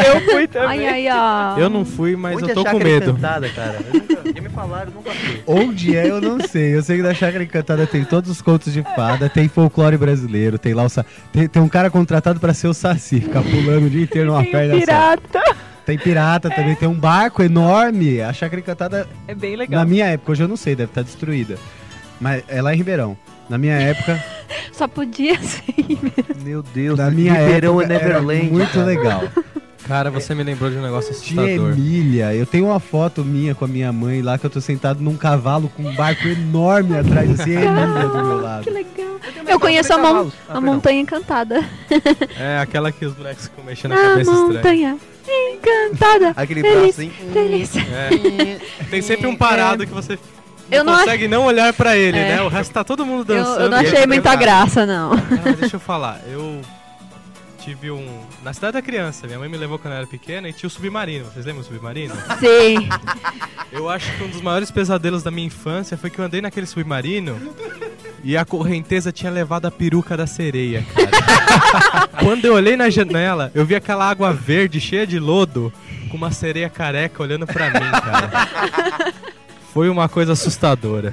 [SPEAKER 1] Eu fui
[SPEAKER 5] Ai,
[SPEAKER 1] também.
[SPEAKER 5] ai, ó.
[SPEAKER 4] Eu não fui, mas
[SPEAKER 3] Onde
[SPEAKER 4] eu tô
[SPEAKER 3] é
[SPEAKER 4] com
[SPEAKER 3] chácara
[SPEAKER 4] medo.
[SPEAKER 3] encantada, cara? Eu nunca- Já me falaram, eu nunca fui.
[SPEAKER 7] Onde é, eu não sei. Eu sei que na Chácara Encantada tem todos os contos de fada, tem folclore brasileiro, tem lá o sa... tem, tem um cara contratado pra ser o Saci, ficar pulando o dia inteiro
[SPEAKER 3] Ah,
[SPEAKER 7] numa
[SPEAKER 1] Tem
[SPEAKER 7] perna
[SPEAKER 1] um
[SPEAKER 7] só.
[SPEAKER 1] pirata.
[SPEAKER 7] Tem pirata também, tem um barco enorme. A Chácara Encantada
[SPEAKER 1] É bem
[SPEAKER 7] Na
[SPEAKER 1] legal.
[SPEAKER 7] minha época, hoje eu não sei, deve estar destruída. Mas é lá em Ribeirão. Na minha época,
[SPEAKER 5] Só podia ser.
[SPEAKER 3] Meu Deus,
[SPEAKER 7] na minha
[SPEAKER 3] Ribeirão
[SPEAKER 7] época,
[SPEAKER 3] é
[SPEAKER 7] era
[SPEAKER 3] Neverland.
[SPEAKER 7] muito
[SPEAKER 3] cara.
[SPEAKER 7] legal.
[SPEAKER 4] Cara, você me lembrou de um negócio
[SPEAKER 7] Tia
[SPEAKER 4] assustador.
[SPEAKER 7] Emília, eu tenho uma foto minha com a minha mãe lá que eu tô sentado num cavalo com um barco enorme atrás, assim, a Emília do meu
[SPEAKER 5] Que
[SPEAKER 7] lado.
[SPEAKER 5] legal. Eu conheço a, mon-
[SPEAKER 3] Ah,
[SPEAKER 5] a
[SPEAKER 3] perdão.
[SPEAKER 5] montanha encantada.
[SPEAKER 4] É aquela que os bonecos ficam mexendo a
[SPEAKER 5] A
[SPEAKER 4] cabeça estranha.
[SPEAKER 5] montanha encantada.
[SPEAKER 3] Aquele braço,
[SPEAKER 5] Feliz,
[SPEAKER 3] assim.
[SPEAKER 5] feliz.
[SPEAKER 4] É. Tem sempre um parado que você não
[SPEAKER 5] Eu não acho.
[SPEAKER 4] consegue não olhar pra ele,
[SPEAKER 5] É.
[SPEAKER 4] né? O resto tá todo mundo
[SPEAKER 5] Eu,
[SPEAKER 4] dançando.
[SPEAKER 5] eu não
[SPEAKER 4] e ele
[SPEAKER 5] achei
[SPEAKER 4] tá
[SPEAKER 5] muita
[SPEAKER 4] parado.
[SPEAKER 5] graça, não.
[SPEAKER 4] Ah, deixa eu falar, eu tive um. Na cidade da criança, minha mãe me levou quando eu era pequena e tinha o submarino. Vocês lembram do submarino?
[SPEAKER 5] Sim.
[SPEAKER 4] Eu acho que um dos maiores pesadelos da minha infância foi que eu andei naquele submarino e a correnteza tinha levado a peruca da sereia, cara. Quando eu olhei na janela, eu vi aquela água verde cheia de lodo com uma sereia careca olhando pra mim, cara. Foi uma coisa assustadora.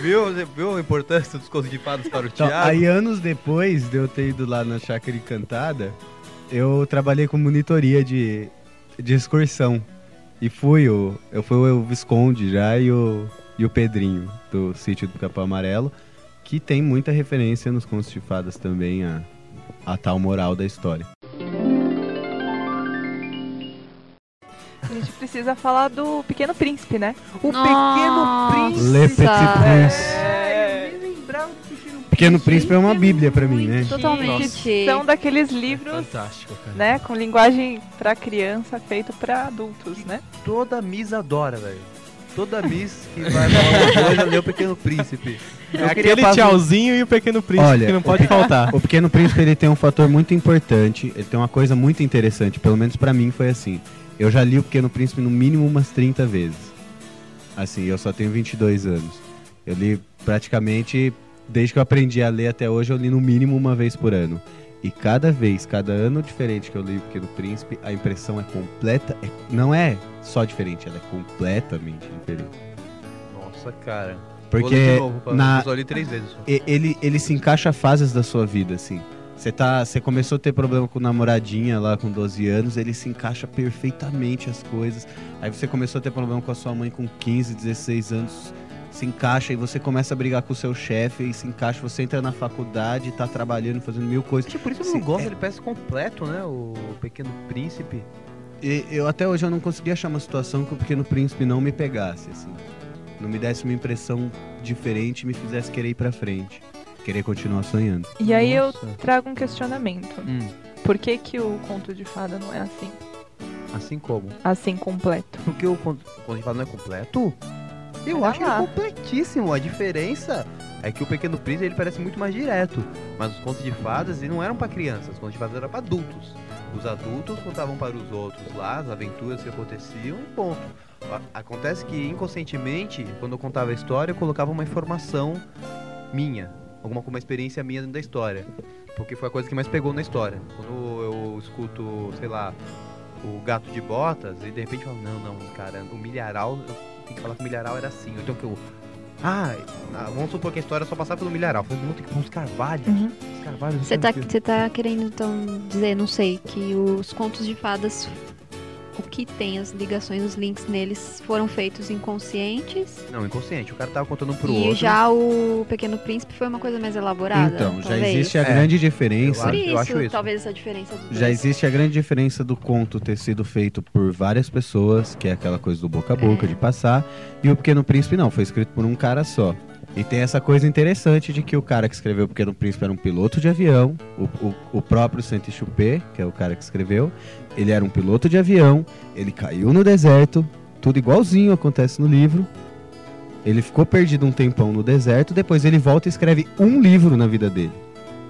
[SPEAKER 3] Viu, viu a importância dos contos de fadas para o
[SPEAKER 7] Então,
[SPEAKER 3] Thiago?
[SPEAKER 7] aí, anos depois de eu ter ido lá na Chácara Encantada, eu trabalhei com monitoria de, de excursão. E fui o. Eu fui o Visconde já e o, e o Pedrinho, do sítio do Capão Amarelo, que tem muita referência nos contos de fadas também a, a tal moral da história.
[SPEAKER 1] A gente precisa falar do Pequeno Príncipe, né?
[SPEAKER 3] O
[SPEAKER 5] Nossa.
[SPEAKER 3] Pequeno Príncipe.
[SPEAKER 7] Le Petit Prince.
[SPEAKER 3] É, eu nem lembrava do Pequeno Príncipe.
[SPEAKER 7] Pequeno Príncipe é uma bíblia pra mim, né?
[SPEAKER 5] Totalmente cheio.
[SPEAKER 1] São daqueles livros,
[SPEAKER 4] Fantástico, cara.
[SPEAKER 1] né, com linguagem pra criança, feito pra adultos, né?
[SPEAKER 3] Toda Miss adora, velho. Toda Miss que vai falar alguma coisa lê o Pequeno Príncipe. Eu queria
[SPEAKER 4] Aquele
[SPEAKER 3] fazer-
[SPEAKER 4] tchauzinho e o pequeno príncipe
[SPEAKER 7] Olha,
[SPEAKER 4] que não
[SPEAKER 7] o
[SPEAKER 4] pode faltar.
[SPEAKER 7] O Pequeno Príncipe ele tem um fator muito importante, ele tem uma coisa muito interessante, pelo menos pra mim foi assim. Eu já li O Pequeno Príncipe no mínimo umas 30 vezes. Assim, eu só tenho 22 anos. Eu li praticamente, desde que eu aprendi a ler até hoje, eu li no mínimo uma vez por ano. E cada vez, cada ano diferente que eu li O Pequeno Príncipe, a impressão é completa. é- não é só diferente, ela é completamente diferente.
[SPEAKER 3] Nossa, cara. Vou ler
[SPEAKER 7] Porque
[SPEAKER 3] de novo, pra-
[SPEAKER 7] na,
[SPEAKER 3] eu só li três vezes. só.
[SPEAKER 7] e- ele, ele se encaixa a fases da sua vida, assim. Você tá, você começou a ter problema com namoradinha lá com 12 anos, ele se encaixa perfeitamente as coisas. Aí você começou a ter problema com a sua mãe com 15, 16 anos, se encaixa e você começa a brigar com o seu chefe e se encaixa, você entra na faculdade, tá trabalhando, fazendo mil coisas.
[SPEAKER 3] Tipo, por isso eu
[SPEAKER 7] Sim,
[SPEAKER 3] não gosto,
[SPEAKER 7] é.
[SPEAKER 3] ele parece completo, né? O Pequeno Príncipe.
[SPEAKER 7] E eu até hoje eu não consegui achar uma situação que o Pequeno Príncipe não me pegasse, assim. Não me desse uma impressão diferente e me fizesse querer ir pra frente, querer continuar sonhando.
[SPEAKER 1] E aí eu
[SPEAKER 3] Nossa.
[SPEAKER 1] trago um questionamento.
[SPEAKER 3] Hum,
[SPEAKER 1] Por que que o conto de fada não é assim?
[SPEAKER 3] assim como.
[SPEAKER 1] Assim completo.
[SPEAKER 3] Porque o Então, con- o conto de fada não é completo? Eu
[SPEAKER 1] Pera
[SPEAKER 3] acho que ele
[SPEAKER 1] lá.
[SPEAKER 3] é completíssimo. A diferença é que o Pequeno Príncipe ele parece muito mais direto. Mas os contos de fadas eles não eram pra crianças, os contos de fadas eram pra adultos. Os adultos contavam para os outros lá as aventuras que aconteciam, ponto. A- Acontece que inconscientemente, quando eu contava a história, eu colocava uma informação minha, alguma uma experiência minha dentro da história. Porque foi a coisa que mais pegou na história. Quando eu escuto, sei lá, o gato de botas, e de repente eu falo, não, não, cara, o milharal, eu tenho que falar que o milharal era assim. Ou Então que eu. Ah, ah, vamos supor que a história só passava pelo milharal. Eu Falei, não, tem que um pôr uns carvalhos.
[SPEAKER 1] Uhum.
[SPEAKER 3] Uns carvalhos.
[SPEAKER 5] Você
[SPEAKER 3] não
[SPEAKER 5] tá,
[SPEAKER 3] sei o quê."
[SPEAKER 5] você tá querendo então dizer, não sei, que os contos de fadas, o que tem as ligações, os links neles foram feitos inconscientes
[SPEAKER 3] Não, inconsciente. O cara tava contando um pro
[SPEAKER 5] e
[SPEAKER 3] outro.
[SPEAKER 5] já o Pequeno Príncipe foi uma coisa mais elaborada.
[SPEAKER 7] Então, já
[SPEAKER 5] talvez.
[SPEAKER 7] existe a
[SPEAKER 3] É.
[SPEAKER 7] grande diferença.
[SPEAKER 5] Por
[SPEAKER 3] Eu
[SPEAKER 5] isso,
[SPEAKER 3] acho isso.
[SPEAKER 5] talvez essa diferença dos
[SPEAKER 7] Já
[SPEAKER 5] dois.
[SPEAKER 7] existe a grande diferença do conto ter sido feito por várias pessoas, que é aquela coisa do boca a boca,
[SPEAKER 5] É.
[SPEAKER 7] de passar, e o Pequeno Príncipe não, foi escrito por um cara só. E tem essa coisa interessante de que o cara que escreveu o Pequeno Príncipe era um piloto de avião, o, o, o próprio Santi Chupé, que é o cara que escreveu, ele era um piloto de avião, ele caiu no deserto, tudo igualzinho acontece no livro. Ele ficou perdido um tempão no deserto, depois ele volta e escreve um livro na vida dele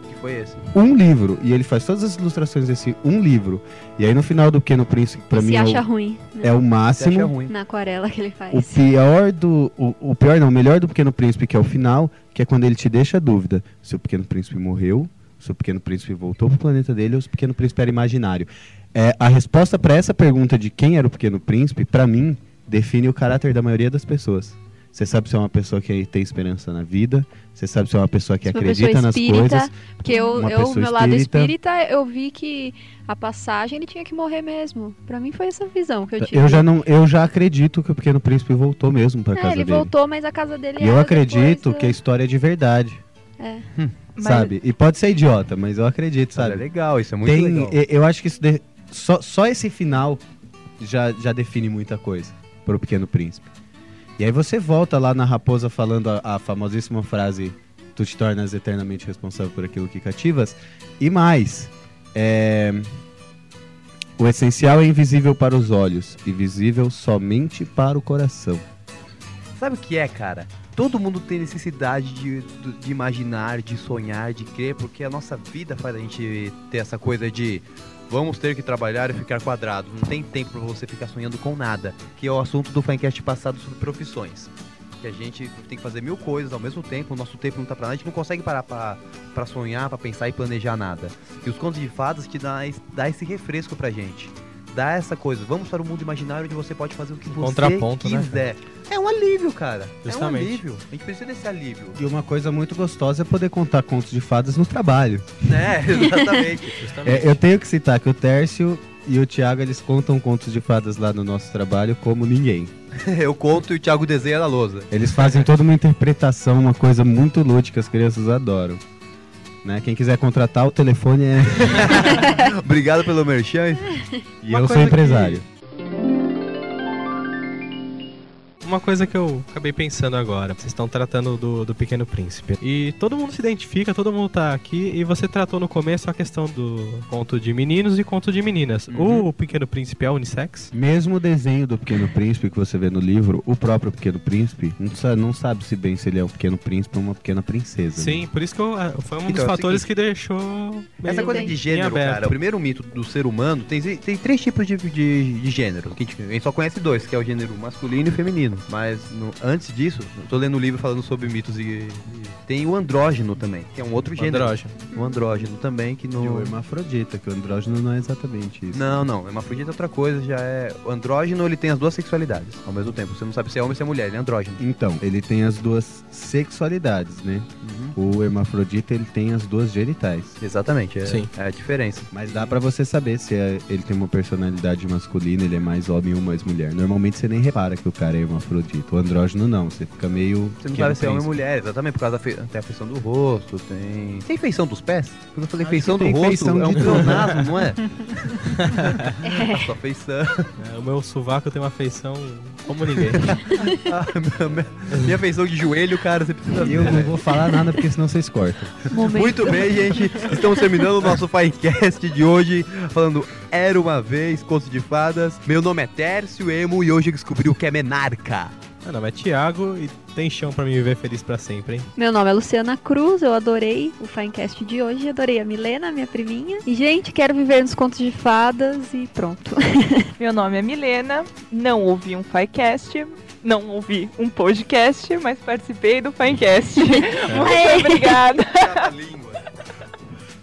[SPEAKER 3] Que foi esse.
[SPEAKER 7] um livro e ele faz todas as ilustrações desse um livro. E aí no final do Pequeno Príncipe, que pra
[SPEAKER 5] se
[SPEAKER 7] mim é
[SPEAKER 5] acha
[SPEAKER 7] o,
[SPEAKER 5] ruim né,
[SPEAKER 7] é
[SPEAKER 3] Você
[SPEAKER 7] o
[SPEAKER 3] acha
[SPEAKER 7] máximo.
[SPEAKER 3] ruim.
[SPEAKER 5] na aquarela que ele faz.
[SPEAKER 7] O pior do. O, o pior não, o melhor do Pequeno Príncipe, que é o final, que é quando ele te deixa a dúvida se o Pequeno Príncipe morreu, se o Pequeno Príncipe voltou pro planeta dele ou se o Pequeno Príncipe era imaginário. É, a resposta pra essa pergunta de quem era o Pequeno Príncipe, pra mim, define o caráter da maioria das pessoas. Você sabe se é uma pessoa que tem esperança na vida, você sabe se é uma pessoa que
[SPEAKER 5] Se uma
[SPEAKER 7] acredita
[SPEAKER 5] pessoa
[SPEAKER 7] nas
[SPEAKER 5] espírita,
[SPEAKER 7] coisas.
[SPEAKER 5] Porque eu,
[SPEAKER 7] Uma
[SPEAKER 5] eu
[SPEAKER 7] pessoa
[SPEAKER 5] meu lado
[SPEAKER 7] espírita.
[SPEAKER 5] espírita, eu vi que a passagem ele tinha que morrer mesmo. Pra mim foi essa visão que eu tive.
[SPEAKER 7] Eu já, não, eu já acredito que o Pequeno Príncipe voltou mesmo pra
[SPEAKER 5] É,
[SPEAKER 7] casa
[SPEAKER 5] ele
[SPEAKER 7] dele.
[SPEAKER 5] voltou, mas a casa dele
[SPEAKER 7] E eu
[SPEAKER 5] era
[SPEAKER 7] acredito
[SPEAKER 5] depois, né? É.
[SPEAKER 7] que a história é de verdade,
[SPEAKER 1] Mas
[SPEAKER 7] sabe? E pode ser idiota, mas eu acredito,
[SPEAKER 3] É
[SPEAKER 7] sabe?
[SPEAKER 3] legal, isso é muito
[SPEAKER 7] Tem,
[SPEAKER 3] legal.
[SPEAKER 7] e- Eu acho que isso de- só, só esse final já, já define muita coisa pro Pequeno Príncipe. E aí você volta lá na Raposa falando a, a famosíssima frase Tu te tornas eternamente responsável por aquilo que cativas. E mais, é, o essencial é invisível para os olhos e visível somente para o coração.
[SPEAKER 3] Sabe o que é, cara? Todo mundo tem necessidade de, do- de imaginar, de sonhar, de crer, porque a nossa vida faz a gente ter essa coisa de vamos ter que trabalhar e ficar quadrado. Não tem tempo pra você ficar sonhando com nada, que é o assunto do Fancast passado sobre profissões. Que a gente tem que fazer mil coisas ao mesmo tempo, o nosso tempo não tá pra nada, a gente não consegue parar pra, pra sonhar, pra pensar e planejar nada. E os contos de fadas te dá, es- dá esse refresco pra gente. Dá essa coisa, vamos para o mundo imaginário onde você pode fazer o que você
[SPEAKER 4] Contraponto, né,
[SPEAKER 3] quiser. É um alívio, cara.
[SPEAKER 4] Justamente.
[SPEAKER 3] É um alívio. A gente precisa desse alívio.
[SPEAKER 7] E uma coisa muito gostosa é poder contar contos de fadas no trabalho.
[SPEAKER 3] né? Exatamente.
[SPEAKER 7] É, eu tenho que citar que o Tércio e o Thiago, eles contam contos de fadas lá no nosso trabalho como ninguém.
[SPEAKER 3] É, Eu conto e o Thiago desenha na lousa.
[SPEAKER 7] Eles fazem toda uma interpretação, uma coisa muito lúdica, as crianças adoram. Né? Quem quiser contratar, o telefone é...
[SPEAKER 3] Obrigado pelo merchan.
[SPEAKER 7] E
[SPEAKER 3] Uma
[SPEAKER 7] eu sou
[SPEAKER 3] coisa
[SPEAKER 7] empresário.
[SPEAKER 4] Uma uma coisa que eu acabei pensando agora. Vocês estão tratando do, do Pequeno Príncipe. E todo mundo se identifica, todo mundo tá aqui. E você tratou no começo a questão do conto de meninos e conto de meninas. O Pequeno Príncipe é unissex?
[SPEAKER 7] Mesmo o desenho do Pequeno Príncipe que você vê no livro, o próprio Pequeno Príncipe, não sa- não sabe se bem se ele é um Pequeno Príncipe ou uma Pequena Princesa. né?
[SPEAKER 4] Sim, por isso que eu, ah, foi um
[SPEAKER 3] Então,
[SPEAKER 4] dos
[SPEAKER 3] é o
[SPEAKER 4] fatores
[SPEAKER 3] seguinte.
[SPEAKER 4] que deixou.
[SPEAKER 3] Essa é
[SPEAKER 4] meio
[SPEAKER 3] coisa de
[SPEAKER 4] em
[SPEAKER 3] gênero,
[SPEAKER 4] aberto.
[SPEAKER 3] cara, o primeiro mito do ser humano tem, tem três tipos de, de, de gênero. Que a, gente, a gente só conhece dois, que é o gênero masculino e feminino. Mas no- antes disso, eu tô lendo um livro falando sobre mitos e. e tem o andrógeno também, que é um outro gênero.
[SPEAKER 4] Andrógeno.
[SPEAKER 3] O andrógeno também, que
[SPEAKER 7] E o
[SPEAKER 3] no.
[SPEAKER 7] hermafrodita, que o andrógeno não é exatamente isso.
[SPEAKER 3] Não, não, hermafrodita é outra coisa, já é. O andrógeno ele tem as duas sexualidades ao mesmo tempo. Você não sabe se é homem ou se é mulher, ele é andrógeno.
[SPEAKER 7] Então, ele tem as duas sexualidades, né? O hermafrodita, ele tem as duas genitais.
[SPEAKER 3] Exatamente, é,
[SPEAKER 4] Sim.
[SPEAKER 3] é a diferença.
[SPEAKER 7] Mas dá pra você saber se é- ele tem uma personalidade masculina, ele é mais homem ou mais mulher. Normalmente você nem repara que o cara é hermafrodita. O andrógeno não, você fica meio.
[SPEAKER 3] Você não
[SPEAKER 7] pequeno
[SPEAKER 3] sabe se é homem ou
[SPEAKER 7] príncipe.
[SPEAKER 3] mulher, exatamente, por causa da fe... tem a feição do rosto, tem. Tem feição dos pés? Quando eu falei
[SPEAKER 7] Acho
[SPEAKER 3] feição
[SPEAKER 7] que
[SPEAKER 3] do
[SPEAKER 7] tem
[SPEAKER 3] rosto,
[SPEAKER 7] feição
[SPEAKER 3] é um
[SPEAKER 7] de tudo.
[SPEAKER 3] pleonasmo, não é? A sua feição.
[SPEAKER 4] É, o meu sovaco tem uma feição como ninguém.
[SPEAKER 3] Ah, minha- Minha feição de joelho, cara, você precisa ver.
[SPEAKER 7] Eu não vou falar nada porque senão vocês cortam.
[SPEAKER 5] Momento.
[SPEAKER 3] Muito bem, gente. Estamos terminando o nosso Finecast de hoje, falando Era uma vez, Conto de Fadas. Meu nome é Tércio Emo e hoje eu descobri o que é menarca.
[SPEAKER 4] Meu nome é Thiago e tem chão pra me viver feliz pra sempre, hein?
[SPEAKER 5] Meu nome é Luciana Cruz, eu adorei o Finecast de hoje, adorei a Milena, minha priminha. E, gente, quero viver nos contos de fadas e pronto.
[SPEAKER 1] Meu nome é Milena, não ouvi um Finecast, não ouvi um podcast, mas participei do Finecast.
[SPEAKER 5] É.
[SPEAKER 1] Muito obrigada.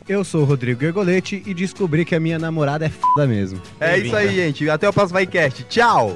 [SPEAKER 7] Eu sou o Rodrigo Gergolete e descobri que a minha namorada é foda mesmo.
[SPEAKER 3] É isso aí, gente. Até o próximo Finecast. Tchau!